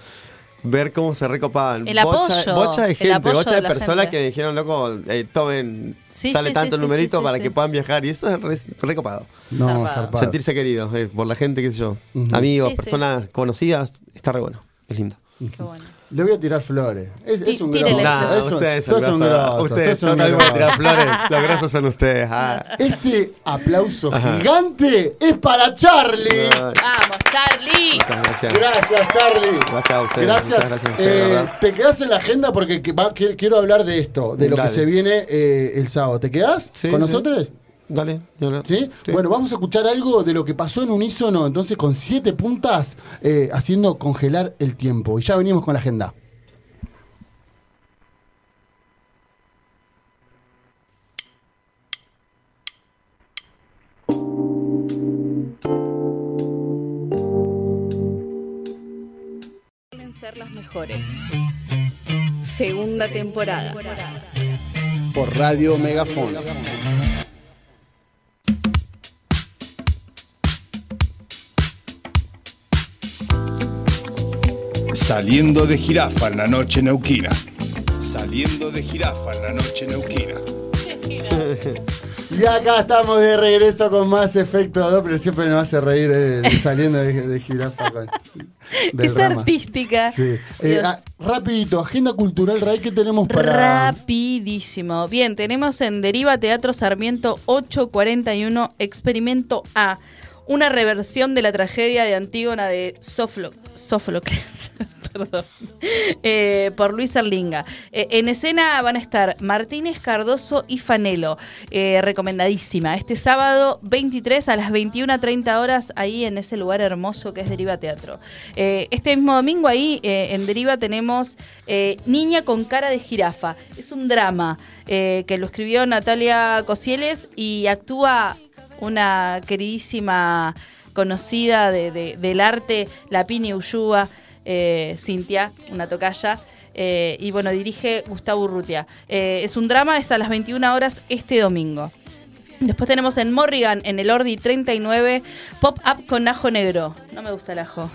S10: ver cómo se recopaban.
S5: El
S10: bocha,
S5: apoyo,
S10: bocha de
S5: el
S10: gente,
S5: apoyo
S10: bocha
S5: de
S10: de,
S5: la
S10: personas
S5: gente.
S10: que me dijeron, loco, eh, tomen,
S5: Sí,
S10: sale
S5: sí, sí,
S10: tanto el
S5: sí,
S10: numerito
S5: sí, sí,
S10: para
S5: sí.
S10: que puedan viajar y eso es re- recopado.
S4: No,
S5: Zarpado.
S4: zarpado.
S10: Sentirse queridos eh, por la gente, qué sé yo.
S4: Ujú.
S10: Amigos,
S5: Sí, sí.
S10: personas conocidas, está re bueno. Es lindo.
S5: Qué bueno.
S4: Le voy a tirar flores. Es, es un
S5: Tí-
S4: grosso.
S5: tírele. Nah,
S4: es un-
S10: ustedes son
S4: sos un
S10: grosos.
S4: grosso,
S10: Ustedes,
S4: sos
S10: yo
S4: un
S10: también voy a
S4: grosso.
S10: tirar flores. Los grosos son ustedes.
S4: [laughs]
S10: Ah.
S4: Este aplauso gigante es para Charlie.
S10: Ay,
S5: Vamos, Charlie.
S10: muchas gracias.
S4: Gracias, Charlie.
S10: Gracias a ustedes,
S4: Gracias.
S10: muchas gracias a ustedes,
S4: Eh,
S10: de verdad.
S4: te quedás en la agenda porque que va- que- quiero hablar de esto, de lo
S10: Dale.
S4: que se viene eh, el sábado. ¿Te quedás
S10: Sí,
S4: con
S10: sí.
S4: nosotros?
S10: Dale, Yola.
S4: ¿Sí?
S10: Sí.
S4: Bueno, vamos a escuchar algo de lo que pasó en unísono, entonces con siete puntas, eh, haciendo congelar el tiempo. Y ya venimos con la agenda.
S6: Suelen ser las mejores. Segunda temporada.
S1: Por Radio Megafón.
S2: Saliendo de jirafa en la noche neuquina. Saliendo de jirafa en la noche neuquina.
S4: Y acá estamos de regreso con más efecto Doppler. Siempre nos hace reír eh, de- saliendo de, de jirafa.
S5: [laughs]
S4: Con, del
S5: es
S4: rama.
S5: artística.
S4: Sí. Eh,
S5: Dios.
S4: ah, rapidito, agenda cultural, Ray, ¿qué tenemos para...?
S5: Rapidísimo. Bien, tenemos en Deriva Teatro Sarmiento 841 Experimento A, una reversión de la tragedia de Antígona de Sóflo- Sófocles. [laughs] Perdón. Eh, por Luis Erlinga. Eh, en escena van a estar Martínez, Cardoso y Fanelo. Eh, recomendadísima. Este sábado 23 a las 21.30 horas ahí en ese lugar hermoso que es Deriva Teatro. Eh, este mismo domingo ahí eh, en Deriva tenemos eh, Niña con cara de jirafa. Es un drama eh, que lo escribió Natalia Cosieles y actúa una queridísima conocida de- de- del arte, la Pini Ulloa, eh, Cintia, una tocaya. eh, y bueno, dirige Gustavo Urrutia. Eh, es un drama, es a las 21 horas este domingo. Después tenemos en Morrigan, en el Ordi 39, pop-up con ajo negro. No me gusta el ajo.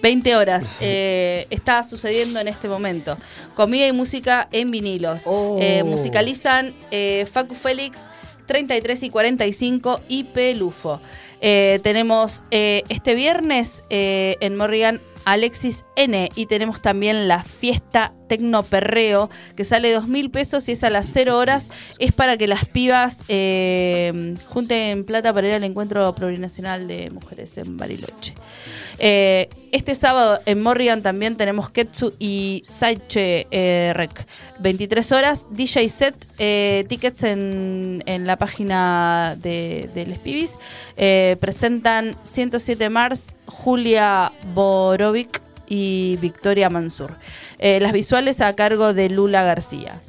S5: 20 horas. eh, está sucediendo en este momento. Comida y música en vinilos.
S4: Oh.
S5: Eh, musicalizan eh, Facu Félix, 33 y 45 y Pelufo. Eh, tenemos eh, este viernes eh, en Morrigan Alexis N y tenemos también la fiesta Tecnoperreo que sale dos mil pesos y es a las 0 horas. Es para que las pibas eh, junten plata para ir al encuentro plurinacional de mujeres en Bariloche. Eh, este sábado en Morrigan también tenemos Ketsu y Saiche eh, Rec. 23 horas, DJ set, eh, tickets en, en la página de, de Les Pibis. Eh, presentan 107 Mars, Julia Borovic y Victoria Mansur. Eh, las visuales a cargo de Lula García.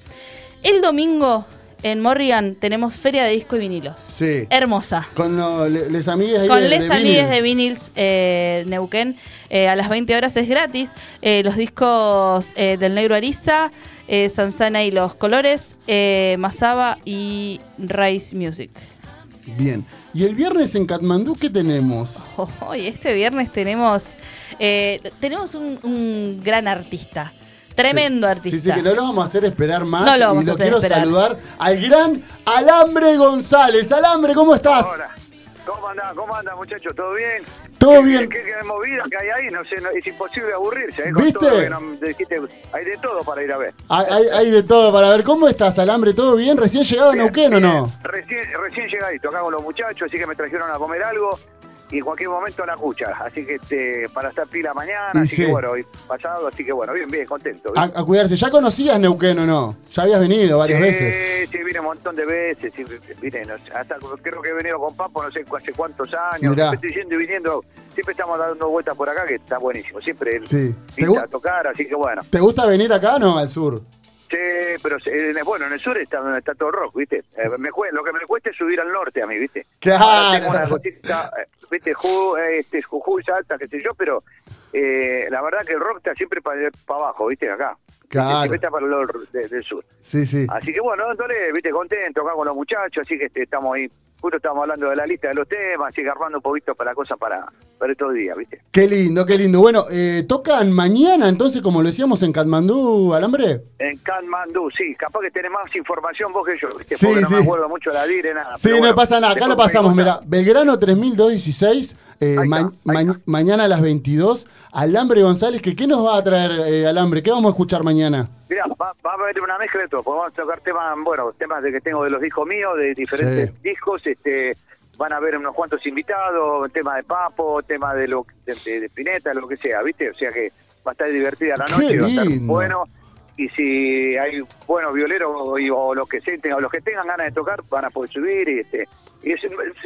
S5: El domingo en Morrigan tenemos Feria de Disco y Vinilos.
S4: Sí.
S5: Hermosa.
S4: Con los le- les amigues ahí de-
S5: Con
S4: de
S5: les amigues de
S4: Vinils.
S5: Vinils eh, Neuquén eh, a las 20 horas es gratis. Eh, los discos eh, del Negro Ariza, eh, Sansana y los Colores, eh, Masaba y Rice Music.
S4: Bien. Y el viernes en Katmandú, ¿qué tenemos?
S5: Ojo, [laughs] y este viernes tenemos eh, tenemos un, un gran artista, tremendo artista.
S4: Sí, sí, que no lo vamos a hacer esperar más.
S5: No lo vamos
S4: y
S5: a
S4: lo
S5: hacer
S4: quiero
S5: esperar.
S4: saludar al gran Alambre González. Alambre, ¿cómo estás?
S11: Hola. ¿Cómo anda, cómo anda, muchachos? ¿Todo bien?
S4: Todo bien.
S11: ¿Qué, qué movida que hay ahí? No sé, no- es imposible aburrirse. ¿eh? Con
S4: ¿Viste?
S11: todo lo que nos dijiste, hay de todo para ir a ver.
S4: Hay, hay- hay de todo para ver. ¿Cómo estás, Alambre? ¿Todo bien? ¿Recién llegado a Neuquén o no?
S11: Recién, recién llegadito acá con los muchachos, así que me trajeron a comer algo y en cualquier momento la cucha. Así que este, para estar pila mañana,
S4: Y
S11: así
S4: sí.
S11: que bueno, y pasado, así que bueno, bien, bien, contento.
S4: A, a cuidarse. ¿Ya conocías Neuquén o no? Ya habías venido varias
S11: Sí,
S4: veces.
S11: Sí, vine un montón de veces. sí, vine, no sé, hasta creo que he venido con Papo no sé cu- hace cuántos años.
S4: Mirá.
S11: Siempre estoy yendo y viniendo. Siempre estamos dando vueltas por acá, que está buenísimo. Siempre el
S4: Sí. ¿Te,
S11: pinta
S4: gu-
S11: a tocar, así que bueno.
S4: te gusta venir acá o no al sur?
S11: Sí, pero se- en el- bueno, en el sur está donde está todo el rock, ¿viste? Eh, me cue- lo que me cuesta es subir al norte a mí, ¿viste?
S4: Claro.
S11: Ahora tengo una cosita, eh, ¿viste? Ju- eh, este, Jujuy, Salta, qué sé yo, pero eh, la verdad que el rock está siempre para abajo, ¿viste? Acá.
S4: Claro.
S11: Siempre está para el or- de- del sur.
S4: Sí, sí.
S11: Así que bueno, entonces, viste, contento acá con los muchachos, así que este, estamos ahí, justo estamos hablando de la lista de los temas, así que armando un poquito para cosas para, para estos días, viste.
S4: Qué lindo, qué lindo. Bueno, eh, tocan mañana, entonces, como lo decíamos en Katmandú, Alambre.
S11: En Kanmandú, sí, capaz que tenés más información vos que yo, viste,
S4: Sí,
S11: porque no me
S4: sí.
S11: acuerdo mucho la dire,
S4: Sí,
S11: nada. Ah, pero
S4: no
S11: bueno,
S4: pasa nada. Acá
S11: después
S4: lo
S11: me
S4: pasamos,
S11: contás.
S4: mira, Belgrano 3216, eh, ma- ma- mañana a las 22, Alambre González, que ¿qué nos va a traer eh, Alambre? ¿Qué vamos a escuchar mañana?
S11: Mirá, va, va a haber una mezcla de todo, porque vamos a tocar temas, bueno, temas de que tengo de los discos míos, de diferentes
S4: Sí.
S11: discos, este van a haber unos cuantos invitados, tema de Papo, tema de lo de, de- de Spinetta, lo que sea, ¿viste? O sea que va a estar divertida la
S4: Qué
S11: noche, va a estar
S4: lindo.
S11: bueno. Y si hay buenos violeros o, y- o los que se, o los que tengan ganas de tocar, van a poder subir y este y es-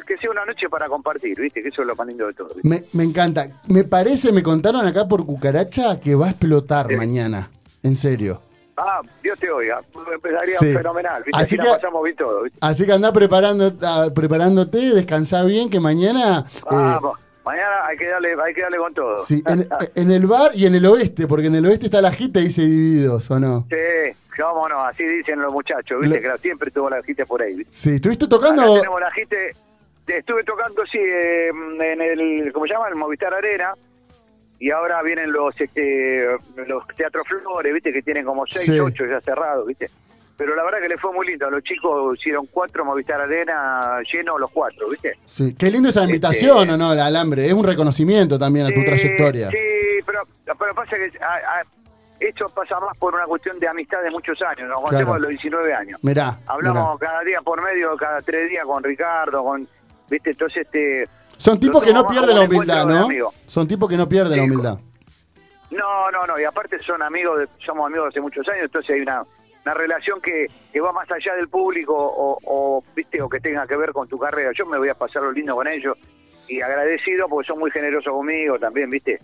S11: que sea una noche para compartir, ¿viste? Que eso es lo más lindo de todo. ¿viste?
S4: Me, me encanta. Me parece, me contaron acá por cucaracha que va a explotar
S11: Eh.
S4: mañana. En serio.
S11: Ah, Dios te oiga, empezaría
S4: Sí.
S11: fenomenal, ¿viste?
S4: Así
S11: Así,
S4: que-
S11: la pasamos bien todo, ¿viste?
S4: Así que anda preparando, ah, preparándote, descansá bien, que mañana. eh,
S11: Vamos, mañana hay que darle, hay que darle con todo.
S4: sí, en, en el bar y en el oeste, porque en el oeste está la gita y dice divididos, ¿o no?
S11: Sí, cómo no, así dicen los muchachos, viste, que siempre tuvo la gente por ahí. ¿viste?
S4: Sí, estuviste
S11: Acá
S4: tocando.
S11: tenemos la gente, estuve tocando, sí, eh, en el, ¿cómo se llama? El Movistar Arena, y ahora vienen los este, los Teatro Flores, viste, que tienen como seis,
S4: Sí.
S11: ocho ya cerrados, viste. Pero la verdad que le fue muy lindo, los chicos hicieron cuatro Movistar Arena llenos los cuatro, viste.
S4: Sí, qué lindo esa invitación, ¿o no? La alambre. Es un reconocimiento también a tu
S11: Sí,
S4: trayectoria.
S11: Eh, Sí, pero, pero pasa que a- a- esto pasa más por una cuestión de amistad de muchos años, nos conocemos
S4: Claro.
S11: a los 19 años.
S4: Mirá.
S11: Hablamos cada día por medio, cada tres días con Ricardo, con, viste, entonces este...
S4: Son tipos
S11: lo
S4: que no
S11: tomo más
S4: pierden la
S11: como un
S4: humildad,
S11: encuentro de
S4: ¿no?
S11: amigos.
S4: Son tipos que no pierden la humildad.
S11: No, no, no, y aparte son amigos, de- somos amigos hace muchos años, entonces hay una, una relación que, que va más allá del público o, o, viste, o que tenga que ver con tu carrera. Yo me voy a pasar lo lindo con ellos y agradecido porque son muy generosos conmigo también, viste.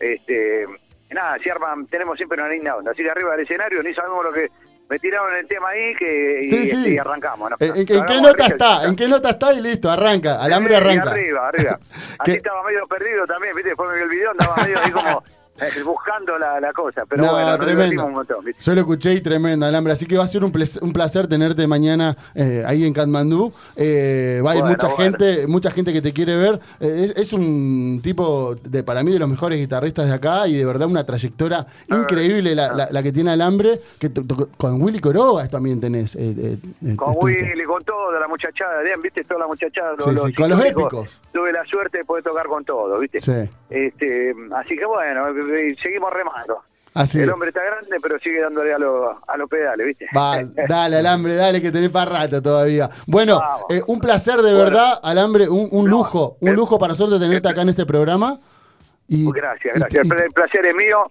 S11: Este, nada, si arman, tenemos siempre una linda onda, así que arriba del escenario ni sabemos lo que... Me tiraron el tema ahí que, y,
S4: Sí, sí. Eh,
S11: este, y arrancamos. ¿no?
S4: ¿En, en- en
S11: Hablamos
S4: qué
S11: de
S4: nota
S11: Richard.
S4: está? ¿En qué nota está? Y listo, arranca. Alambre
S11: Sí,
S4: arranca. [laughs]
S11: Arriba, arriba. Así
S4: ¿Qué? [laughs]
S11: estaba medio perdido también, viste, después me vi el video, andaba medio ahí como, eh, buscando la, la cosa. Pero
S4: No,
S11: bueno, nos
S4: tremendo.
S11: divertimos un montón. ¿viste?
S4: Yo lo escuché y tremendo, Alambre. Así que va a ser un placer, un placer tenerte mañana eh, ahí en Katmandú. Eh, va a ir
S11: Bueno,
S4: mucha
S11: bueno.
S4: gente, mucha gente que te quiere ver. Eh, es, es un tipo de para mí de los mejores guitarristas de acá y de verdad una trayectoria increíble la, la- la que tiene Alambre. Que to- to- con Willy Corogas también tenés. eh, eh, eh,
S11: Con
S4: estuviste.
S11: Willy, con toda la muchachada, bien, viste, toda la muchachada.
S4: Sí, sí, con los
S11: históricos.
S4: épicos.
S11: Tuve la suerte de poder tocar con todos, viste.
S4: Sí.
S11: Este, así que bueno, eh, eh, seguimos remando.
S4: Así.
S11: El hombre está grande, pero sigue dándole a, lo- a los pedales, viste.
S4: Va,
S11: [laughs]
S4: dale, Alambre, dale, que tenés para rato todavía. Bueno, eh, un placer de verdad, Alambre, un, un lujo, un lujo para nosotros tenerte acá en este programa. Y,
S11: Gracias, gracias. El pl- el placer es mío.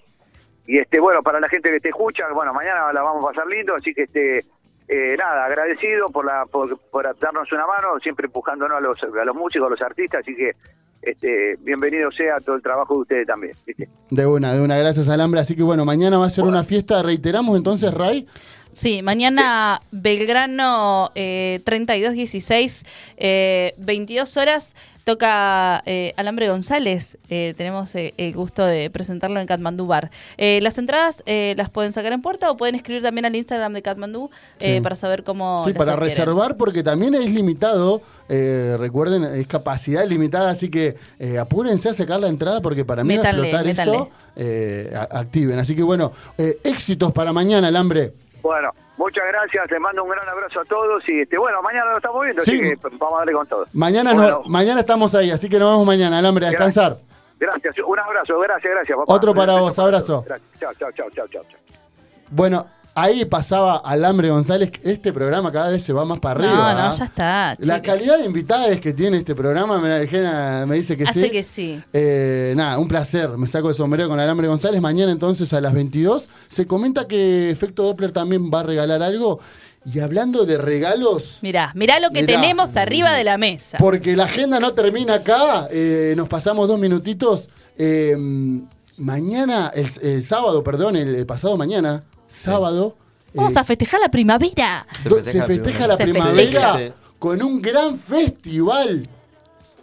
S11: Y este, bueno, para la gente que te escucha, bueno, mañana la vamos a pasar lindo, así que este, eh, nada, agradecido por la, por, por darnos una mano, siempre empujándonos a los, a los músicos, a los artistas, así que este, bienvenido sea todo el trabajo de ustedes también, ¿viste?
S4: De una, de una, gracias Alambre. Así que bueno, mañana va a ser una fiesta, reiteramos entonces, Ray.
S5: Sí, mañana Belgrano eh, 32-16, eh, 22 horas, toca eh, Alambre González. Eh, tenemos eh, el gusto de presentarlo en Katmandú Bar. Eh, las entradas eh, las pueden sacar en puerta o pueden escribir también al Instagram de Katmandú eh,
S4: Sí.
S5: para saber cómo...
S4: sí,
S5: las
S4: para
S5: adquieren.
S4: reservar porque también es limitado, eh, recuerden, es capacidad limitada, así que eh, apúrense a sacar la entrada porque para mí va a
S5: Métanle,
S4: explotar esto, eh, a- activen. Así que bueno, eh, éxitos para mañana, Alambre.
S11: Bueno, muchas gracias, les mando un gran abrazo a todos y este, bueno, mañana nos estamos viendo,
S4: Sí.
S11: así que vamos a darle con todo.
S4: Mañana,
S11: Bueno,
S4: no, mañana estamos ahí, así que nos vemos mañana, Alambre, a descansar.
S11: Gracias, un abrazo, gracias, gracias. Papá.
S4: Otro para
S11: Respeto
S4: vos,
S11: todos.
S4: abrazo.
S11: Gracias. Chao, chao, chao, chao, chao. chao.
S4: Bueno, ahí pasaba Alambre González. que Este programa cada vez se va más para
S5: No,
S4: arriba.
S5: no,
S4: ¿ah?
S5: ya está.
S4: La
S5: chicos.
S4: calidad de invitadas que tiene este programa, me, me dice que
S5: Hace
S4: sí.
S5: que sí.
S4: Eh, nada, un placer. Me saco el sombrero con Alambre González. Mañana entonces a las 22. Se comenta que Efecto Doppler también va a regalar algo. Y hablando de regalos,
S5: Mirá, mirá lo que
S4: Mirá.
S5: tenemos arriba de la mesa.
S4: porque la agenda no termina acá, eh, nos pasamos dos minutitos. eh, mañana, el, el sábado, perdón, el, pasado mañana, sábado.
S5: Vamos
S4: eh,
S5: a festejar la primavera.
S4: do- se festeja, la
S5: Se
S4: primavera,
S5: festeja.
S4: con un gran festival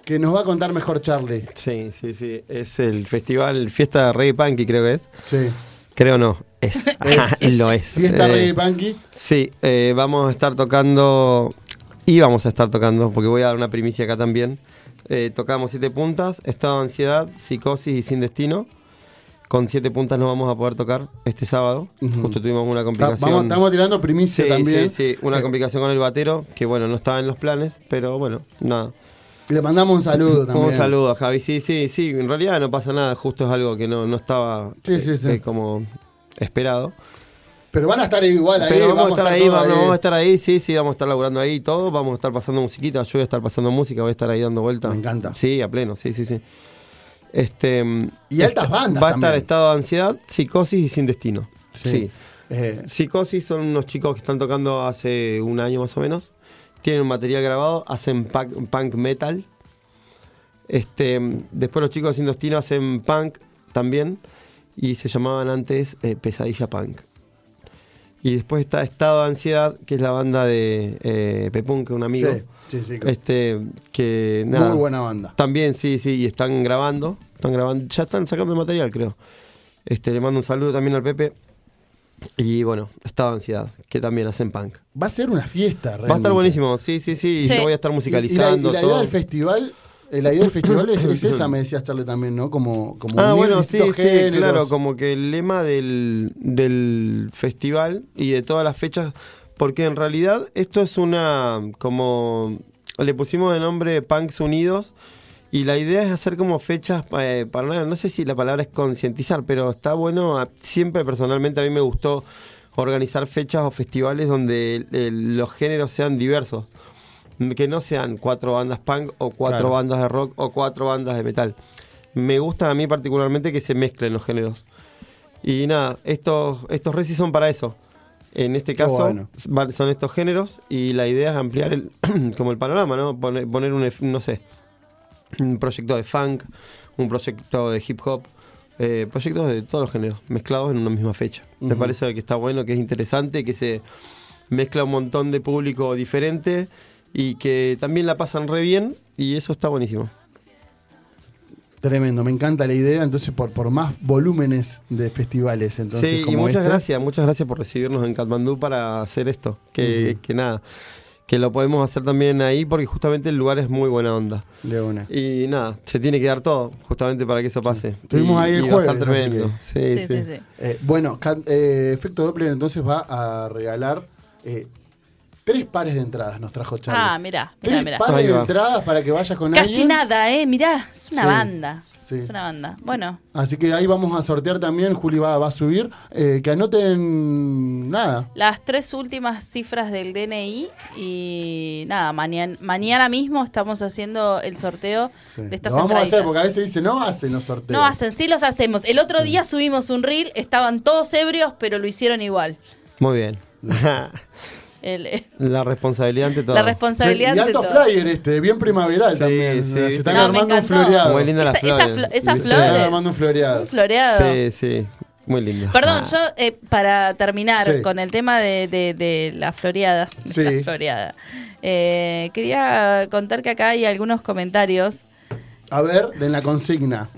S4: que nos va a contar mejor Charlie.
S10: Sí, sí, sí. Es el festival Fiesta Reggae Punky, creo que es.
S4: Sí.
S10: Creo no,
S4: [laughs]
S10: es. [laughs] Lo es.
S4: Fiesta
S10: Eh,
S4: Reggae Punky.
S10: Sí, eh, vamos a estar tocando. Y vamos a estar tocando, porque voy a dar una primicia acá también. Eh, tocamos siete puntas, estado de ansiedad, psicosis y sin destino. Con siete puntas no vamos a poder tocar este sábado.
S4: Ujú.
S10: Justo tuvimos una
S4: Ta-
S10: complicación.
S4: Vamos, estamos tirando primicia
S10: Sí,
S4: también. Eh,
S10: sí, sí, una complicación con el batero, que bueno, no estaba en los planes, pero bueno, nada.
S4: Le mandamos un saludo también.
S10: Un saludo a Javi, sí, sí, sí, en realidad no pasa nada, justo es algo que no, no estaba eh,
S4: Sí, sí, sí.
S10: como esperado.
S4: Pero van a estar igual ahí.
S10: Pero vamos a estar ahí,
S4: todos
S10: vamos, vamos a estar ahí, sí, sí, vamos a estar laburando ahí y todo, vamos a estar pasando musiquita, yo voy a estar pasando música, voy a estar ahí dando vueltas. Me encanta. Sí, a pleno, sí, sí, sí. Este,
S4: Y altas bandas
S10: Va a
S4: también.
S10: estar estado de ansiedad, psicosis y sin destino.
S4: Sí.
S10: Sí.
S4: Eh.
S10: Psicosis son unos chicos que están tocando hace un año más o menos. Tienen material grabado, hacen punk, punk metal. Este, después los chicos de Sin Destino hacen punk también. Y se llamaban antes eh, Pesadilla Punk. Y después está Estado de Ansiedad, que es la banda de eh, Pepun, que es un amigo.
S4: Sí, sí, sí.
S10: Este, que nada.
S4: Muy buena banda.
S10: También, sí, sí, y están grabando. Están grabando, ya están sacando el material, creo. Este, le mando un saludo también al Pepe. Y bueno, Estado de Ansiedad, que también hacen punk.
S4: Va a ser una fiesta.
S10: Va a estar
S4: realmente.
S10: buenísimo, sí, sí, sí. y
S4: Sí.
S10: Yo voy a estar
S4: Y- y la-
S10: musicalizando
S4: y la,
S10: todo.
S4: idea del festival, eh, la idea del festival es,
S10: [coughs]
S4: es esa, me decías Charlie también, ¿no? Como, como
S10: Ah,
S4: unir
S10: bueno, sí,
S4: distintos
S10: sí,
S4: géneros.
S10: claro, como que el lema del, del festival y de todas las fechas, porque en realidad esto es una, como le pusimos de nombre Punks Unidos, y la idea es hacer como fechas, eh, para nada, no sé si la palabra es concientizar, pero está bueno, a- siempre personalmente a mí me gustó organizar fechas o festivales donde eh, los géneros sean diversos que no sean cuatro bandas punk o cuatro
S4: Claro.
S10: bandas de rock o cuatro bandas de metal. Me gusta a mí particularmente que se mezclen los géneros. Y nada, estos, estos recis son para eso. En este
S4: Qué
S10: caso
S4: bueno.
S10: van- son estos géneros y la idea es ampliar el, [clears throat] como el panorama, ¿no? Poner, poner un, ef- no sé, un proyecto de funk, un proyecto de hip hop, eh, proyectos de todos los géneros, mezclados en una misma fecha. Me
S4: Ujú.
S10: parece que está bueno, que es interesante, que se mezcla un montón de público diferente y que también la pasan re bien y eso está buenísimo.
S4: Tremendo, me encanta la idea, entonces por, por más volúmenes de festivales. Entonces,
S10: sí, y
S4: como
S10: muchas
S4: este.
S10: gracias, muchas gracias por recibirnos en Katmandú para hacer esto. Que,
S4: Ujú.
S10: que nada, que lo podemos hacer también ahí porque justamente el lugar es muy buena onda.
S4: De una.
S10: Y nada, se tiene que dar todo justamente para que eso pase.
S4: Estuvimos
S10: Y-
S4: ahí el
S10: y va a
S4: jueves.
S10: estar
S4: así que-
S10: tremendo. Sí, sí.
S4: Eh, bueno, Ca- eh, Efecto Doppler entonces va a regalar eh, tres pares de entradas, nos trajo Charlie.
S5: Ah, mirá, mirá,
S4: tres
S5: mirá.
S4: pares
S10: Ahí
S4: de
S10: va.
S4: entradas para que vayas con
S5: Casi
S4: alguien.
S5: nada, ¿eh? Mirá, es una
S4: Sí,
S5: banda.
S4: sí.
S5: Es una banda. Bueno,
S4: Así que ahí vamos a sortear también, Juli va, va a subir. eh, que anoten nada.
S5: las tres últimas cifras del DNI y nada, mañana, mañana mismo estamos haciendo el sorteo
S4: Sí.
S5: de estas
S4: Lo vamos a hacer
S5: entraditas.
S4: porque a veces dicen no hacen los sorteos.
S5: No hacen, sí los hacemos. El otro día subimos un reel, estaban todos ebrios, pero lo hicieron igual.
S10: Muy bien. [laughs]
S5: El- eh,
S10: la responsabilidad ante todo.
S5: La responsabilidad
S4: y
S5: de
S4: alto
S5: todo.
S4: flyer este, bien primaveral también. Se están
S5: No, me
S4: armando un
S5: encantó.
S4: floreado.
S10: Muy linda la
S5: Esa-
S10: flor.
S5: esa flo- esas
S10: Sí.
S4: Se están
S5: flores.
S4: armando un floreado.
S5: un floreado.
S10: Sí, sí. Muy linda.
S5: Perdón, yo eh, para terminar
S4: Ah. Sí.
S5: con el tema de, de- de la floreada, de
S4: Sí.
S5: la floreada eh, quería contar que acá hay algunos comentarios.
S4: A ver, de la consigna.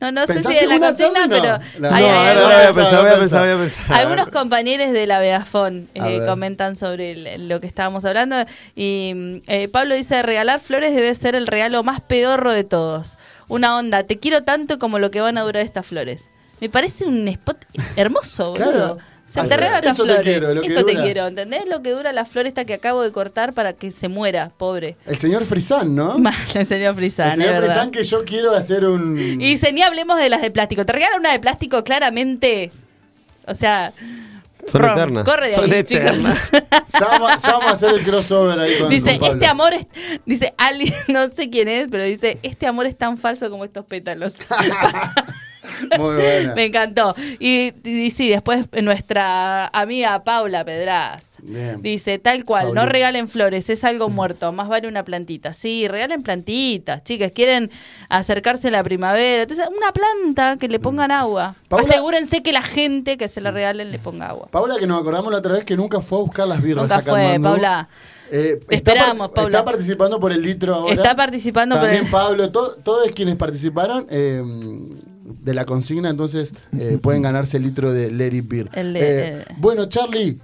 S5: No, no sé si
S4: ¿Pensaste
S5: de la
S4: una,
S5: consigna,
S4: Tommy? No.
S5: pero
S4: La-
S5: hay,
S10: No,
S5: hay
S10: ahora
S5: algunos,
S10: voy a pensar, voy a pensar, voy a pensar.
S5: algunos compañeros de la Beafón
S4: A
S5: eh,
S4: ver.
S5: comentan sobre el- lo que estábamos hablando. Y mm, eh, Pablo dice: regalar flores debe ser el regalo más pedorro de todos. Una onda, te quiero tanto como lo que van a durar estas flores. Me parece un spot hermoso, boludo.
S4: Claro.
S5: Se
S4: Así,
S5: te regalan estas
S4: eso te
S5: flores.
S4: quiero, lo que
S5: Esto te
S4: dura.
S5: quiero, ¿entendés? Lo que dura la flor esta que acabo de cortar para que se muera, pobre.
S4: El señor Frisán,
S5: [laughs]
S4: ¿no?
S5: Mal, el señor
S4: el
S5: Frisán, es
S4: señor
S5: verdad.
S4: Frisán que yo quiero hacer un...
S5: Y dice, ni hablemos de las de plástico. Te regalan una de plástico claramente. O sea.
S10: Son
S5: rom,
S10: eternas.
S5: Corre de
S10: Son
S5: ahí,
S10: eternas.
S5: chicos.
S4: Ya vamos, ya vamos a hacer el crossover ahí con
S5: [laughs] dice,
S4: con Pablo.
S5: este amor es. Dice alguien, [laughs] no sé quién es, pero dice, este amor es tan falso como estos pétalos.
S4: Muy buena.
S5: [laughs] Me encantó. Y, y sí, después nuestra amiga Paula Pedraz.
S4: Bien.
S5: Dice, tal cual,
S4: Paulita.
S5: no regalen flores, es algo muerto, más vale una plantita. Sí, regalen plantitas, chicas, quieren acercarse a la primavera. Entonces, una planta que le pongan agua.
S4: Mm. Paula-
S5: Asegúrense que la gente que se la regalen le ponga agua.
S4: Paula, que nos acordamos la otra vez que nunca fue a buscar las birras.
S5: Nunca
S4: a
S5: fue,
S4: Katmandú.
S5: Paula.
S4: Eh,
S5: Te
S4: está par-
S5: esperamos, Paula.
S4: Está participando por el litro ahora.
S5: Está participando por
S4: También
S5: el-
S4: Pablo, to- todos quienes participaron eh, de la consigna, entonces
S5: [laughs]
S4: eh, pueden ganarse el litro de Larry Beer.
S5: El de-
S4: Eh,
S5: eh.
S4: Bueno, Charlie,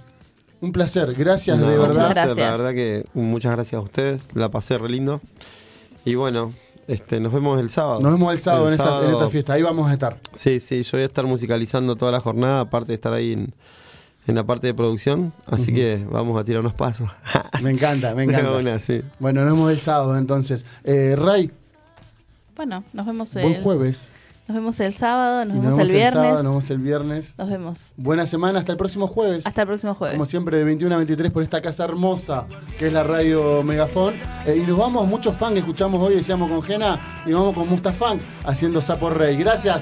S4: un placer. Gracias,
S10: No,
S4: de
S10: muchas
S4: verdad.
S5: gracias.
S10: La verdad que muchas gracias a ustedes. La pasé re lindo. Y bueno, este, nos vemos el sábado.
S4: Nos vemos el sábado, en, esta, en
S10: sábado-
S4: esta fiesta. Ahí vamos a estar.
S10: Sí, sí, yo voy a estar musicalizando toda la jornada, aparte de estar ahí en, en la parte de producción. Así que vamos a tirar unos pasos. [laughs]
S4: Me encanta, me
S10: De
S4: encanta.
S10: una, sí.
S4: Bueno, nos vemos el sábado entonces. Eh, Ray,
S5: Bueno, nos vemos
S4: buen
S5: el,
S4: jueves.
S5: nos vemos el sábado, nos,
S4: Y
S5: vemos, el viernes.
S4: sábado, nos vemos el viernes.
S5: Nos vemos.
S4: Buena semana, hasta el próximo jueves.
S5: Hasta el próximo jueves.
S4: Como siempre, de 21 a 23 por esta casa hermosa que es la radio Megafón. Eh, y nos vamos, muchos fans que escuchamos hoy, decíamos con Jena, y nos vamos con Mustafan haciendo Sapo Rey. Gracias.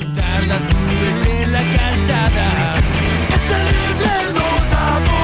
S7: juntar las nubes en la calzada. Es el invierno sabor.